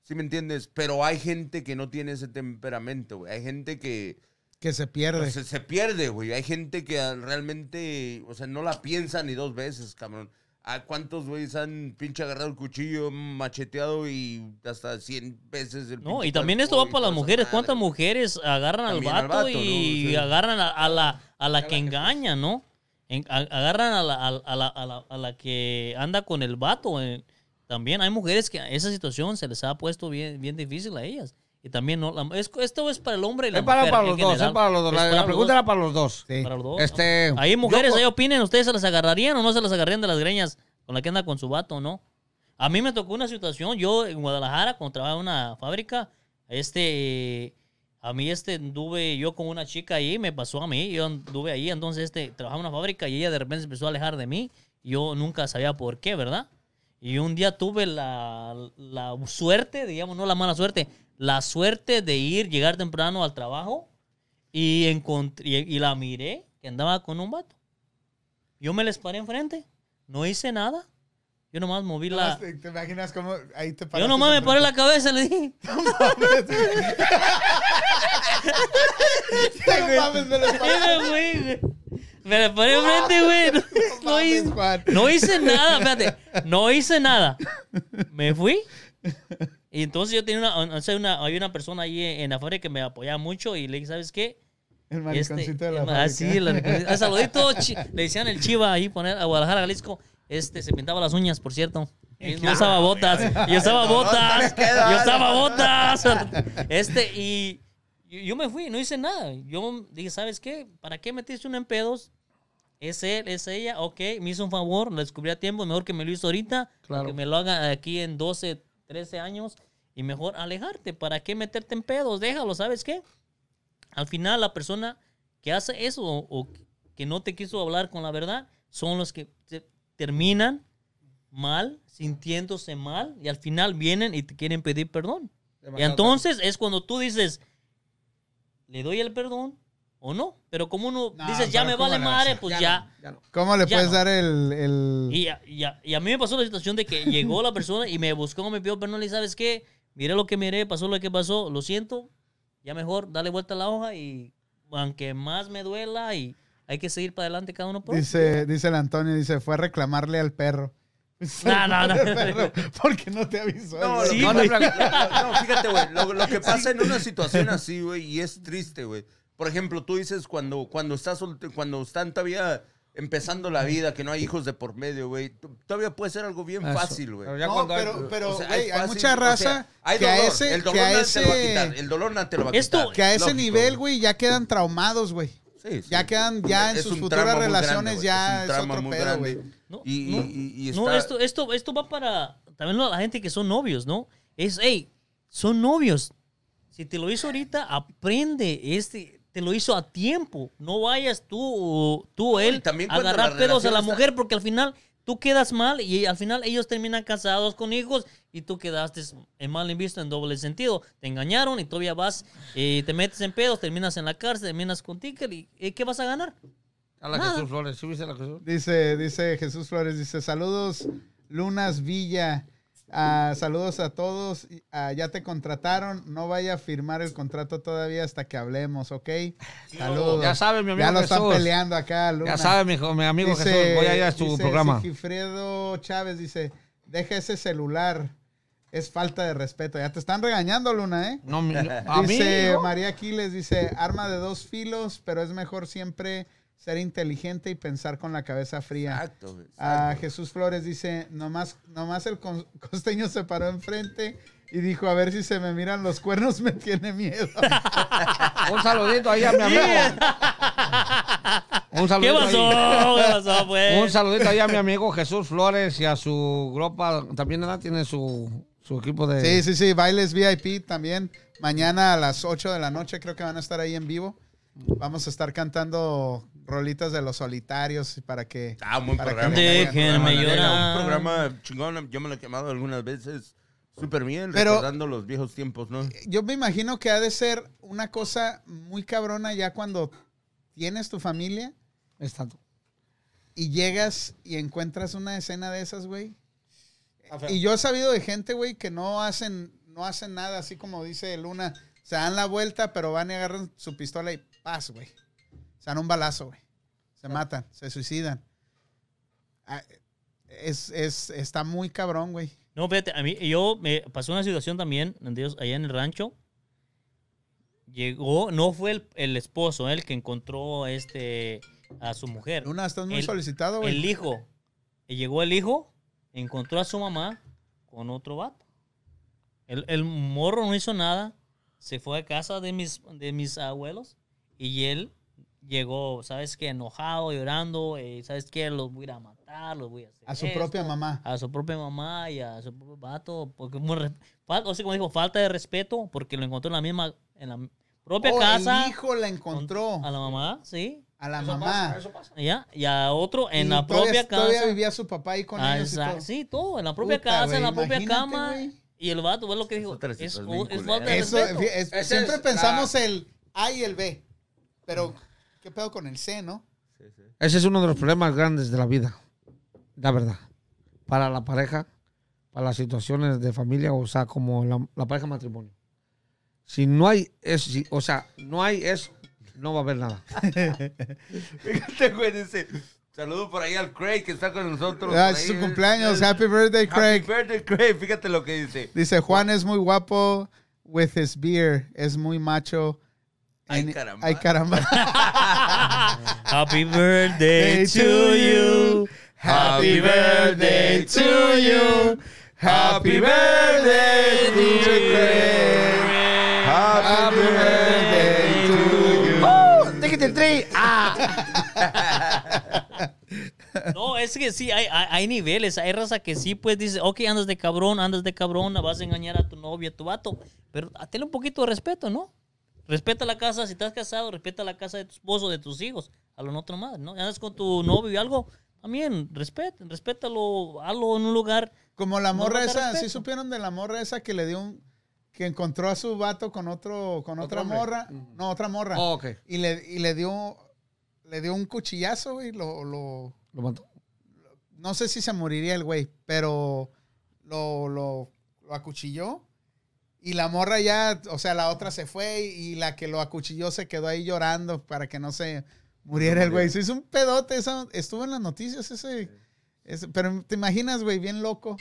¿Sí me entiendes? Pero hay gente que no tiene ese temperamento, güey. Hay gente que Que se pierde. Pues, se, se pierde, güey. Hay gente que ah, realmente, o sea, no la piensa ni dos veces, cabrón. ¿A cuántos güeyes han pinche agarrado el cuchillo, macheteado y hasta 100 veces el No, pinche y también esto cuerpo va para las y toda esa mujeres. ¿Cuántas madre? mujeres agarran al También vato, al vato, y ¿no? Sí. agarran a, a la, a la que engaña, ¿no? En- a- agarran a la, a, la- a la, a la- a la que anda con el vato. eh. También hay mujeres que esa situación se les ha puesto bien, bien difícil a ellas. Y también no, la- es- esto es para el hombre y la Es para, mujer. para en los dos, es general. para los dos. Es La, para la los pregunta dos. era para los dos. Sí. Para los dos. Este, Ahí mujeres, yo- ahí opinen, ¿ustedes se las agarrarían o no se las agarrarían de las greñas con la que anda con su vato no? A mí me tocó una situación, yo en Guadalajara, cuando trabajaba en una fábrica, este, a mí este, anduve yo con una chica ahí, me pasó a mí, yo anduve ahí, entonces este, trabajaba en una fábrica y ella de repente se empezó a alejar de mí, yo nunca sabía por qué, ¿verdad? Y un día tuve la, la suerte, digamos, no la mala suerte, la suerte de ir, llegar temprano al trabajo y, encontré, y, y la miré que andaba con un vato. Yo me les paré enfrente. No hice nada. Yo nomás moví la... ¿Te, te imaginas cómo ahí te Yo nomás me paré paraste la cabeza le dije... enfrente? No mames, me lo- Mira, güey, güey. Me les paré enfrente, güey. No, no mames, hice, Juan. no hice nada, espérate. No hice nada. Me fui. Y entonces yo tenía una... o sea, una- hay una persona ahí en la fábrica que me apoyaba mucho y le dije, ¿sabes qué? El Este, mariconcito de la el ma- ah, fábrica. sí, el mariconcito. Ah, saludito, chi- le decían el Chiva ahí poner a Guadalajara, Jalisco. Este se pintaba las uñas, por cierto. Y No usaba botas. Yo usaba botas. Yo usaba botas. Este, y yo, yo me fui, no hice nada. Yo dije, ¿sabes qué? ¿Para qué metiste uno en pedos? Es él, es ella, ok, me hizo un favor, lo descubrí a tiempo, mejor que me lo hizo ahorita, Claro. que me lo haga aquí en 12, 13 años y mejor alejarte, ¿para qué meterte en pedos? Déjalo, ¿sabes qué? Al final la persona que hace eso o, o que no te quiso hablar con la verdad son los que te- terminan mal, sintiéndose mal y al final vienen y te quieren pedir perdón. Y entonces es cuando tú dices, le doy el perdón ¿O no? Pero como uno No, dice, ya pero me ¿cómo vale le madre, haces? pues ya. no, ya no. ¿Cómo le Ya puedes no. dar el, el- Y, a- y a- y a mí me pasó la situación de que llegó la persona y me buscó, me pidió perdón y sabes qué, miré lo que miré, pasó lo que pasó, lo siento, ya mejor, dale vuelta a la hoja y aunque más me duela y hay que seguir para adelante cada uno por uno. Dice, dice el Antonio, dice, fue a reclamarle al perro. No, no, no. Al perro, porque no te avisó. No, lo Sí, que- güey. no, no, no, fíjate, güey. Lo, lo que pasa en una situación así, güey, y es triste, güey. Por ejemplo, tú dices cuando, cuando, estás, solte- cuando están todavía empezando la vida, que no hay hijos de por medio, güey. t- Todavía puede ser algo bien Eso. fácil, güey. Pero ya No, cuando hay- pero- pero, O sea, güey, es hay fácil, mucha o sea, raza hay que a dolor, ese- el que dolor a nadie te lo va a ese- quitar. El dolor nadie te lo va a Esto- quitar. Que a ese Lógico, nivel, güey, ya quedan traumados, güey. Sí, sí. Ya quedan, ya en Es sus un trauma futuras muy relaciones grande, güey. ya es, trauma otro muy pedo, grande. güey. No, y, no. y- y No, está- esto, esto, esto va para también la gente que son novios, ¿no? Es, hey, son novios. Si te lo hizo ahorita, aprende. Este, te lo hizo a tiempo. No vayas tú o tú o y él también a cuando agarrar la pedos a la relación está- mujer porque al final tú quedas mal y al final ellos terminan casados con hijos y tú quedaste en mal visto en doble sentido. Te engañaron y todavía vas y te metes en pedos, terminas en la cárcel, terminas con ticket y ¿y ¿qué vas a ganar? A la Nada. Jesús Flores, ¿sí viste la Jesús? Dice, dice Jesús Flores, dice, saludos, Lunas Villa. Ah, saludos a todos. Y, ah, ya te contrataron. No vaya a firmar el contrato todavía hasta que hablemos, ¿ok? Saludos. Ya sabe, mi amigo Ya lo están Jesús. peleando acá, Luna. Ya sabe, mi, hijo- mi amigo Dice- Jesús, voy a ir a tu dice programa. Sigifredo Chávez dice, deja ese celular. Es falta de respeto. Ya te están regañando, Luna, ¿eh? No, mi- a mí. dice hijo. María Aquiles, dice, arma de dos filos, pero es mejor siempre ser inteligente y pensar con la cabeza fría. Exacto, güey, Ah, exacto. Jesús Flores dice, nomás, nomás el cos- costeño se paró enfrente y dijo, a ver si se me miran los cuernos, me tiene miedo. Un saludito ahí a mi amigo. Un ¿Qué saludito pasó? ahí. ¿Qué pasó, pues? Un saludito ahí a mi amigo Jesús Flores y a su gropa. También ¿verdad? tiene su, su equipo de. sí, sí, sí, bailes VIP también. Mañana a las 8 de la noche creo que van a estar ahí en vivo. Vamos a estar cantando rolitas de los solitarios para que... Ah, un buen para que programa. vengan. Déjenme Programa, la neta, llorar. Un programa chingón. Yo me lo he quemado algunas veces. Súper bien, Pero- recordando los viejos tiempos, ¿no? yo me imagino que ha de ser una cosa muy cabrona ya cuando tienes tu familia Es tanto. y llegas y encuentras una escena de esas, güey. Y yo he sabido de gente, güey, que no hacen, no hacen nada, así como dice Luna. Se dan la vuelta, pero van y agarran su pistola y paz, güey. Se dan un balazo, güey. Se matan, se suicidan. Ah, Es, es, está muy cabrón, güey. No, fíjate, a mí, yo me pasó una situación también, en Dios, allá en el rancho. Llegó, no fue el, el esposo, el que encontró este, a su mujer. Luna, estás muy El- solicitado, güey. El hijo. Y llegó el hijo, encontró a su mamá con otro vato. El, el morro no hizo nada, se fue a casa de mis, de mis abuelos y él llegó, ¿sabes qué? Enojado, llorando, eh, ¿sabes qué? Los voy a ir a matar, los voy a hacer. A su esto, propia mamá. a su propia mamá y a su propio vato. Porque, muy re- fal- o sea, como dijo, falta de respeto porque lo encontró en la misma, en la propia Oh, casa. El hijo la encontró. A la mamá, sí. A la mamá. Ya, y a otro en Y la todavía- propia casa. Todavía vivía su papá ahí con Ah, ellos y exacto. todo. Sí, todo. En la propia Puta, casa, güey, en la propia imagínate, cama. güey. Y el vato, es lo que dijo. Otra Es, es, situación bien falta de culera. Eso, respeto. es- es- Esa siempre es la- pensamos el A y el B. Pero, ¿qué pedo con el C, no? Ese es uno de los problemas grandes de la vida. La verdad. Para la pareja, para las situaciones de familia, o sea, como la, la pareja matrimonio. Si no hay eso, si- o sea, no hay eso, no va a haber nada. Fíjate, güey, dice. Saludo por ahí al Craig que está con nosotros. Ah, por es ahí. eh, su cumpleaños. Happy birthday, Craig. Happy birthday, Craig. Fíjate lo que dice. Dice, Juan es muy guapo with his beer. Es muy macho. Ay, En- caramba. Ay, caramba. Happy birthday to you. Happy birthday to you. Happy birthday, dear Craig. Happy birthday to Ah. you. No, es que sí, hay, hay, hay niveles. Hay raza que sí, pues dice, ok, andas de cabrón, andas de cabrón, vas a engañar a tu novia, a tu vato. Pero ah, tenle un poquito de respeto, ¿no? Respeta la casa, si estás casado, respeta la casa de tu esposo, de tus hijos, a lo no más, ¿no? Andas con tu novio y algo, también respeta, respétalo, hazlo en un lugar. Como la No, morra no te esa, respeto. ¿sí supieron de la morra esa que le dio un... que encontró a su vato con otro, con Otro otra hombre. morra. Ujú. No, otra morra. Oh, ok. Y le, y le dio, le dio un cuchillazo, güey. Lo, lo, Lo mató. no sé si se moriría el güey, pero lo, lo, lo acuchilló. Y la morra ya, o sea, la otra se fue y, y la que lo acuchilló se quedó ahí llorando para que no se muriera el güey. Se hizo un pedote, esa- estuvo en las noticias ese, ese- Pero te imaginas, güey, bien loco.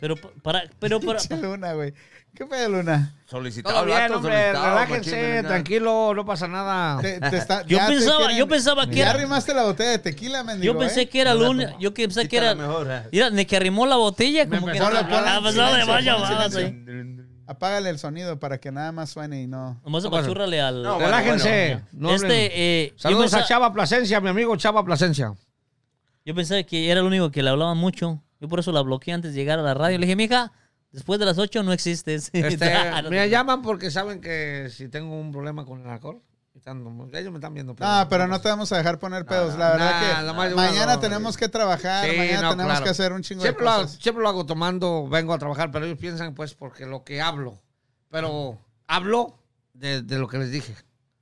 Pero pa- para, pero para, Pinche Luna, güey. ¿Qué pedo, Luna? Solicitado, Todo bien, vato, hombre. solicitado, machín, Relájense, venga. tranquilo, no pasa nada. Te- te está- yo ya te pensaba, quieren- yo pensaba que Ya era, arrimaste la botella de tequila, mendigo. yo pensé ¿eh? que era No la luna, tomo. yo que pensé que Quítala era, mejor, eh. mira, ni que arrimó la botella, como que empezó a hablar. Ah, pues, no, de más Silencio, llamadas, silencio. eh. Apágale el sonido para que nada más suene y no. Nomás No pasa. apachúrrale al, No, Relájense. bueno, no hablen. este, eh, yo, Saludos pensaba, a Chava Plasencia, mi amigo Chava Plasencia. yo pensaba que era el único que le hablaba mucho, yo por eso la bloqueé antes de llegar a la radio, le dije, mija, después de las 8 no existes. Este, Ah, no me te- llaman porque saben que si tengo un problema con el alcohol, están- ellos me están viendo. No, Ah, pero no te vamos a dejar poner pedos. no. La verdad Nah, la más que de una mañana no, tenemos que trabajar, Sí, mañana no, tenemos claro. que hacer un chingo Siempre de lo, hago, cosas. siempre lo hago tomando, vengo a trabajar, pero ellos piensan pues porque lo que hablo. Pero hablo de, de lo que les dije.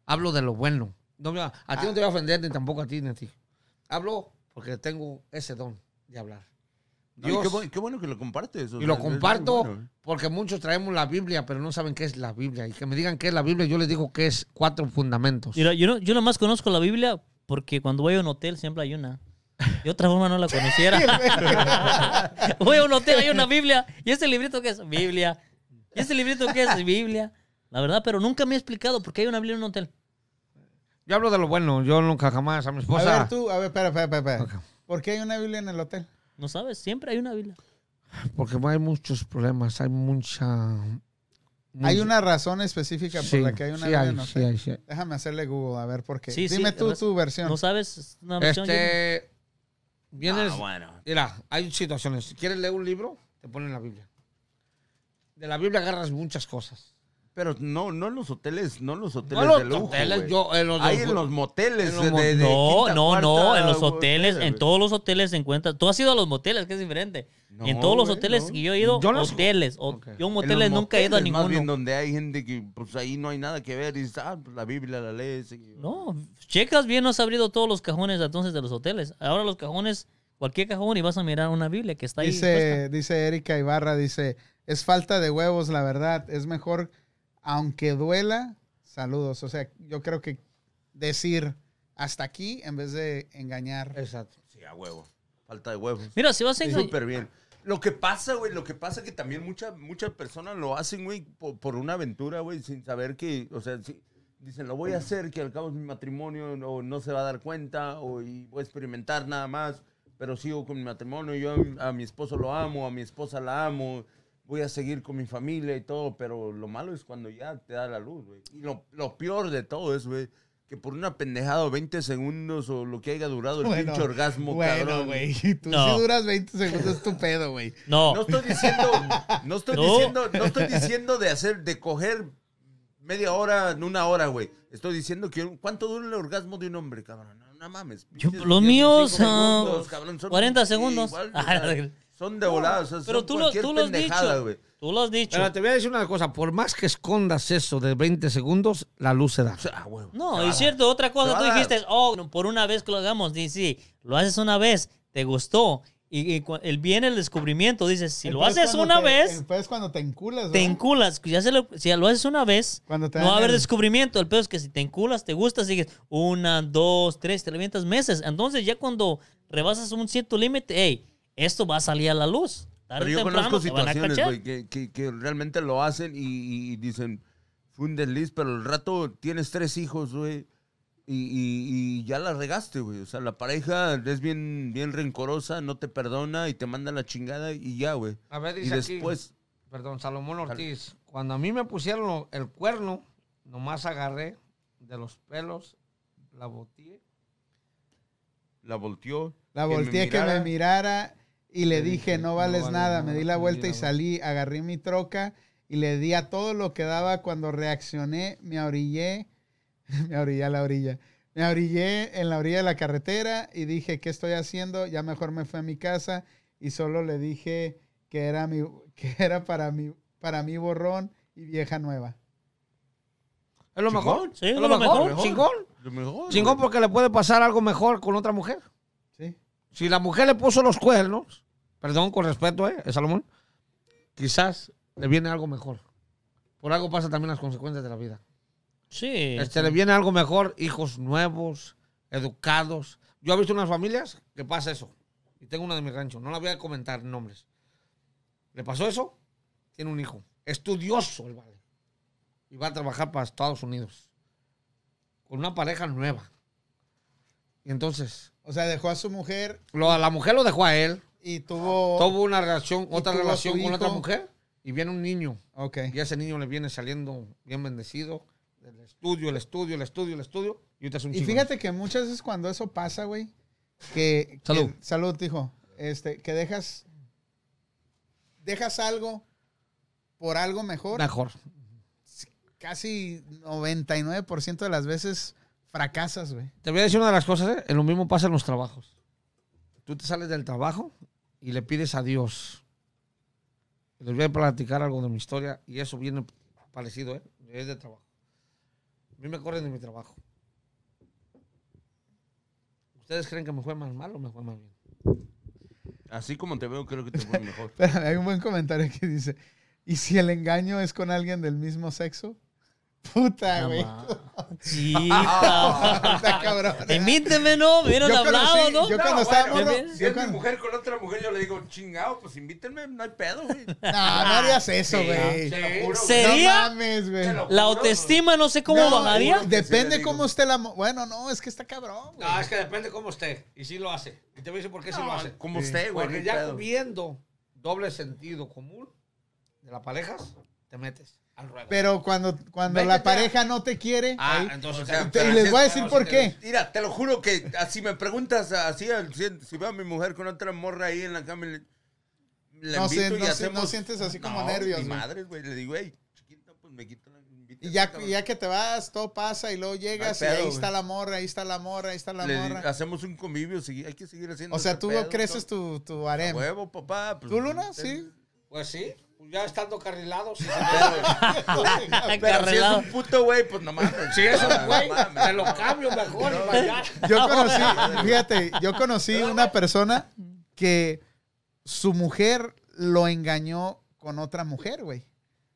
Hablo de lo bueno. No me va- a ti no te voy a ofender, ni tampoco a ti, ni a ti. Hablo porque tengo ese don de hablar. No, y qué, Dios- bu- qué bueno que lo compartes. o Y sea, lo es muy comparto bueno. ¿eh? porque muchos traemos la Biblia, pero no saben qué es la Biblia. Y que me digan qué es la Biblia, yo les digo que es cuatro fundamentos. Mira, yo, no, yo nomás conozco la Biblia porque cuando voy a un hotel siempre hay una. De otra forma no la conociera. voy a un hotel, hay una Biblia. ¿Y este librito qué es? Biblia. ¿Y este librito qué es? Biblia. La verdad, pero nunca me he explicado por qué hay una Biblia en un hotel. Yo hablo de lo bueno, yo nunca jamás a mi a esposa. ver tú, a ver, espera, espera, espera. espera. Ok. ¿Por qué hay una Biblia en el hotel? No sabes, siempre hay una Biblia. Porque hay muchos problemas, hay mucha. Hay mucha- una razón específica por Mm. Sí, la que hay una sí Biblia hay, en el sí hotel. hay, sí hay. Déjame hacerle Google a ver por qué. Sí, sí, Dime tú res- tu versión. No sabes. es una versión- Este. Vienes. Ah, bueno. Mira, hay situaciones. Si quieres leer un libro, te ponen la Biblia. De la Biblia agarras muchas cosas. Pero no, no en los hoteles, no en los hoteles No los de lujo, hoteles, güey. yo en los, Hay en los moteles. en los de- de- de No, quinta, no, no, cuarta, en los güey, hoteles, en güey. todos los hoteles se encuentra. Tú has ido a los moteles, que es diferente. No, en todos los güey, hoteles no. que yo he ido, Yo los- hoteles. o- Ok. Yo en En los moteles nunca he ido a moteles, Más bien ninguno. donde hay gente que, pues ahí no hay nada que ver. Y dices, ah, pues, la Biblia la lees. y- No, checas bien, no has abrido todos los cajones entonces de los hoteles. Ahora los cajones, cualquier cajón y vas a mirar una Biblia que está ahí. puesta. Dice, dice Erika Ibarra, dice, es falta de huevos, la verdad. Es mejor, aunque duela, saludos. O sea, yo creo que decir hasta aquí en vez de engañar. Exacto. Sí, a huevo. Falta de huevos. Mira, si vas a Sí, enga- Súper bien. Lo que pasa, güey, lo que pasa que también muchas muchas personas lo hacen, güey, por, por una aventura, güey, sin saber que, o sea, si- dicen, lo voy a hacer, que al cabo es mi matrimonio, no, no se va a dar cuenta, o y voy a experimentar nada más, pero sigo con mi matrimonio, yo a mi- a, mi esposo lo amo, a mi esposa la amo, voy a seguir con mi familia y todo, pero lo malo es cuando ya te da la luz, güey. Y lo, lo peor de todo es, güey, que por una pendejada o 20 segundos o lo que haya durado el Bueno, pinche orgasmo, Bueno, cabrón. güey, tú No. si duras 20 segundos es tu pedo, güey. No, No estoy diciendo, no estoy No. diciendo, no estoy diciendo de hacer, de coger media hora, en una hora, güey. Estoy diciendo que cuánto dura el orgasmo de un hombre, cabrón. No, no mames. Yo- Pinches los 10, míos, 5 ah, segundos, cabrón, son- 40 sí, segundos. igual, Ah, o sea, la- son de volada, o sea, pero son tú lo, cualquier tú lo has pendejada, dicho. güey. Tú lo has dicho. Pero te voy a decir una cosa: por más que escondas eso de 20 segundos, la luz se da. O sea, ah, güey. No, es cierto, otra cosa, va tú a dar. dijiste, oh, no, por una vez que lo hagamos, dices, sí, lo haces una vez, te gustó, y, y cu- el viene el descubrimiento, dices, si lo Entonces, haces cuando una te- vez, Entonces cuando te enculas, te ¿verdad? enculas, ya se lo- si lo haces una vez, Cuando te no va dan a haber el- descubrimiento, el pedo es que si te enculas, te gusta, sigues una, dos, tres, te levantas meses, entonces ya cuando rebasas un cierto límite, hey, esto va a salir a la luz, tarde Pero o yo temprano conozco te van a situaciones, cachar. güey, que, que, que realmente lo hacen y, y- y dicen, fue un desliz, pero al rato tienes tres hijos, güey, y, y- y ya la regaste, güey. O sea, la pareja es bien, bien rencorosa, no te perdona y te manda la chingada y ya, güey. A ver, Y dice aquí, después, Perdón, Salomón Ortiz. Cuando a mí me pusieron lo- el cuerno, nomás agarré de los pelos, la boté. la volteó. La volteé que me mirara. mirara y le dije, no vales vales nada. Me nada, di la me vuelta di y la salí, agarré mi troca y le di a todo lo que daba. Cuando reaccioné, me orillé, me orillé a la orilla. Me orillé en la orilla de la carretera y dije, ¿qué estoy haciendo? Ya mejor me fui a mi casa y solo le dije que era, mi, que era para mi, para mí borrón y vieja nueva. Es lo mejor. Sí, es es lo lo mejor. mejor. Chingón. Lo mejor. Chingón güey. porque le puede pasar algo mejor con otra mujer. ¿sí? Si la mujer le puso los cuernos, perdón, con respeto, ¿eh, Salomón? Quizás le viene algo mejor. Por algo pasa también las consecuencias de la vida. Sí. Este, le viene algo mejor, hijos nuevos, educados. Yo he visto unas familias que pasa eso. Y tengo una de mi rancho, no la voy a comentar nombres. ¿Le pasó eso? Tiene un hijo. Estudioso el vale. Y va a trabajar para Estados Unidos. Con una pareja nueva. Y entonces, O sea, dejó a su mujer lo- la mujer lo dejó a él. y tuvo... Tuvo una relación, Y otra tuvo a relación su con otra hijo. mujer. Y viene un niño. Ok. Y a ese niño le viene saliendo bien bendecido. El estudio, el estudio, el estudio, el estudio. Y usted es un Y chico. fíjate que muchas veces cuando eso pasa, güey, que... Salud. que- salud, hijo. Este, que dejas... Dejas algo por algo mejor. Mejor. Casi 99% de las veces fracasas, güey. Te voy a decir una de las cosas, ¿eh? En lo mismo pasa en los trabajos. Tú te sales del trabajo y le pides a Dios. Les voy a platicar algo de mi historia y eso viene parecido, ¿eh? Es de trabajo. A mí me corren de mi trabajo. ¿Ustedes creen que me fue más mal o me fue más bien? Así como te veo, creo que te fue mejor. Espérame, hay un buen comentario que dice, ¿y si el engaño es con alguien del mismo sexo? Puta, Ah, güey. Chica. Está cabrón. Emíteme, ¿no? Me hubieran Yo hablado, conocí- ¿no? yo cuando estaba morro, bien. Si yo es mi cuando- mujer con otra mujer, yo le digo, chingado, pues invítenme, no hay pedo, güey. No, no harías eso, güey. Te lo juro, güey. Se- ¿Sería? No mames, güey. Te lo- La autoestima no sé cómo No, bajaría. seguro. Sí, le Depende digo. Ah, cómo esté la... mo- Bueno, no, es que está cabrón, güey. Ah, es que depende cómo esté. Y si lo hace. Y te voy a decir por qué si lo hace. Como usted, güey. no Porque hay ya pedo. viendo doble sentido común de las parejas, te metes al ruedo. Pero cuando, cuando Vete la ya. pareja no te quiere... ah, ahí- entonces o sea, te- te- y les voy a decir por qué. Mira, te lo juro que así me preguntas, ah, así, al cien- si veo a mi mujer con otra morra ahí en la cama, le, la No sé, invito y no sé, hacemos... no sientes así como nervios, ni güey. madres, güey. Le digo, hey, chiquita, pues me quito la... invita Y a ya, esta, ya que te vas, todo pasa y luego llegas Ay, y pedo, ahí güey. está la morra, ahí está la morra, ahí está la Le di- morra. hacemos un convivio, sigui- hay que seguir haciendo... O sea, este tú pedo, creces todo. tu, tu harem. Huevo, papá. pues, ¿Tú, Luna? ten- Sí. Pues sí, pues ya estando carrilados. Si Pero si es Acarrelado. un puto güey, pues no mames. Si es un güey, te lo cambio mejor. y para allá. Yo conocí, fíjate, yo conocí una persona que su mujer lo engañó con otra mujer, güey.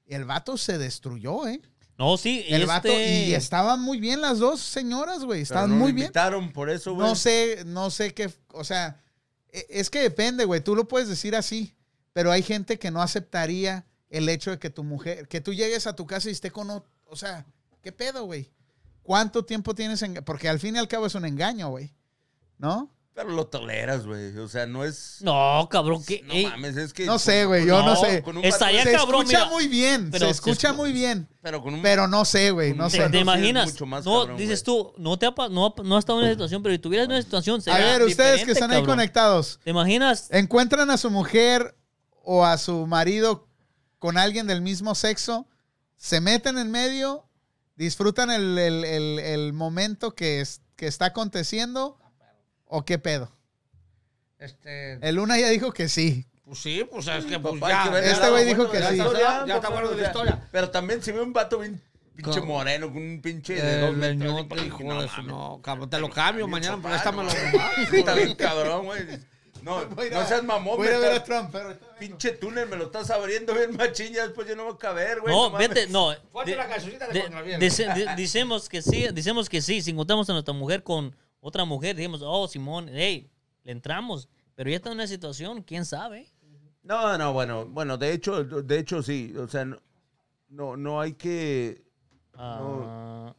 Y el vato se destruyó, ¿eh? No, sí. El vato, este- y estaban muy bien las dos señoras, güey. Estaban muy bien. invitaron por eso, güey. No sé, no sé qué, o sea, e- es que depende, güey. Tú lo puedes decir así, pero hay gente que no aceptaría el hecho de que tu mujer, que tú llegues a tu casa y esté con otro, o sea, ¿qué pedo, güey? ¿Cuánto tiempo tienes en, porque al fin y al cabo es un engaño, güey, ¿no? Pero lo toleras, güey. O sea, no es... No, cabrón. Que, No ey, mames, es que... No sé, güey, yo no no, sé. con un Estaría Se cabrón, escucha mira. muy bien, Pero se se escucha escu- muy bien, Pero con un... pero no sé, güey, no Un- ¿Te, sé. te sí, imaginas? mucho más no, cabrón, dices tú, no te ha, pa- no, ha- no has estado en una situación, pero si tuvieras una situación sería A ver, ustedes que "Ah, diferente, están ahí cabrón. conectados, Eh, ¿Te imaginas? encuentran a su mujer o a su marido con alguien del mismo sexo, se meten en medio, disfrutan el, el- el- el momento que, es- que está aconteciendo o qué pedo. Este, El Luna ya dijo que sí. pues sí, pues es que pues Papá, hay ya. que ver ya Este está güey bueno dijo que de la sí. historia, Ya está bueno de la historia. Pero también si ve un vato bien pinche Con- moreno, con un pinche de dos El metros, así, leñote, pues, hijo no de su- mames, No, cabrón, te lo cambio mañana, papá, pero esta no me lo mames, Está bien cabrón, güey. No, Voy a ir no a- seas mamón, Voy a ir me a ver a estás- Trump. pero ahorita vengo. Pinche túnel, me lo estás abriendo bien machín, ya después yo no voy a caber, güey. No, mames. vete, no. Fuerte de- la cancioncita de de- Juan Gabriel. dice- di- Dicemos que sí, dicemos que sí. Si encontramos a nuestra mujer con otra mujer, dijimos, oh, Simón, hey, le entramos. Pero ya está en una situación, quién sabe. No, no, bueno, bueno, de hecho, de hecho sí, o sea, no- no, no hay que... Ah,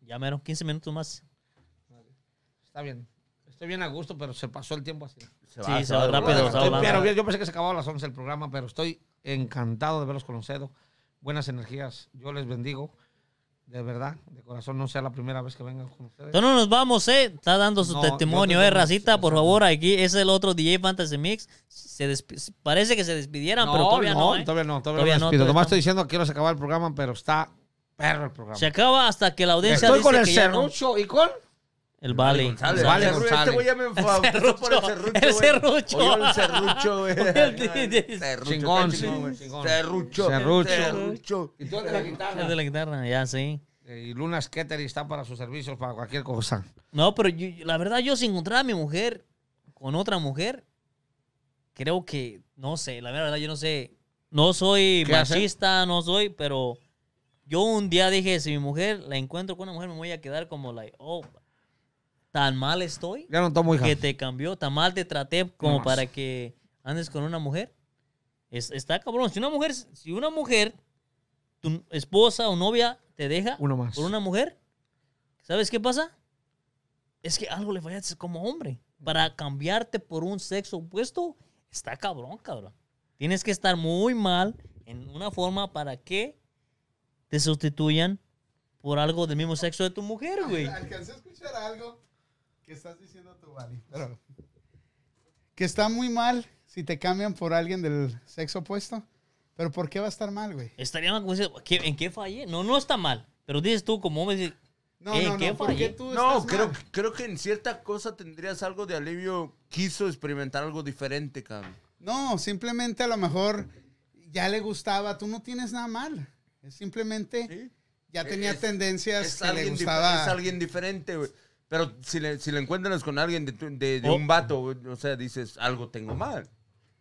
Ya menos 15 minutos más. Está bien. Estoy bien a gusto, pero se pasó el tiempo así. Se Sí, se va rápido, güey. se va Estoy- hablando. pero bien, yo pensé que se acababa a las 11 el programa, pero estoy encantado de verlos conocido. Buenas energías. Yo les bendigo. De verdad, de corazón, no sea la primera vez que vengan con ustedes. Entonces no nos vamos, ¿eh? Está dando su No, testimonio, yo ¿eh? tengo- Racita, por Exacto. favor, aquí es el otro DJ Fantasy Mix. Se despi- parece que se despidieran, pero todavía no. ¿eh? todavía no, todavía, Todavía no. no, despido. todavía Nomás estamos. estoy diciendo que quiero se acaba el programa, pero está perro el programa. Se acaba hasta que la audiencia Estoy dice con el que ya no. serrucho y con El Vale. González. Vale Este güey- Este González. güey ya me enfadoso por el Cerrucho. serrucho. El Cerrucho. el serrucho, güey. El- Cerrucho, Chingón, está sí, güey. chingón. Cerrucho. Cerrucho. Cerrucho. Y tú eres la guitarra. El de la guitarra, ya, sí. Eh, Y Luna Sketter está para sus servicios, para cualquier cosa. No, pero yo- la verdad, yo si encontrara a mi mujer con otra mujer, creo que, no sé, la verdad, yo no sé. No soy ¿Qué hacer? machista, no soy, pero yo un día dije, si mi mujer la encuentro con una mujer, me voy a quedar como, like, oh, tan mal estoy Ya no tomo hija. que te cambió, tan mal te traté como No más. para que andes con una mujer. Es- está cabrón. Si una mujer, si una mujer, tu esposa o novia te deja Uno más. por una mujer, ¿sabes qué pasa? Es que algo le fallaste como hombre. Para cambiarte por un sexo opuesto, está cabrón, cabrón. Tienes que estar muy mal en una forma para que te sustituyan por algo del mismo sexo de tu mujer, güey. Alcancé a escuchar algo que estás diciendo tú, Vali. pero- Que está muy mal si te cambian por alguien del sexo opuesto. Pero ¿por qué va a estar mal, güey? Estaría mal como dices, ¿qué- ¿en qué fallé? No, no está mal. Pero dices tú, como hombre, dices, No, Eh, no, ¿qué no. ¿Por qué fallé? tú No, estás creo, mal? creo que en cierta cosa tendrías algo de alivio. Quiso experimentar algo diferente, cabrón. No, simplemente a lo mejor ya le gustaba. Tú no tienes nada mal. Es simplemente ya tenía E-, Es- tendencias Es que le alguien, difer- gustaba. es alguien diferente, güey. Pero si le, si le encuentras con alguien de, tu- de- de Oh. un vato, güey, o sea, dices, algo tengo mal.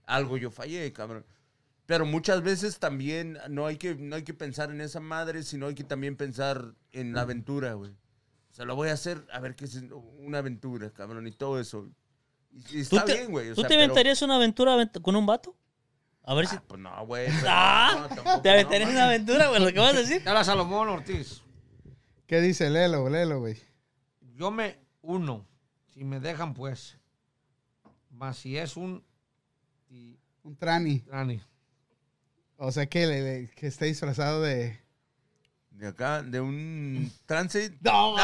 Algo yo fallé, cabrón. Pero muchas veces también no hay que, no hay que pensar en esa madre, sino hay que también pensar en Mm. la aventura, güey. O sea, lo voy a hacer a ver qué es una aventura, cabrón, y todo eso. Y, y ¿tú está te, bien, güey. o ¿tú sea, te pero- aventarías una aventura avent- con un vato? A ver si... Ah, pues no, güey. pero- ¡Ah! no, tampoco, ¿Te aventarías no, una aventura, güey? ¿Lo que vas a decir? Te habla Salomón Ortiz. ¿Qué dice? Lelo, lelo, güey. Yo me uno. Si me dejan, pues. Más si es un. Y, Un trani. Dani. O sea, que, le- le- que está disfrazado de... De acá, de un trance. ¡No!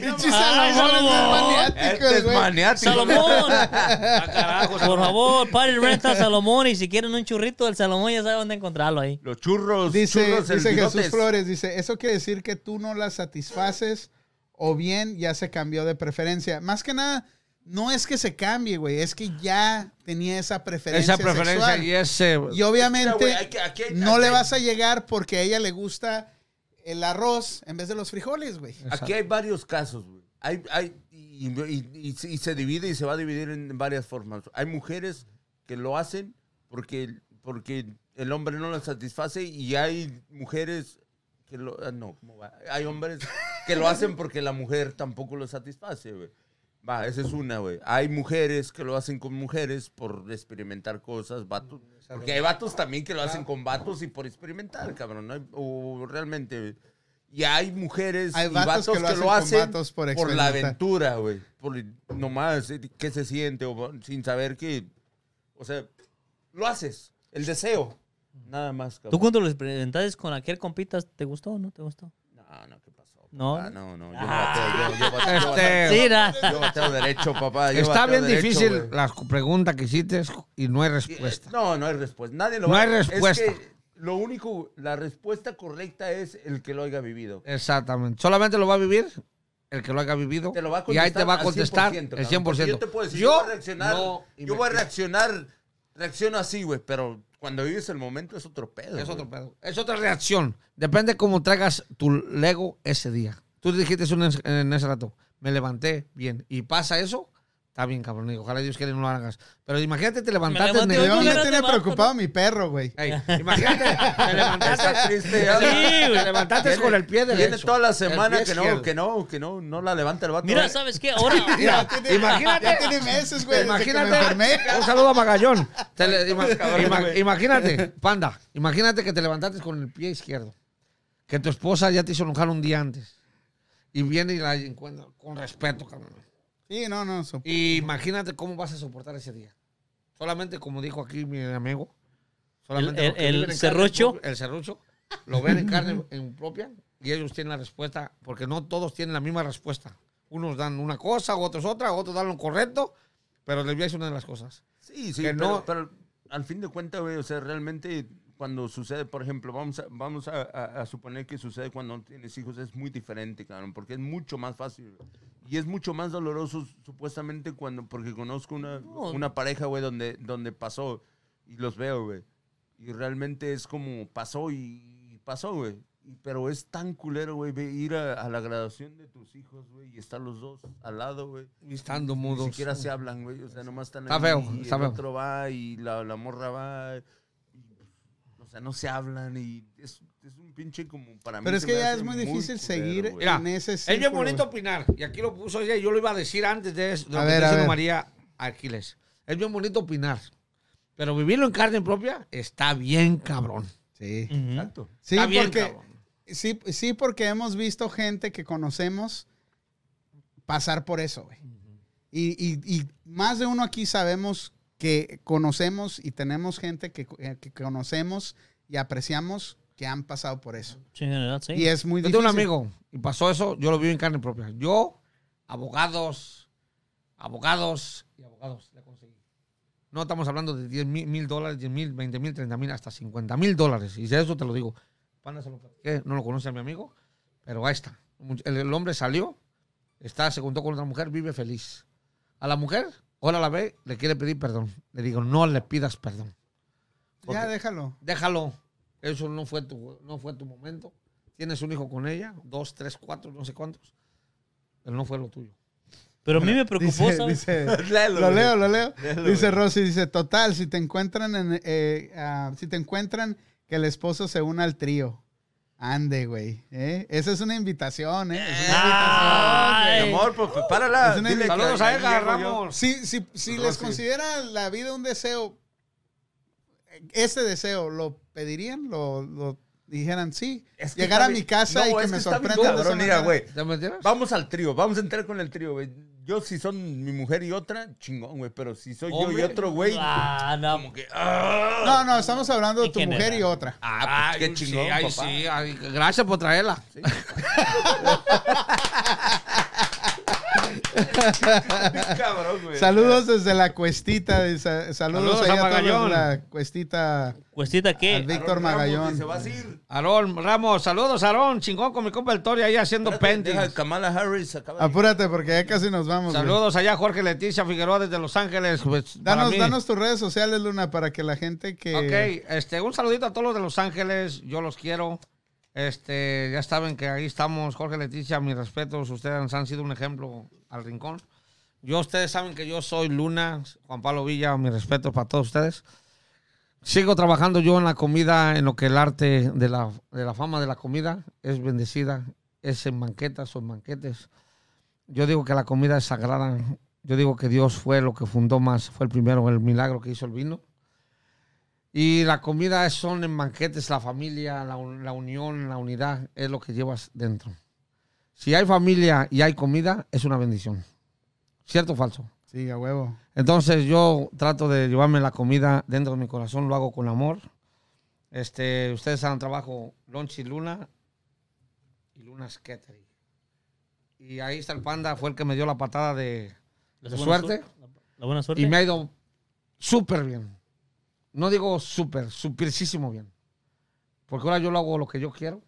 ¡Pinche mames. Salomón, es bien maniático, Este es güey. maniático. ¡Salomón! carajo, Por favor, party rent a Salomón y si quieren un churrito del Salomón ya saben dónde encontrarlo ahí. Los churros. Dice, churros, el dice Jesús bigotes. Flores, dice, eso quiere decir que tú no la satisfaces o bien ya se cambió de preferencia. Más que nada, no es que se cambie, güey, es que ya tenía esa preferencia. Esa preferencia sexual. y ese. Y obviamente Mira, Pues, güey, hay que- aquí hay- no aquí le hay- vas a llegar porque a ella le gusta el arroz en vez de los frijoles, güey. Aquí hay varios casos, güey. Hay, hay, y, y- y- y se divide y se va a dividir en varias formas. Hay mujeres que lo hacen porque, porque el hombre no las satisface y hay mujeres que lo... ah, No, ¿cómo va? hay hombres que lo hacen porque la mujer tampoco lo satisface, güey. Va, esa es una, güey. Hay mujeres que lo hacen con mujeres por experimentar cosas, vatos. Porque hay vatos también que lo hacen con vatos y por experimentar, cabrón. ¿no? O realmente, güey. Y hay mujeres Hay y vatos vatos, que lo que hacen lo con hacen, vatos por por, la experimentar. aventura, güey. Por nomás eh, qué se siente o por- sin saber que... O sea, lo haces. El deseo. Nada más, ¿Tú cabrón. cuando lo experimentaste con aquel compitas, te gustó o no te gustó? No, no, ¿qué pasó? No. papá? No, no. Yo bateo, yo, yo bateo, yo Este- Sí, na. bateo, yo bateo derecho, papá. yo Está bateo bien derecho, difícil güey. eh, la pregunta que hiciste y no hay respuesta. No, no hay respuesta. Nadie lo No va- hay respuesta. Es que lo único, la respuesta correcta es el que lo haya vivido. Eh, Exactamente. Solamente lo va a vivir el que lo haya vivido. Te lo va a y contestar ahí te va a al contestar el cabrón, 100%. porque Yo te puedo decir, yo, voy a reaccionar, no, y yo me- voy a reaccionar, reacciono así, güey, pero cuando vives el momento es otro pedo. Es güey. otro pedo. Es otra reacción. Depende cómo traigas tu Lego ese día. Tú dijiste eso en, es- en ese rato. Me levanté bien. Y pasa eso, está bien, cabrón. Y Ojalá Dios quiera y no lo hagas. Pero imagínate, te levantaste. levanté neg- hoy Yo con me ganas de tiene vato, preocupado mi perro, güey. Ey, imagínate, te Está levantaste. triste. te ya. güey. levantaste con el pie derecho. Tiene toda la semana El que pie no, izquierdo. que no, que no, no la levanta el vato. Mira, Güey, ¿sabes qué? Ahora, Ya Mira, tiene- imagínate. Ya tiene meses, güey, desde que me enfermé. Imagínate. Un saludo a Magallón. Te le- ima- ima- imagínate, panda. Imagínate que te levantaste con el pie izquierdo. Que tu esposa ya te hizo enojar un día antes. Y viene y la encuentra con respeto, cabrón. Sí, no, no, su- Y imagínate cómo vas a soportar ese día. Solamente, como dijo aquí mi amigo, solamente El- lo que el- viven el en carne serrucho. propia- el serrucho, lo ven en carne en propia y ellos tienen la respuesta, porque no todos tienen la misma respuesta. Unos dan una cosa, otros otra, otros dan lo correcto, pero les voy a decir una de las cosas. Sí, sí, que pero, no- pero al fin de cuentas, güey, o sea, realmente cuando sucede, por ejemplo, vamos a, vamos a, a- a suponer que sucede cuando no tienes hijos, es muy diferente, cabrón, porque es mucho más fácil. Y es mucho más doloroso, supuestamente, cuando, porque conozco una, No. una pareja, güey, donde, donde pasó y los veo, güey. Y realmente es como pasó y, y pasó, güey. Y- Pero es tan culero, güey, ve- ir a, a la graduación de tus hijos, güey, y estar los dos al lado, güey. Y estando Ni mudos. siquiera se hablan, güey. O sea, nomás están Está ahí feo, y está el feo. otro va y la, la morra va. y, o sea, no se hablan y es, es un pinche como para mí. Pero es se que me ya hace es muy difícil culero, seguir eh, güey. Mira, en ese Es bien círculo, bonito güey. opinar. Y aquí lo puso ella. y Yo lo iba a decir antes de eso. Lo A que ver, está a diciendo ver. María Aquiles. Es bien bonito opinar. Pero vivirlo en carne propia está bien, cabrón. Sí. Ujú. Exacto. Sí, está bien, porque, cabrón. sí, sí, porque hemos visto gente que conocemos pasar por eso, güey. Y, y- y más de uno aquí sabemos que conocemos y tenemos gente que, eh, que conocemos y apreciamos que han pasado por eso. Sí, en realidad, sí. Y es muy Yo difícil. tengo un amigo y pasó eso. Yo lo viví en carne propia. Yo, abogados, abogados y abogados, le conseguí. No estamos hablando de 10 mil, mil dólares, 10 mil, 20 mil, 30 mil, hasta 50 mil dólares. Y de eso te lo digo. Pana, se lo platiqué, no lo conoce a mi amigo, pero ahí está. El, el hombre salió, está, se juntó con otra mujer, vive feliz. A la mujer, ahora la ve, le quiere pedir perdón. Le digo, no le pidas perdón. Ya déjalo. Déjalo. Eso no fue tu, no fue tu momento. Tienes un hijo con ella, dos, tres, cuatro, no sé cuántos. Pero no fue lo tuyo. Pero a mí me preocupó, Dice- ¿sabes? dice- Léelo, lo güey. leo, lo leo. Léelo, dice güey. Rosy, dice, total, si te encuentran en, eh, ah, si te encuentran que el esposo se una al trío. Ande, güey. ¿eh? Esa es una invitación, ¿eh? Es una Ah, Ay. Mi amor, pues párala. Es una dile que Saludos a ahí Edgar llego yo. Ramos. Si, si, Pues si Rosy. les considera la vida un deseo, ese deseo, ¿lo pedirían? ¿Lo, lo dijeran sí? Es que Llegar está a mi bien- casa No, y que es me está bien sorprendan de esa cabrón, mira, manera. güey. ¿Te me entiendes? Vamos al trío, vamos a entrar con el trío, güey. Yo si son mi mujer y otra, chingón, güey. Pero si soy yo Hombre. y otro, güey, Ah, no. como que... ¡ah! No, no, estamos hablando de ¿Y tu quién mujer era? y otra. Ah, pues, qué chingón, sí, ay, papá. sí, ay, gracias por traerla. Cabrón, güey. Saludos desde la cuestita. dice- saludos Saludos ahí a a todos Magallón. de la cuestita. Cuestita Al que. Vic- Víctor Aarón Ramos Magallón. dice, "Vas a ir". Aarón Ramos, saludos, Aarón. Chingón con mi compa el Tori ahí haciendo Espérate, deja, pending. Kamala Harris acaba de- Apúrate porque ya casi nos vamos. güey. Saludos allá, Jorge Leticia Figueroa desde Los Ángeles. pues, para Danos, mí. danos tus redes sociales, Luna, para que la gente que... Ok, este, un saludito a todos los de Los Ángeles, yo los quiero. Este, ya saben que ahí estamos, Jorge Leticia, mis respetos, ustedes nos han sido un ejemplo al rincón. Yo, ustedes saben que yo soy Luna, Juan Pablo Villa, mis respetos para todos ustedes. Sigo trabajando yo en la comida, en lo que el arte de la, de la fama de la comida es bendecida, es en banquetas o en banquetes. Yo digo que la comida es sagrada, yo digo que Dios fue lo que fundó más, fue el primero, el milagro que hizo el vino. Y la comida es- son en banquetes, la familia, la, un- la unión, la unidad, es lo que llevas dentro. Si hay familia y hay comida, es una bendición. ¿Cierto o falso? Sí, a huevo. Entonces yo trato de llevarme la comida dentro de mi corazón, lo hago con amor. Este, ustedes saben, trabajo Lonchi Luna y Luna Catering. Y ahí está el panda, fue el que me dio la patada de, La de buena suerte. La buena Y suerte. me ha ido súper bien. No digo súper, superísimo bien. Porque ahora yo lo hago lo que yo quiero,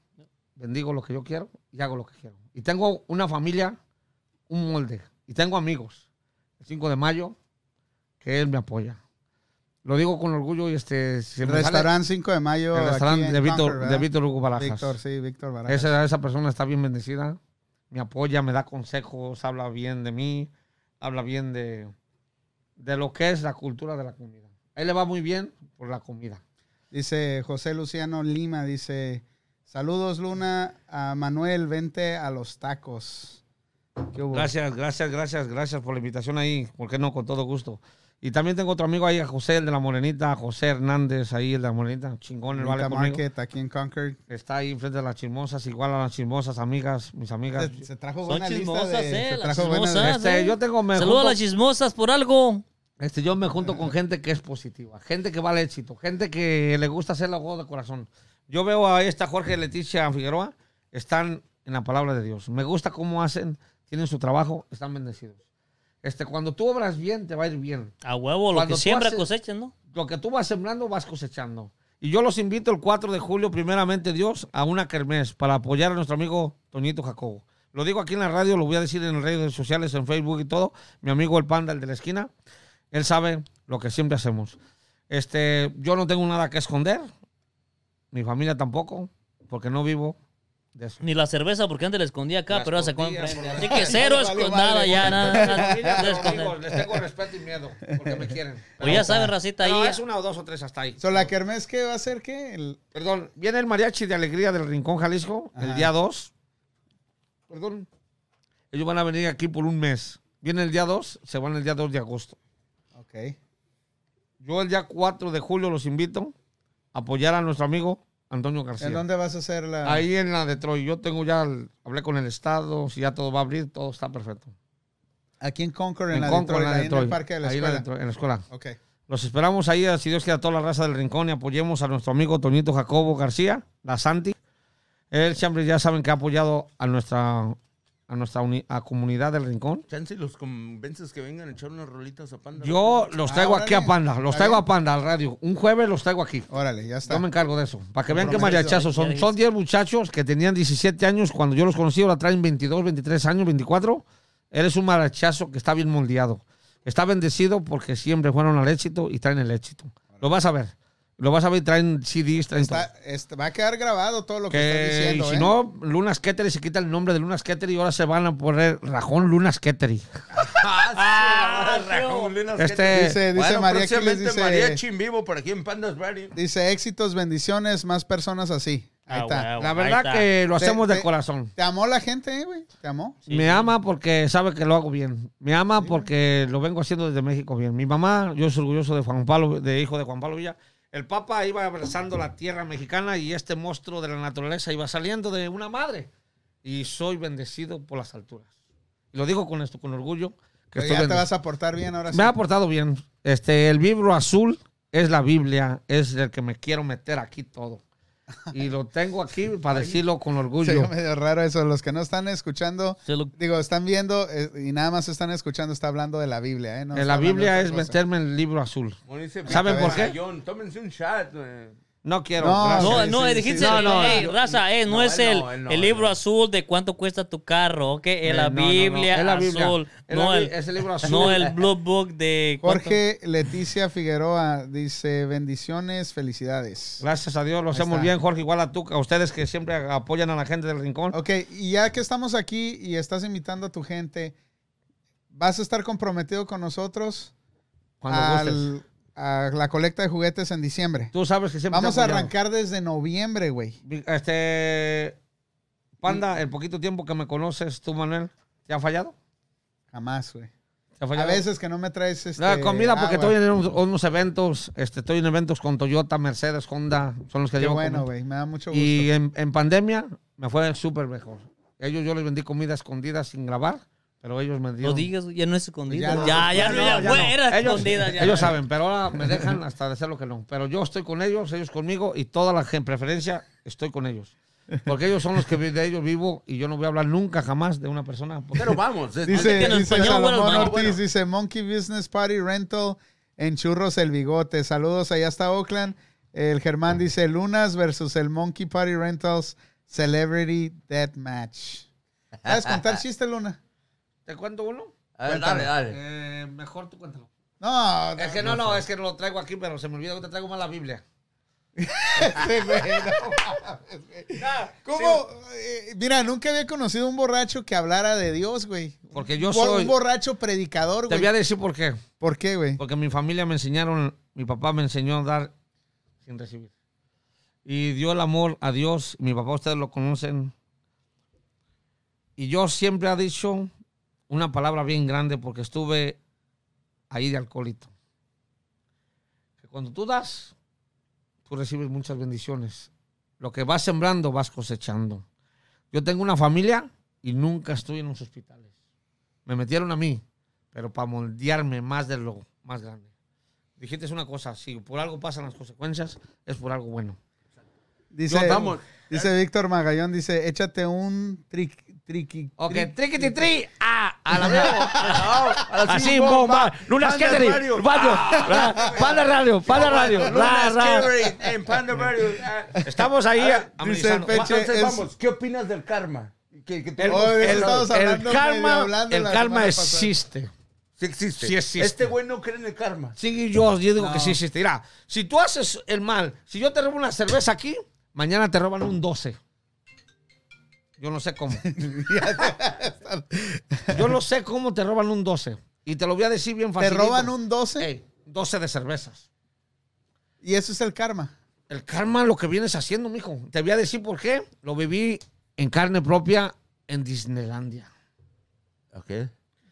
bendigo lo que yo quiero y hago lo que quiero. Y tengo una familia, un molde. Y tengo amigos. El 5 de mayo, que él me apoya. Lo digo con orgullo y este... si me sale- Restaurante 5 de mayo. el aquí restaurante en de Víctor, Concord, de ¿verdad? Víctor Hugo Barajas. Víctor, sí, Víctor Barajas. Esa, esa persona está bien bendecida, me apoya, me da consejos, habla bien de mí, habla bien de, de lo que es la cultura de la comida. A él le va muy bien por la comida. Dice José Luciano Lima, dice, saludos Luna, a Manuel, vente a los tacos. ¿Qué hubo? Gracias, gracias, gracias, gracias por la invitación ahí, porque no, con todo gusto. Y también tengo otro amigo ahí, a José, el de la Morenita, José Hernández, ahí el de la Morenita, chingón, el vale Venta conmigo. Market, aquí en Concord. Está ahí frente a las chismosas, igual a las chismosas, amigas, mis amigas. Se, se trajo Son buena lista chismosas, de... eh, se las trajo buena chismosas. lista. Este, yo tengo me Saludos a junto- las chismosas por algo. Este, yo me junto con gente que es positiva, gente que vale éxito, gente que le gusta hacer los juegos de corazón. Yo veo a esta Jorge y Leticia Figueroa, están en la palabra de Dios. Me gusta cómo hacen, tienen su trabajo, están bendecidos. Este, cuando tú obras bien, te va a ir bien. A huevo, lo que Cuando tú siembra haces- cosecha, ¿no? Lo que tú vas sembrando, vas cosechando. Y yo los invito el 4 de julio, primeramente Dios, a una kermés para apoyar a nuestro amigo Toñito Jacobo. Lo digo aquí en la radio, lo voy a decir en las redes sociales, en Facebook y todo. Mi amigo el panda, el de la esquina, él sabe lo que siempre hacemos. Este, yo no tengo nada que esconder, mi familia tampoco, porque no vivo de eso. Ni la cerveza, porque antes la escondía acá, Las pero ahora se compra. tortillas, por Así que cero Ya valió escondada madre, ya, güey. nada, Mi nada, familia, nada pero esconder. digo, les tengo respeto y miedo, porque me quieren. Pues ya saben, racita, No, ahí. es una o dos o tres hasta ahí. So, la kermés, ¿qué va a ser? ¿Qué? El- Perdón, viene el mariachi de alegría del Rincón Jalisco el Ajá. día 2. Perdón. Ellos van a venir aquí por un mes. Vienen el día 2, se van el día 2 de agosto. Ok. Yo el día 4 de julio los invito a apoyar a nuestro amigo Antonio García. ¿En dónde vas a hacer la...? Ahí en la Detroit. Yo tengo ya, el- hablé con el Estado, si ya todo va a abrir, todo está perfecto. Aquí en Concord, en, la Concord, Detroit, ahí en el Detroit. parque de la Ahí en escuela. Detroit, en la escuela. ok. Los esperamos ahí, si Dios quiere, a toda la raza del rincón y apoyemos a nuestro amigo Toñito Jacobo García, la Santi. Él siempre ya saben que ha apoyado a nuestra, a nuestra uni- a comunidad del rincón. Chance y los convences que vengan a echar unas rolitas a Panda. Yo los Ah, traigo aquí a órale. Panda, Está los traigo bien. a Panda al radio. Un jueves los traigo aquí. Órale, ya está. Yo me encargo de eso. Para que vean qué Comprometido. mariachazos son. Son 10 muchachos que tenían 17 años. Cuando yo los conocí, ahora traen 22, 23 años, 24. Eres un mariachazo que está bien moldeado. Está bendecido porque siempre fueron al éxito y traen el éxito. Lo vas a ver. Lo vas a ver. Traen CDs, traen Está- todo. está- va a quedar grabado todo lo que, Que- estás diciendo, y si ¿eh? no, Lunas Kettery se quita el nombre de Lunas Kettery y ahora se van a poner Rajón Lunas Kettery. Ah, Ah, Este, Dice, dice María que les dice... Mariachi en vivo por aquí en Pandas Barrio. Dice, éxitos, bendiciones, más personas así. Ah, Ahí está. huevo, la ahí verdad está. que lo Te- hacemos de te- corazón. Te amó la gente, eh, güey. Te amó. Sí, me sí. ama porque sabe que lo hago bien. Me ama porque lo vengo haciendo desde México bien. Mi mamá, yo soy orgulloso de Juan Pablo, de hijo de Juan Pablo Villa. El Papa iba abrazando la tierra mexicana y este monstruo de la naturaleza iba saliendo de una madre. Y soy bendecido por las alturas. Y lo digo con esto, con orgullo. Que Pero estoy ya te bendecido. vas a portar bien ahora sí. Me ha portado bien. Este, el libro azul es la Biblia, es el que me quiero meter aquí todo. Y lo tengo aquí para decirlo con Se orgullo. ve medio raro eso. Los que no están escuchando, Se lo- digo, están viendo eh, y nada más están escuchando, está hablando de la Biblia, ¿eh? No En está la hablando de Biblia otra es cosa. meterme en el libro azul. Como dice ¿Saben Pita por qué? Sayón, Tómense un chat. güey. No quiero. No, gracias. No, Sí, no, sí, dijiste, sí. no, No, no, yo- raza, eh, no, no, es él el, no, él no, el él libro no. azul de cuánto cuesta tu carro, ok, Eh, es la no, no, no. Biblia Es la Biblia. azul, Es la no, Bi- el, es el libro azul. no el blue book de... cuánto- Jorge Leticia Figueroa dice, bendiciones, felicidades. Gracias a Dios, lo Ahí hacemos está. bien, Jorge. Igual a tú, a ustedes que siempre apoyan a la gente del rincón. Ok, y ya que estamos aquí y estás invitando a tu gente, ¿vas a estar comprometido con nosotros Cuando gustes. al- a la colecta de juguetes en diciembre? Tú sabes que siempre. te Vamos he a apoyado. arrancar desde noviembre, güey. Este. Panda, el poquito tiempo que me conoces, tú, Manuel, ¿te ha fallado? Jamás, güey. ¿Te ha A fallado? veces que no me traes este, La Ah, comida, porque agua. estoy en unos, unos eventos. Este, estoy en eventos con Toyota, Mercedes, Honda. Son los que Qué llevo. bueno, con- güey. Me da mucho gusto. Y en, en pandemia me fue súper mejor. Ellos yo les vendí comida escondida sin grabar, pero ellos me No dieron. digas, ya no es escondida. Ya no, Ya, ya, Pues Ya no, no, ya, ya fue, no. era ellos, escondida. ya. ellos saben, pero ahora me dejan hasta de hacer lo que no. Pero yo estoy con ellos, ellos conmigo y toda la gen- preferencia estoy con ellos. Porque ellos son los que vi- de ellos vivo y yo no voy a hablar nunca jamás de una persona. porque- Pero vamos. este, es- Dice, que nos dice español, Salomón bueno, Ortiz, bueno, bueno. dice Monkey Business Party Rental en Churros El Bigote. Saludos, allá está Oakland. El Germán dice Lunas versus el Monkey Party Rentals Celebrity Death Match. ¿Sabes contar chiste, Luna? ¿Te cuento uno? A ver, Cuéntame. dale, dale. Ah, Eh, mejor tú cuéntalo. No, Es que no, no, es que no lo traigo aquí, pero se me olvida que te traigo más la Biblia. este güey, no mames, güey. ¿Cómo? Eh, mira, nunca había conocido un borracho que hablara de Dios, güey. Porque yo Un bo- soy- Un borracho predicador, Te güey. voy a decir por qué. ¿Por qué, güey? Porque mi familia me enseñaron, mi papá me enseñó a dar sin recibir. Y dio el amor a Dios. Mi papá, ustedes lo conocen. Y yo siempre ha dicho una palabra bien grande porque estuve ahí de alcoholito. Que cuando tú das, tú recibes muchas bendiciones. Lo que vas sembrando, vas cosechando. Yo tengo una familia y nunca estoy en los hospitales. Me metieron a mí, pero para moldearme más de lo más grande. Dijiste una cosa, si por algo pasan las consecuencias, es por algo bueno. Dice, Vamos. dice Víctor Magallón, dice, échate un triqui, triqui, Ok, triquiti tri, ah, A la a la Así, bomba. Lunas Panda Kettery. Radio. Radio. Ah, ra, Panda Radio. Panda Radio. ra, Lunas ra. Kettery en Panda Radio. Ah, Estamos ahí. dice el amenizando. Peche, Entonces, es- vamos, ¿qué opinas del karma? Que, que El, tenemos- Oh, de eso el- estábamos el hablando, medio karma, hablando el la karma semana existe. Sí existe. Sí existe. Este güey no cree en el karma. Sí, yo, yo digo No. que sí existe. Mira, si tú haces el mal, si yo te robo una cerveza aquí, mañana te roban un 12. Yo no sé cómo. yo no sé cómo te roban un 12. Y te lo voy a decir bien Te fácil. roban un 12 Ey, 12 de cervezas. y eso es el karma. El karma, lo que vienes haciendo, mijo. Te voy a decir por qué. Lo viví en carne propia en Disneylandia. Ok.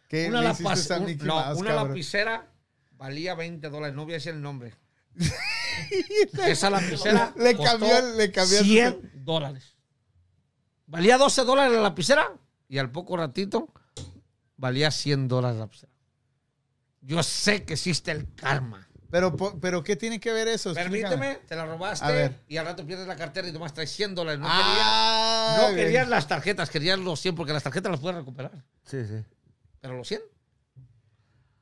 ¿Qué Una, le lapas- hiciste a un- Mickey no, Mouse, una cabrón? lapicera valía 20 dólares. No voy a decir el nombre. Esa lapicera Le costó cambió el- le cambió el- 100 dólares. Valía 12 dólares la lapicera y al poco ratito valía 100 dólares la lapicera. Yo sé que existe el karma. Pero, po- pero ¿qué tiene que ver eso? Explícame. Permíteme, te la robaste Pues A ver. y al rato pierdes la cartera y nomás traes 100 dólares. No, Ah, querías, no ok. querías las tarjetas, querías los 100 porque las tarjetas las puedes recuperar. Sí, sí. Pero los 100.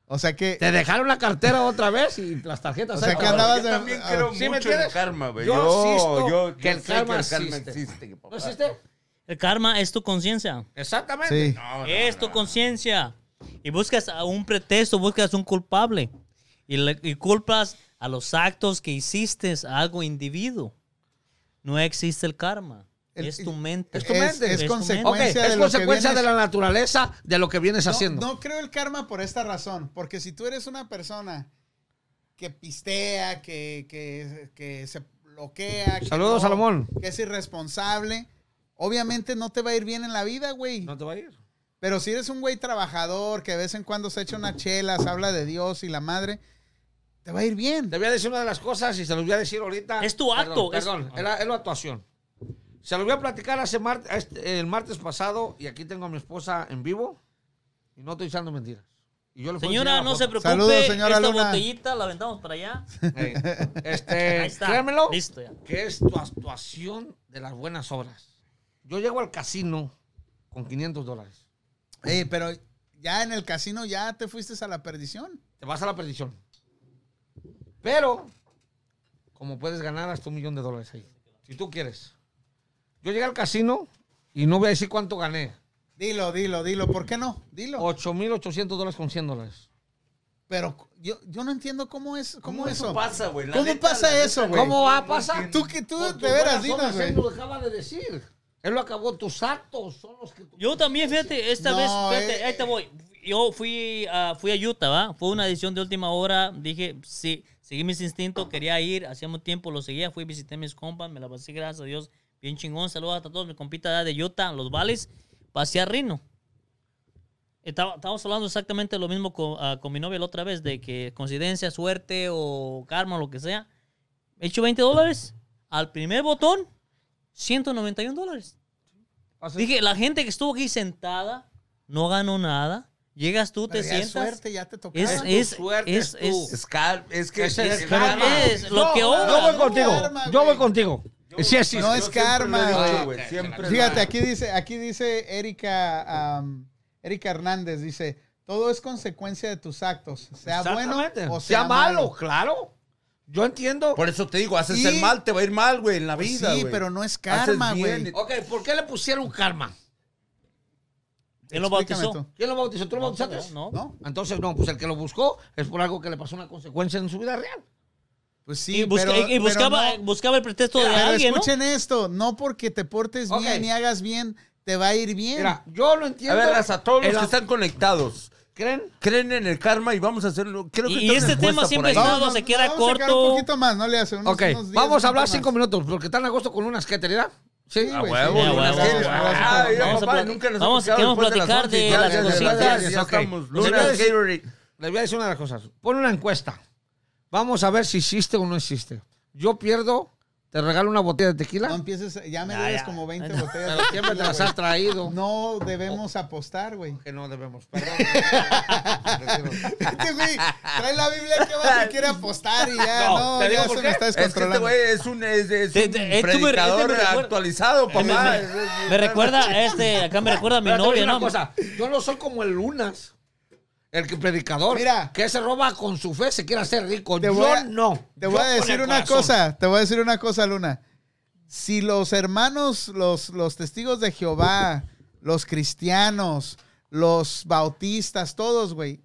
O sea que Te dejaron la cartera otra vez y las tarjetas. ¿eh? O sea, ahí que para- andabas yo de- también ah, creo ¿sí mucho me en el entiendes? karma, güey. Yo Yo, insisto yo, yo que el sé karma que el karma existe. existe. que papá. ¿No existe? El karma es tu conciencia. Exactamente. sí. No, no, es tu no. conciencia. Y buscas a un pretexto, buscas un culpable. Y, le- y culpas a los actos que hiciste a algo individuo. No existe el karma. El- es tu mente. es tu es, mente. es Es tu consecuencia mente. Ok, es de lo que consecuencia vienes- de la naturaleza de lo que vienes No, haciendo. No creo el karma por esta razón, porque si tú eres una persona que pistea, que, que, que se bloquea, que, Saludos, no- Salomón. que es irresponsable, obviamente no te va a ir bien en la vida, güey. te va a ir. Pero si eres un güey trabajador que de vez en cuando se echa unas chelas, habla de Dios y la madre, te va a ir bien. Te voy a decir una de las cosas y se los voy a decir ahorita. Es tu acto, es- Perdón, perdón, es, la, es la actuación. Se lo voy a platicar hace mar- este, el martes pasado y aquí tengo a mi esposa en vivo y no estoy echando mentiras. Y yo le puedo Señora, enseñar la no se foto. preocupe. Saludos, señora Esta Luna. botellita la aventamos para allá. Ey, Este, Ahí está. créanmelo. Listo ya. que es tu actuación de las buenas obras. Yo llego al casino con 500 dólares. Ey, Eh, pero ya en el casino ya te fuiste a la perdición. Te vas a la perdición. Pero, como puedes ganar hasta un millón de dólares ahí. Si tú quieres. Yo llegué al casino y no voy a decir cuánto gané. Dilo, dilo, dilo. ¿Por qué no? Dilo. 8.800 dólares con 100 dólares. Pero yo, yo no entiendo cómo es cómo, eso. pasa, güey? La ¿Cómo neta, pasa la neta, eso, güey? ¿Cómo va a pasar? Tú que tú Por tus de veras buenas dinos, obras, güey. Él lo acaba de decir. Él lo acabó. Tus actos son los que... tú- Yo también, fíjate, esta No, vez, fíjate, eh, ahí te voy. Yo fui a, fui a Utah, ¿va? Fue una decisión de última hora. Dije, sí, seguí mis instintos, quería ir. Hacía mucho tiempo lo seguía. Fui, visité a mis compas, me la pasé, gracias a Dios. Bien chingón. Saludos a todos mis compitas de Utah, los vales. Pasé a Rino. Estaba- estábamos hablando exactamente lo mismo con, ah, con mi novia la otra vez, de que coincidencia, suerte o karma, lo que sea. He hecho 20 dólares. Al primer botón, 191 dólares. Así- Dije, la gente que estuvo aquí sentada no ganó nada. Llegas tú, te Pero ya es sientas. suerte, ya te tocaba. Es, es, Tu suerte es, es tú. es- Es, cal- es que Ese es el pero karma. es lo que obra. Yo voy No, contigo. karma, yo voy güey. contigo. Sí existe. No, es Yo siempre lo he karma, dicho, güey. güey, siempre lo he Fíjate, dicho. aquí dice, aquí dice Erika, am, Erika Hernández, dice, todo es consecuencia de tus actos, sea bueno Exactamente. o sea, malo, malo. claro. Yo entiendo. Por eso te digo, haces Y- el mal, te va a ir mal, güey, en la vida, sí, güey. pero no es Haces karma, bien. güey. Ok, ¿por qué le pusieron karma? ¿Quién lo Explícame bautizó? tú. ¿Quién lo bautizó? ¿Tú lo pues, bautizaste? No, no. ¿No? Entonces, no, pues el que lo buscó es por algo que le pasó una consecuencia en su vida real. Pues sí, Y, busca- pero- y- y pero buscaba, no- buscaba el pretexto de Pero alguien, ¿no? escuchen esto, no porque te portes Ok. bien y hagas bien, te va a ir bien. Mira, yo lo A entiendo. ver, a todos los El- que están conectados. ¿Creen? Creen en el karma y vamos a hacerlo. Creo que Y- y está una este encuesta tema por siempre ahí. está- Estado se queda vamos a sacar corto. un poquito más, no le hace unos, Ok, unos diez vamos a hablar minutos cinco más. minutos porque están a gusto con unas que te dirá. Sí, A güey, huevo, sí, a Lunas huevo. Kettery. Vamos a Ah, mira, platicar- papá, nunca nos vamos a- queremos hemos quedado después de platicar las de 11. las Ya, ya, cositas. ya estamos. Ok. Lunas Kettery. Les voy a decir una de las cosas. Pon una encuesta. Vamos a ver si existe o no existe. Yo pierdo ¿Te regalo una botella de tequila? No empieces, ya me Ya, debes Ah, ya. como 20 Pero botellas. Pero de siempre te tequila, las güey. has traído. No debemos apostar, güey. Que no debemos. Perdón. Este güey trae la Biblia que Ah, va y quiere apostar y ya, No, no, ¿te digo ya por se qué? me está Es que este descontrolando. güey es un, es, es Te- te- un este me- este predicador me recuerda- actualizado, papá. Es- es- Me recuerda, este, acá me recuerda a mi Pero te voy a decir novia, una ¿no? cosa, Yo no soy como el Lunas, el que predicador. Mira. Que se roba con su fe, se quiere hacer rico. Te Yo voy a- no. Te voy Yo a con el decir una corazón. cosa, te voy a decir una cosa, Luna. Si los hermanos, los, los testigos de Jehová, los cristianos, los bautistas, todos, güey,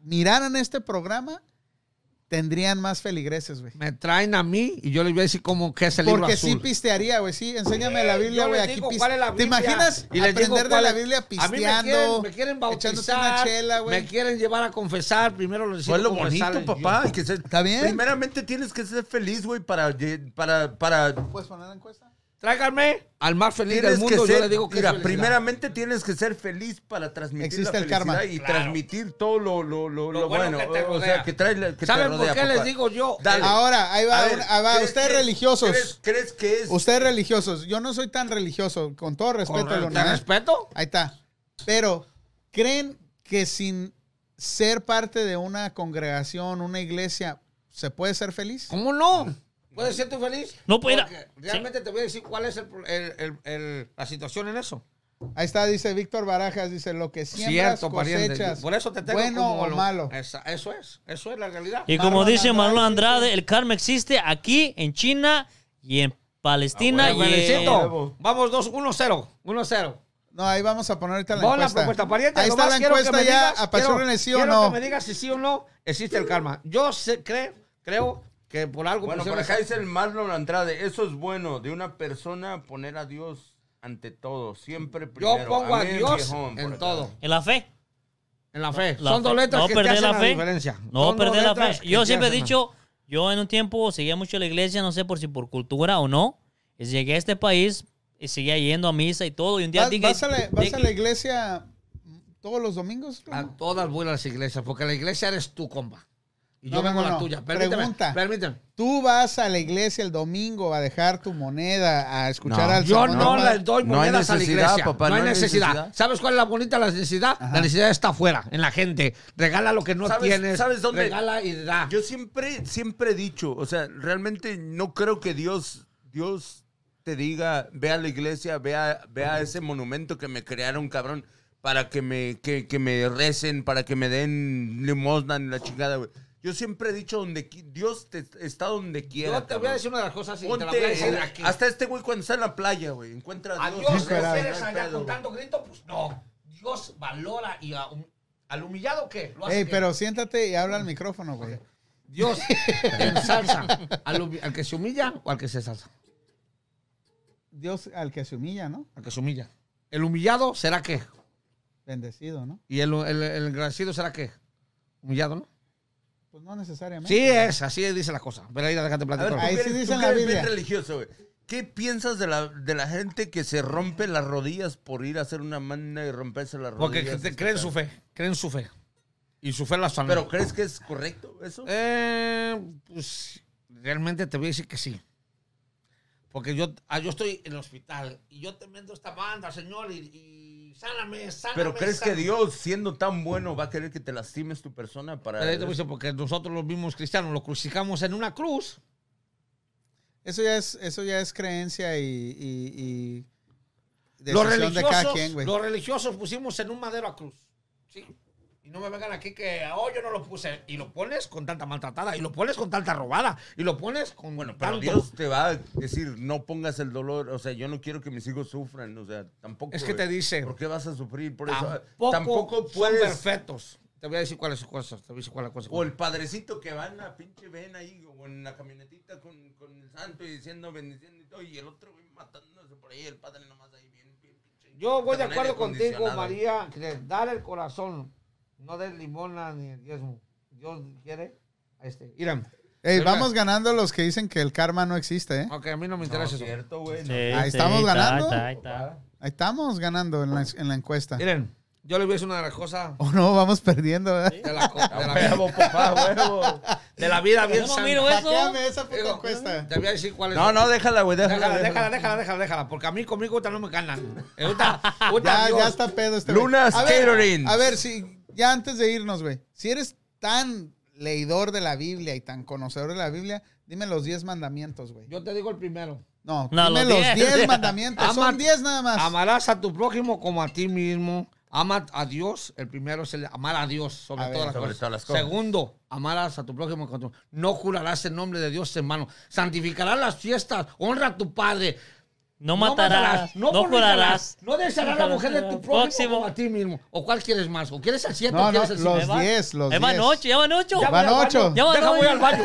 miraran este programa, tendrían más feligreses, güey. Me traen a mí y yo les voy a decir cómo que es el libro Porque azul. sí pistearía, güey, sí. Enséñame la Eh, Yo Biblia, les güey. Aquí digo pis- cuál es la ¿Te Biblia. imaginas Y les digo aprender de cuál la es- Biblia A mí me pisteando? quieren, me quieren echándose bautizar, una chela, me güey. quieren llevar a confesar. Primero les Pues digo lo bonito, papá. que ser- ¿Está bien? Primeramente tienes que ser feliz, güey, para, lle- para, para ¿Puedes poner la encuesta? Tráiganme al más feliz del Tienes que mundo. ser- yo le digo que mira, es felicidad. primeramente tienes que ser feliz para transmitir Existe la el karma. felicidad y Claro. transmitir todo lo, lo, lo, Lo lo bueno bueno, que te o rodea. sea, que trae la- que te ¿Saben por rodea, qué papá. les digo yo? Dale. Ah, Ahora, ahí va, A ver, una- ahí va. ¿crees Ustedes que- religiosos. ¿crees, crees que es Ustedes religiosos, yo no soy tan religioso, con todo respeto, Correcto, Luna, ¿te ¿eh? respeto? Ahí está. Pero, ¿creen que sin ser parte de una congregación, una iglesia, se puede ser feliz? ¿Cómo no? ¿Puedes ser tú feliz? No, pues, era- Porque Realmente te voy a decir cuál es el pro- el- el- el- la situación en eso. Ahí está, dice Víctor Barajas, dice, lo que siembras, Cierto, pariente. cosechas, Por eso te tengo bueno como o lo- Eh. malo. Esa- eso es, eso es la realidad. Y como Marlon dice Marlon Andrade, Andrade, el karma existe aquí, en China y en Palestina. Bueno, y en- Felicito. Vamos 2 1 0, 1 0. No, ahí vamos a poner ahorita la Pon la encuesta. propuesta, pariente. ahí está nomás la quiero que encuesta me ya, digas- apachúrenle quiero- sí o quiero no. que me digas si sí o no existe el karma. Yo sé- creo, creo que por algo Bueno, por pusieron acá esa- dice el Marlon Andrade, eso es bueno de una persona poner a Dios ante todo, siempre primero. Yo pongo a Amén, Dios viejón, por en acá. todo. en la fe. En la fe. La Son dos fe. letras No que te perder hacen la la fe. diferencia. No Son dos perder la letras fe. que Yo te siempre he hacen la- dicho, yo en un tiempo seguía mucho la iglesia, no sé por si por cultura o no. y Llegué a este país y seguía yendo a misa y todo. Y un día ¿Vas, dije, vas a la, vas a la dije- iglesia todos los domingos? A Luna? todas voy a las iglesias, porque la iglesia eres tú, compa. Y yo No, no, vengo a no, la no. tuya. Permíteme. Pregunta. Permíteme. Tú vas a la iglesia el domingo a dejar tu moneda, a escuchar No. al Yo sermón no del les padre. doy No hay monedas a la necesidad, iglesia. papá, no, hay necesidad. ¿Sabes cuál es la bonita la necesidad? La necesidad está afuera, en la gente. Regala lo que no ¿Sabes- tienes. sabes dónde? Regala y da. Yo siempre, siempre he dicho, o sea, realmente no creo que Dios, Dios te diga, ve a la iglesia, ve a, ve a ese monumento que me crearon, cabrón, para que me, que, que me recen, para que me den limosna en la chingada, güey. Yo siempre he dicho, donde qui- Dios te, está donde Yo quiera. te voy a cabrón. decir una de las cosas y te la voy a Ponte, decir aquí. hasta este güey cuando está en la playa, güey, encuentra a A Dios. Dios güey, no no hay quieres allá pedo, con güey. tanto grito, pues no. Dios valora y a- al humillado que lo hace. Ey, que- pero siéntate y habla al micrófono, güey. Dios ensalza al, humi- al que se humilla o al que se ensalza. Dios al que se humilla, ¿no? Al que se humilla. El humillado será que. Bendecido, ¿no? Y el, el, el agradecido será que. Humillado, ¿no? Pues no necesariamente. Sí, eh. es, así dice la cosa. Pero ahí déjate A platicar. ver, Ahí sí tú que eres- dice tú en que la eres bien Biblia. religioso, güey. ¿Qué piensas de la, de la gente que se rompe las rodillas por ir a hacer una manda y romperse las Porque rodillas? te- creen su fe, creen su fe. Y su fe la sanó. ¿Pero crees que es correcto eso? Eh, pues realmente te voy a decir que sí. Porque yo, ah, yo estoy en el hospital y yo te mando esta banda, señor, y, y sáname, sáname. ¿Pero crees que sáname. Dios, siendo tan bueno, va a querer que te lastimes tu persona para...? Pero ahí te voy a decir, porque nosotros los mismos cristianos lo crucificamos en una cruz. Eso ya es, eso ya es creencia y, y, y Los decisión de cada religiosos, quien, güey. los religiosos pusimos en un madero a cruz. Sí. Y no me vengan aquí que, oh, yo no lo puse. Y lo pones con tanta maltratada, y lo pones con tanta robada, y lo pones con. Bueno, Pero Dios te va a decir, no pongas el dolor, o sea, yo no quiero que mis hijos sufran, o sea, tampoco... Es que te güey. dice- ¿Por qué vas a sufrir por eso? tampoco, Tampoco son puedes... perfectos. Te voy a decir cuáles son cosas. Te voy a decir cuáles cosas. O el padrecito que va en la pinche ven ahí, o en la camionetita con, con el santo y diciendo, bendiciendo y todo, y el otro güey matándose por ahí, el padre nomás ahí bien, bien pinche. Yo voy de con aire acuerdo contigo, acondicionado. María, que dar el corazón, no des limona ni el diezmo. Dios quiere. a Este. Irán. Ey, ¿verdad? vamos ganando los que dicen que el karma no existe, ¿eh? Ok, a mí no No, me es interesa eso. cierto, güey. Sí, no. Ahí sí, estamos está, ganando. está, está. Ahí estamos ganando en la, en la encuesta. Miren, Yo les voy a decir una cosa O no, vamos perdiendo, ¿eh? ¿verdad? de la, co- de la- Huevo, papá, huevo. de la vida bien Yo no santa. miro eso. Hackeame esa puta Digo, encuesta. Te voy a decir cuál es. No, no, déjala, güey, déjala. Déjala, déjala, déjala. déjala, déjala, déjala, porque a mí conmigo ahorita no me ganan. Eh, ahorita- ahorita Ya, Dios. ya está pedo este güey. Lunas A ver, Catering. A ver, si, ya antes de irnos, güey. Si eres tan leidor de la Biblia y tan conocedor de la Biblia, dime los 10 mandamientos, güey. Yo te digo el primero. No, No, dime los los 10. 10 mandamientos. Ama- Son 10 nada más. Amarás a tu prójimo como a ti mismo. Ama a Dios. El primero es el amar a Dios sobre, A ver, todas, las sobre cosas. todas las cosas. Segundo, amarás a tu prójimo. como tú. No jurarás el nombre de Dios, hermano. Santificarás las fiestas. Honra a tu padre. No matarás, no, jurarás. No desearás la mujer de tu prójimo Próximo. como a ti mismo. ¿o cuál quieres más? ¿O quieres el siete? o no, no, quieres el los siete? va. 10, los Ya 10. van ocho, ya van ocho. Ya Van voy al ocho. baño. Ya van Deja, voy ocho. al baño.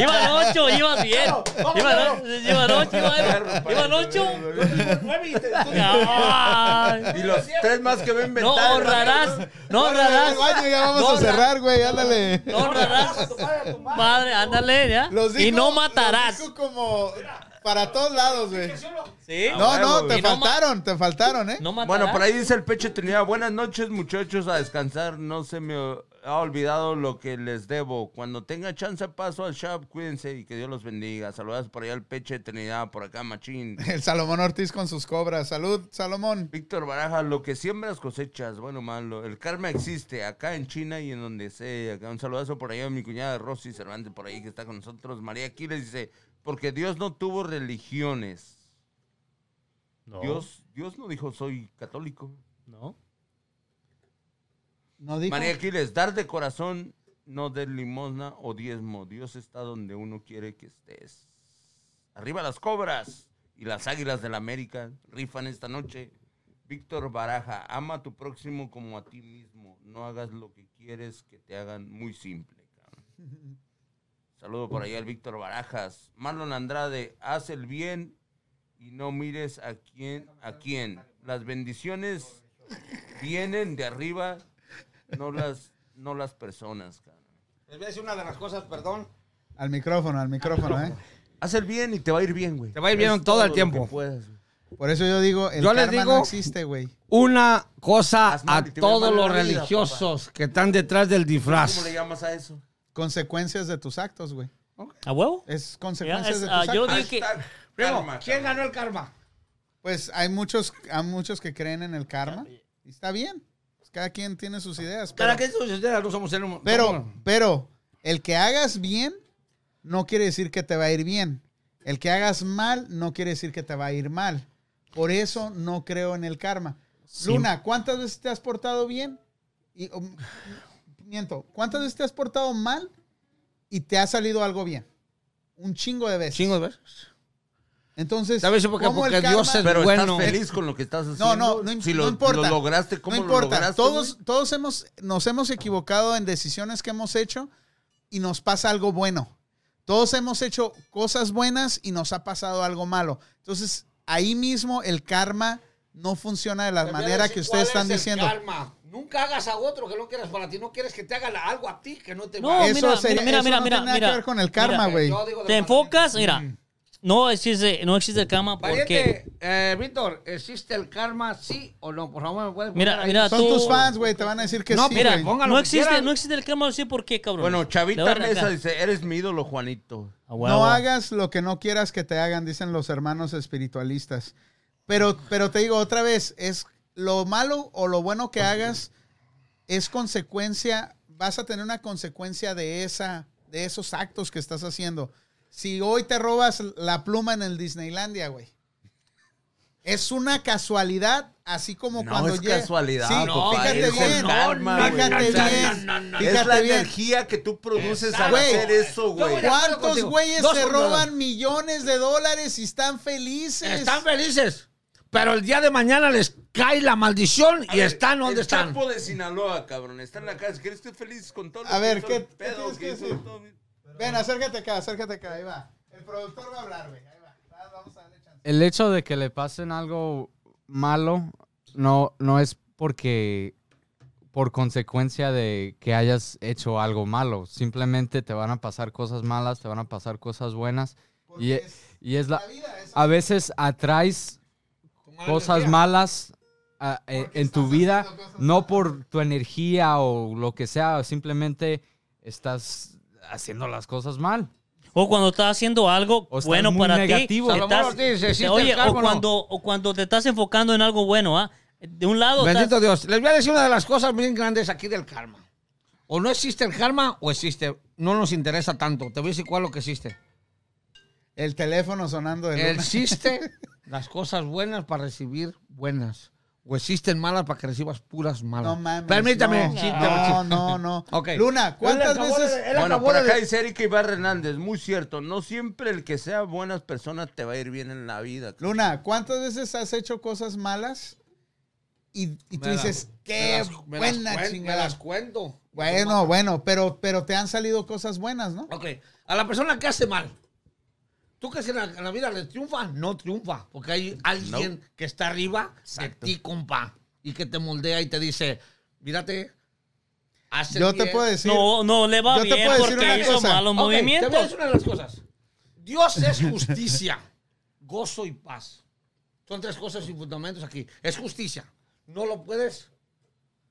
Iban ocho, iban bien. vamos, Iban vamos. o- iban ocho, iban- iban ocho. Ay. Y los tres más que ven No ventaja. honrarás, no Órale, honrarás, al baño, ya vamos No a cerrar, güey. Ándale. no honrarás. Padre, ándale, ya. Los y dijo- no los matarás. dijo como para todos lados, güey. Sí. No, no, te Y no ma- faltaron, te faltaron, ¿eh? No matarás. Bueno, por ahí dice el Peche Trinidad. Buenas noches, muchachos, a descansar. No se me ha olvidado lo que les debo. Cuando tenga chance, paso al shop. Cuídense y que Dios los bendiga. Saludas por allá al Peche Trinidad, por acá, Machín. El Salomón Ortiz con sus cobras. Salud, Salomón. Víctor Baraja, lo que siembras cosechas, bueno malo. El karma existe acá en China y en donde sea. Acá un saludazo por allá a mi cuñada Rosy Cervantes por ahí que está con nosotros. María Aquiles dice, porque Dios no tuvo religiones. No, Dios, Dios no dijo soy católico. no. No dijo. María Aquiles, dar de corazón, no de limosna o diezmo. Dios está donde uno quiere que estés. Arriba las cobras y las águilas de la América rifan esta noche. Víctor Baraja, ama a tu próximo como a ti mismo. No hagas lo que quieres que te hagan muy simple. cabrón. Saludo por allá al Víctor Barajas. Marlon Andrade, haz el bien y no mires a quién, a quién. Las bendiciones vienen de arriba, no las, no las personas, cabrón. Les voy a decir una de las cosas, perdón. Al micrófono, al micrófono, ¿eh? Haz el bien y te va a ir bien, güey. Te va a ir bien Haz todo el lo tiempo. que puedas, güey. Por eso yo digo, el Yo les karma digo- no existe, güey. Una cosa Hazme a que te voy a todos los llamar la vida, religiosos que están detrás del ¿Cómo le disfraz. llamas a eso? Consecuencias de tus actos, güey. ¿A huevo? Es Ya, consecuencias es- de tus ah, actos. yo dije que. Hashtag Primo, karma, ¿Quién cabrón. ganó el karma? Pues hay muchos, hay muchos que creen en el karma. Y está bien. Pues cada quien tiene sus ideas. Para Pero, que ustedes no somos seres humanos. pero, pero, el que hagas bien no quiere decir que te va a ir bien. El que hagas mal no quiere decir que te va a ir mal. Por eso no creo en el karma. Luna, ¿cuántas veces te has portado bien? Y, um, miento, ¿cuántas veces te has portado mal y te ha salido algo bien? Un chingo de veces. Chingo de veces. Entonces, ¿Sabes por qué? ¿cómo el Porque Dios karma- es Pero bueno. estás feliz con lo que estás haciendo. No, no, no, im- Si lo, no importa. lo lograste, ¿cómo no lo importa. lograste? todos güey? todos hemos, nos hemos equivocado en decisiones que hemos hecho y nos pasa algo bueno. Todos hemos hecho cosas buenas y nos ha pasado algo malo. Entonces, ahí mismo el karma no funciona de la Te voy a manera decir que ustedes están cuál es el diciendo. karma. Nunca hagas a otro que no quieras para ti. No quieres que te haga la- algo a ti que no te No, eso mira, sería- mira, eso mira, no mira, tiene nada mira. que ver con el karma, Mira, güey. Yo digo de Te parte- enfocas, mira. No existe, no existe el cama porque. Valiente, eh, Víctor, ¿existe el karma sí o no? Por favor, me puedes poner Mira, ahí? mira, Son tú- tus fans, güey, te van a decir que No, sí, mira, güey. ponga- pongan lo No que existe, quieran. no existe el cama, no sé por qué, cabrón. Bueno, Le Chavita voy a Mesa arrancar. dice, eres mi ídolo, Juanito. A huevo. No hagas lo que no quieras que te hagan, dicen los hermanos espiritualistas. Pero, pero te digo otra vez, es lo malo o lo bueno que hagas es consecuencia, vas a tener una consecuencia de esa, de esos actos que estás haciendo. Si hoy te robas la pluma en el Disneylandia, güey. Es una casualidad, así como No cuando es llega- casualidad, Sí, no, fíjate es el bien, karma, güey. fíjate No, no, bien, no, no, no. es la fíjate bien. energía que tú produces Exacto. al hacer eso, Yo voy güey. a- acuerdo ¿Cuántos contigo. güeyes Dos se por nada. roban millones de dólares y están felices? Están felices, pero el día de mañana les cae la maldición y están El donde están. Chapo de Sinaloa, cabrón. Está en la casa. ¿Quieres que feliz con todo? lo A que ver, hizo ¿qué- el qué pedo tienes que hizo decir? todo? Ven, acércate acá, acércate acá, ahí va. El productor va a hablar, güey. Ahí va. Va, Vamos a darle chance. El hecho de que le pasen algo malo no, no es porque por consecuencia de que hayas hecho algo malo. Simplemente te van a pasar cosas malas, te van a pasar cosas buenas. Porque Y, es y es la, la vida, es a veces atraes cosas malas ah, eh, en tu vida, no por tu energía o lo que sea, simplemente estás haciendo las cosas mal. O cuando estás haciendo algo O estás bueno muy para negativo. ti. Salomón estás- Ortiz, te- ¿existe oye, el karma o o no? cuando, o cuando te estás enfocando en algo bueno, ¿ah? De un lado estás- Bendito Dios. Les voy a decir una de las cosas bien grandes aquí del karma. O no existe el karma o existe. No nos interesa tanto. Te voy a decir cuál es lo que existe. El teléfono sonando de luna. Existe las cosas buenas para recibir buenas. O existen malas para que recibas puras malas. No mames. Permítame. No, Sí, no, te- no. no. Ok. Luna, ¿cuántas Él acabó veces? de- él Bueno, acabó por de- acá dice Erika Ibarra Hernández, muy cierto, no siempre el que sea buenas personas te va a ir bien en la vida. Luna, ¿cuántas veces has hecho cosas malas? Y, y tú Me la- dices, me qué las- me las buena cuen- Me chingada. las cuento. Bueno, bueno, pero, pero te han salido cosas buenas, ¿no? Ok, a la persona que hace mal, ¿tú crees que en la, en la vida le triunfa? No triunfa, porque hay alguien que está arriba Exacto. de ti, compa, y que te moldea y te dice, mírate, hace Yo te bien". puedo decir. no, no le va Yo te bien puedo decir porque una hizo cosa. malos Ok, Te voy a movimientos. decir una de las cosas. Dios es justicia, gozo y paz. Son tres cosas y fundamentos aquí. Es justicia. No lo puedes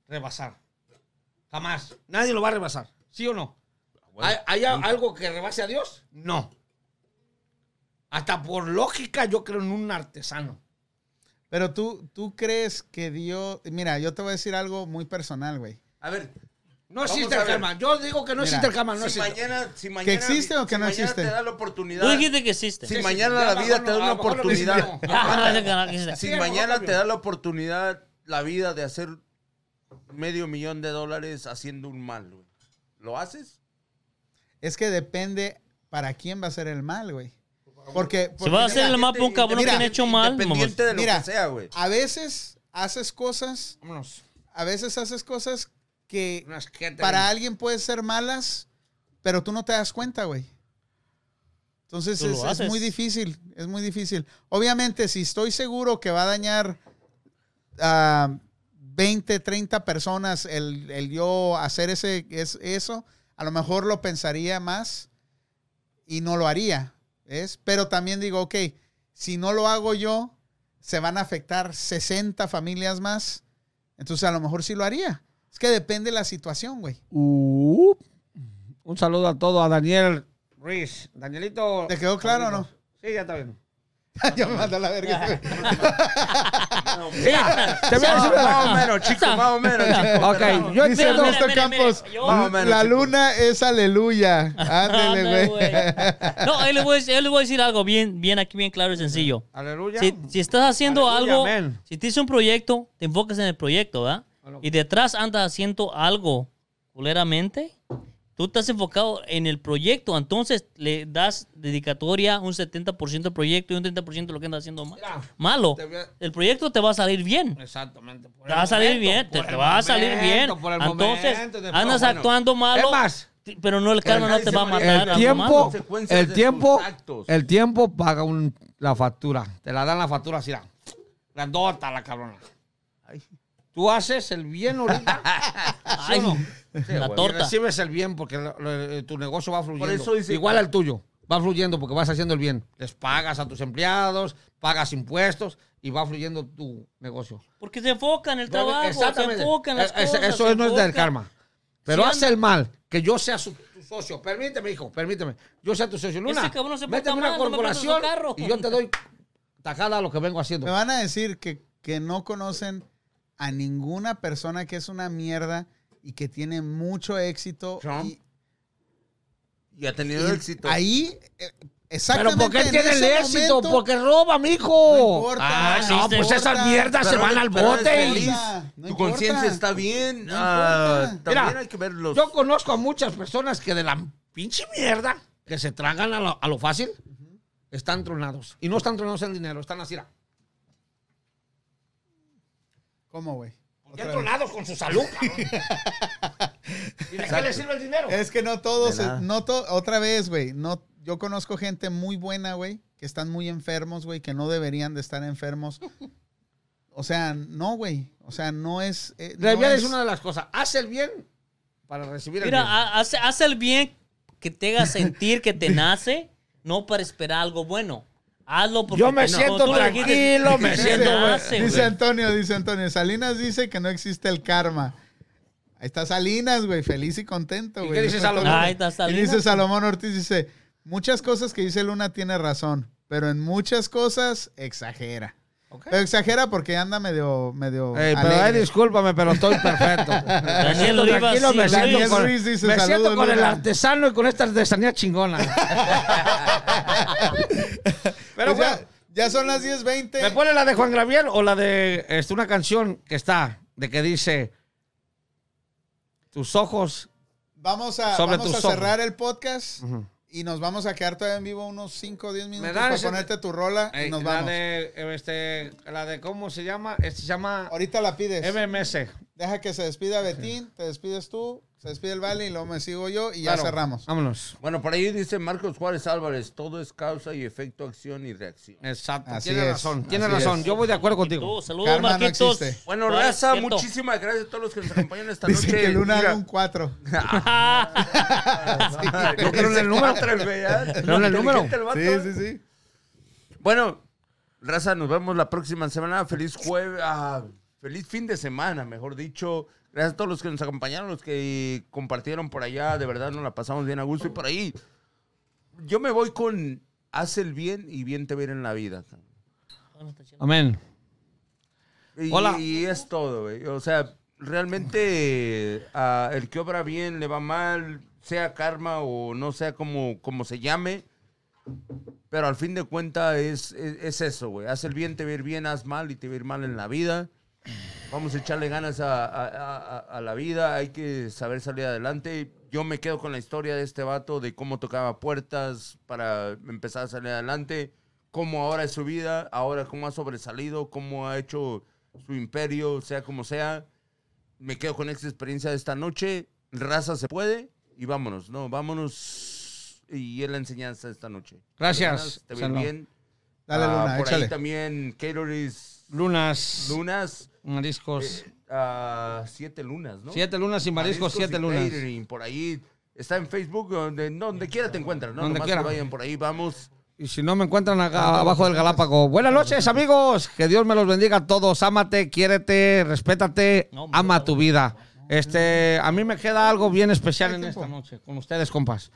rebasar. Jamás. Nadie lo va a rebasar. ¿Sí o no? ¿Hay, hay a- algo que rebase a Dios? No. Hasta por lógica, yo creo en un artesano. Pero tú, tú crees que Dios. Mira, yo te voy a decir algo muy personal, güey. A ver, No Vamos existe a el ver. karma. Yo digo que no Mira, existe el karma. No si existe. mañana, si mañana, existe o que si no mañana existe? te da la oportunidad. Tú dijiste que existe. Ah, Si Sí, sí, mañana ya la a lo vida mejor te da no, a una lo mejor no existe. oportunidad. Sí, Si a lo mejor mañana cambio. te da la oportunidad la vida de hacer medio millón de dólares haciendo un mal, güey. ¿Lo haces? Es que depende para quién va a ser el mal, güey. Porque. Se porque va a hacer mira, el mapa un gente, cabrón que mira, han hecho mal. Independiente de lo Mira. Ah, que sea, güey. A veces haces cosas. Vámonos. A veces haces cosas que Unas que- para alguien pueden ser malas, pero tú no te das cuenta, güey. Entonces Tú lo es, es haces. muy difícil, es muy difícil. Obviamente, si estoy seguro que va a dañar a 20, 30 personas el, el yo hacer ese, es, eso, a lo mejor lo pensaría más y no lo haría. ¿ves? Pero también digo, ok, si no lo hago yo, se van a afectar 60 familias más. Entonces a lo mejor sí lo haría. Es que depende la situación, güey. Uh, un saludo a todos, a Daniel Ruiz. Danielito. ¿Te quedó claro o no? Sí, ya está bien. ya me mandó a la verga. te ah, voy a decir una- más o menos, chico, Ah, más o menos, chico. Ok, yo Dice entiendo. Augusto mira, mira, Campos, yo- Más o menos, la chicos. luna es aleluya. Ándele, Ándale, güey. güey. No, él le voy, a decir- yo le voy a decir algo bien, bien aquí, bien claro y sencillo. Aleluya. Si, si estás haciendo Aleluya, algo, amén. si te hice un proyecto, te enfocas en el proyecto, ¿verdad? Y detrás andas haciendo algo culeramente, tú estás enfocado en el proyecto, entonces le das dedicatoria un 70% al proyecto y un 30% a lo que andas haciendo mal- Mira, malo. te voy a- El proyecto te va a salir bien. Exactamente. por Te el va a salir momento, bien, te, por te el va a salir momento, bien. por el Entonces, momento, después, andas bueno. actuando malo, Es más, ti- pero no el karma no te va a matar. el algo tiempo, malo. Consecuencias de el tus tiempo, actos. el tiempo paga un- la factura. Te la dan la factura así, la grandota la cabrona. Tú haces el bien ahorita Ay, la y torta. recibes el bien porque lo- lo- tu negocio va fluyendo. eso dice- ah. Igual al tuyo, va fluyendo porque vas haciendo el bien. Les pagas a tus empleados, pagas impuestos y va fluyendo tu negocio. Porque se enfocan en el trabajo, se enfocan en las Eh, eh, cosas. Eso se no es del enfocan. karma. Pero Sí, hace anda. el mal, que yo sea su, tu socio. Permíteme, hijo, permíteme. Yo sea tu socio. Luna, Ese cabrón se porta méteme mal, una no me prestas tu corporación carro. y yo te doy tajada a lo que vengo haciendo. Me van a decir que, que no conocen a ninguna persona que es una mierda y que tiene mucho éxito. Trump. y- Y ha y tenido éxito. Ahí, eh, Pero exactamente. ¿por qué en tiene el ese éxito? momento, Porque roba, mijo. No importa, ah, no no, pues importa. esas mierdas se Pero- van al pero eres bote. y- feliz. No tu importa. conciencia está bien. No ah, importa. también Mira, hay que ver los. Yo conozco a muchas personas que de la pinche mierda que se tragan a lo, a lo fácil están tronados. Y no están tronados en dinero, están así. ah, ¿Cómo, güey? Otra Ya vez. tronados con su salud. cabrón. ¿Y de qué le sirve el dinero? Es que no todos, De nada. no to- otra vez, güey, no, yo conozco gente muy buena, güey, que están muy enfermos, güey, que no deberían de estar enfermos. O sea, no, güey, o sea, no es... eh, La no vida es es- una de las cosas. Haz el bien para recibir Mira, ah, el bien. ha- hace, hace el bien que te haga sentir que te nace, no para esperar algo bueno. Hazlo porque Yo me tú- no, siento tú lo dijiste. tranquilo, me Dice, siento. "Ah, güey". sí, dice güey. Antonio, dice Antonio. Salinas dice que no existe el karma. Ahí está Salinas, güey, feliz y contento, ¿Y güey. qué dice Salomón? Ah, Ahí está Y Salinas. dice Salomón Ortiz, dice, muchas cosas que dice Luna tiene razón, pero en muchas cosas exagera. Ok. Pero exagera porque anda medio, medio Ey, pero alegre. Pues ay, discúlpame, pero estoy perfecto. Me siento Rivas, tranquilo, sí, me Daniel siento con, Ruiz dice, me siento "Saludos, con el Luna". artesano y con esta artesanía chingona. pero Pues ya, bueno, ya son las ¿me 10.20. pone la de Juan Gabriel o la de este, una canción que está, de que dice, tus ojos... Vamos a, Sobre vamos tus a ojos. cerrar el podcast y nos vamos a quedar todavía en vivo unos 5 o 10 minutos da para ese- ponerte tu rola y Ey, nos la, vamos. de, eh, este, la de, ¿cómo se llama? Este se llama Ahorita la pides. MMS. Deja que se despida Betín, te despides tú, se despide el Vale y luego me sigo yo y ya Claro, cerramos. Vámonos. Bueno, por ahí dice Marcos Juárez Álvarez, todo es causa y efecto, acción y reacción. Exacto. Así Tienes es, razón. Tienes así razón. es. Yo voy de acuerdo Tú, contigo. saludos, Karma no Marquitos. existe. Bueno, Vale, raza, cierto. muchísimas gracias a todos los que nos acompañan esta Dice noche. que Luna Mira, haga un 4. Ah, Yo creo en el número. Creo en el número. Sí, sí, sí. Bueno, raza, nos vemos la próxima semana. Feliz jueves, ah, feliz fin de semana, mejor dicho. Gracias a todos los que nos acompañaron, los que compartieron por allá. De verdad, nos la pasamos bien a gusto. Y por ahí, yo me voy con haz el bien y bien te viene en la vida. Amén. Y, Hola. y es todo, güey. O sea, realmente ah, el que obra bien le va mal, sea karma o no sea como, como se llame. Pero al fin de cuentas es, es, es eso, güey. Haz el bien, te va a ir bien, haz mal y te va a ir mal en la vida. Vamos a echarle ganas a, a- a- a la vida, hay que saber salir adelante. Yo me quedo con la historia de este vato, de cómo tocaba puertas para empezar a salir adelante, cómo ahora es su vida, ahora cómo ha sobresalido, cómo ha hecho su imperio, sea como sea. Me quedo con esta experiencia de esta noche. Raza se puede y vámonos, no, vámonos. Y es la enseñanza de esta noche. Gracias, Te ven Salva. bien. Dale, Ah, Luna, por échale. ahí también, Calories Lunas. Lunas. Mariscos. Ah, Pues, siete lunas, ¿no? Eh, Siete lunas y mariscos, siete y lunas. catering, Por ahí está en Facebook, donde, donde quiera te encuentran, ¿no? Donde Nomás quiera. que vayan por ahí, vamos. Y si no me encuentran Ah, acá abajo del Galápago. Buenas noches, amigos. Que Dios me los bendiga a todos. Ámate, quiérete, respétate, No, hombre, ama no. tu vida. Este, a mí me queda algo bien Este especial en esta noche con ustedes, compas.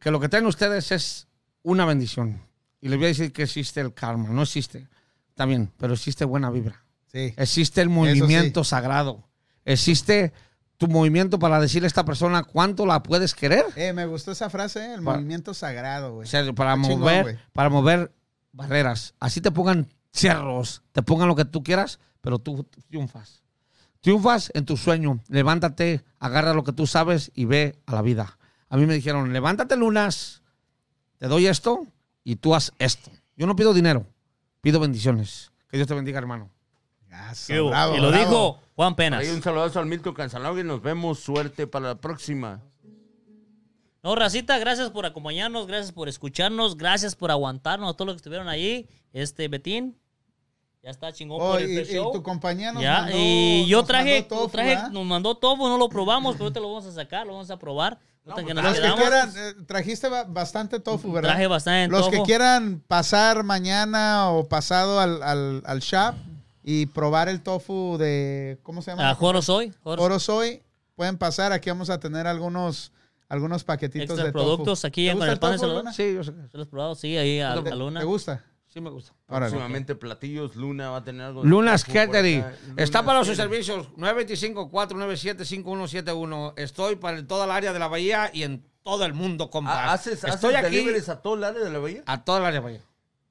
Que lo que traen ustedes es una bendición. Y les voy a decir que existe el karma, no existe. También, pero existe buena vibra. Sí. Existe el movimiento sagrado. Existe tu movimiento para decirle a esta persona cuánto la puedes querer. Eh, me gustó esa frase, eh, el Pa- movimiento sagrado, O güey. sea, para Está chingón, mover, güey. para mover barreras. Así te pongan cerros, te pongan lo que tú quieras, pero tú triunfas. Triunfas en tu sueño. Levántate, agarra lo que tú sabes y ve a la vida. A mí me dijeron, levántate lunas, te doy esto y tú haz esto. Yo no pido dinero, pido bendiciones. Que Dios te bendiga, hermano. Gaso, Y lo bravo, bravo. dijo Juan Por Penas. ahí un saludazo al Milton Cansalao y nos vemos. Suerte para la próxima. No, Racita, gracias por acompañarnos, gracias por escucharnos, gracias por aguantarnos a todos los que estuvieron allí. Este, Betín, ya está chingón Oh, por y, el y pre-show. tu compañía nos Ya, mandó- y yo nos traje, mandó tofu, ¿ah? traje- ¿verdad? nos mandó tofu, no lo probamos, pero ahorita lo vamos a sacar, lo vamos a probar. Ahorita que nos pues, Los que quedamos, quieran, eh, trajiste ba- bastante tofu, ¿verdad? traje bastante Los que tofu. quieran pasar mañana o pasado al, al, al shop y probar el tofu de, ¿cómo se A llama? Joro soy, Joro Oro Soy, pueden pasar. Aquí vamos a tener algunos, algunos paquetitos Extra de productos tofu. aquí ¿Te en- gusta con el pan de tofu, salud? Luna? Sí, yo sé. ¿Se lo has probado? Sí, ahí a, ¿Te, a Luna. te gusta? Sí me gusta. Órale. Próximamente platillos. Luna va a tener algo. de Lunas tofu por acá. Catering. Está Lunas para sus Catering. servicios 925-497-5171. Estoy para en toda el área de la bahía y en todo el mundo, compa. Ah, ¿Haces, haces Estoy aquí deliveries a todo el área de la bahía? a toda el área de la bahía.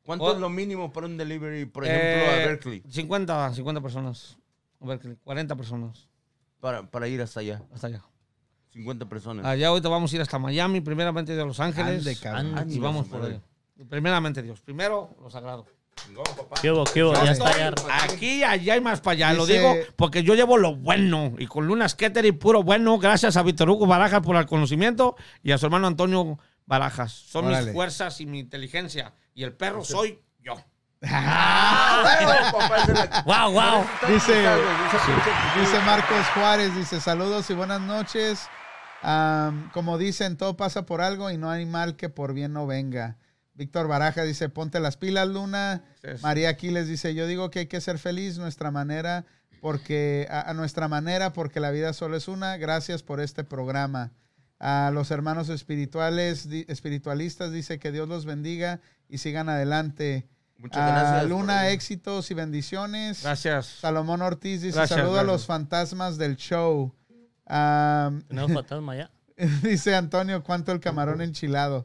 ¿Cuánto Oh. es lo mínimo para un delivery, por ejemplo, Eh, a Berkeley? 50, 50 personas. A Berkeley, 40 personas. Para, para ir hasta allá. Hasta allá. 50 personas. Allá ahorita vamos a ir hasta Miami, primeramente de Los Ángeles. Ande, cabrón. Ande, y vamos su por madre. allá. Primeramente Dios. Primero, lo sagrado. ¿Qué hubo, qué hubo? Ya está, ya. Aquí, allá y más para allá. Lo Pues Dice- digo porque yo llevo lo bueno. Y con Lunas Catering, puro bueno. Gracias a Víctor Hugo Barajas por el conocimiento y a su hermano Antonio Barajas. Son Órale. mis fuerzas y mi inteligencia. Y el perro soy yo. Wow, wow. Dice, dice Marcos Juárez, dice saludos y buenas noches. Am, como dicen, todo pasa por algo y no hay mal que por bien no venga. Víctor Baraja dice, ponte las pilas, Luna. Sí, sí. María Aquiles dice, yo digo que hay que ser feliz nuestra manera porque a, a nuestra manera porque la vida solo es una. Gracias por este programa. A los hermanos espirituales, di- espiritualistas dice que Dios los bendiga y sigan adelante. Muchas A gracias. por- "Ah, Luna, éxitos y bendiciones. Gracias. Salomón Ortiz dice, Gracias, saludo a gracias. los fantasmas del show. Ah, Tenemos fantasma ya. dice Antonio, ¿cuánto el camarón enchilado?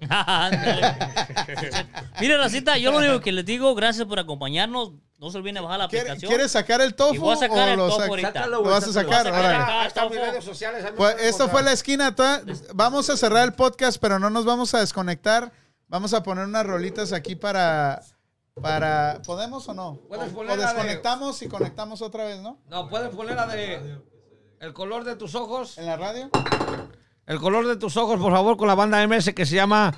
Mire, Racita, yo lo único que les digo, gracias por acompañarnos. No se olviden de bajar la ¿Quiere- aplicación. ¿Quieres sacar el tofu Y voy a sacar o el lo tofu sac- ahorita. Sácalo, ¿Lo güey, vas a sácalo. sacar? Lo voy a sacar Órale. acá. Ah, está en mis redes sociales. ahí me Pues pueden esto fue encontrar. la esquina. toda- Vamos a cerrar el podcast, pero no nos vamos a desconectar. Vamos a poner unas rolitas aquí para. para ¿Podemos o no? O, Puedes o poner la de- desconectamos y conectamos otra vez, ¿no? No, puedes poner la de. El color de tus ojos. En la radio. El color de tus ojos, por favor, con la banda MS que se llama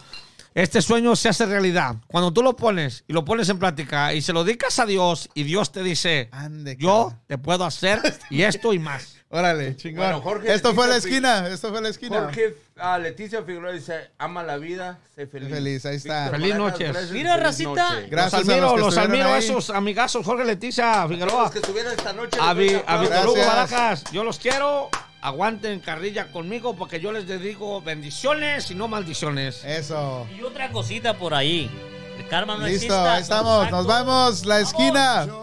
Este sueño se hace realidad. Cuando tú lo pones y lo pones en práctica y se lo dedicas a Dios y Dios te dice, Ande, yo cabrón. te puedo hacer y esto y más. Órale, chingón. Bueno, Jorge, esto fue la dice- esquina. Esto fue la esquina. Jorge, ah, Leticia Figueroa dice, ama la vida, sé feliz. Feliz, ahí está. Víctor Feliz Barajas, noches. gracias, Mira, feliz racita. noche. Gracias los admiro, a los que los estuvieron admiro a ahí. esos amigazos, Jorge Leticia Figueroa, que estuvieron esta noche. a, Vi- les doy un a aplauso. Víctor Hugo Gracias. Barajas. Yo los quiero. Aguanten carrilla conmigo porque yo les dedico bendiciones y no maldiciones. Eso. Y otra cosita por ahí. El karma no Listo, exista. ahí estamos. Exacto. Nos vamos. La esquina. Vamos.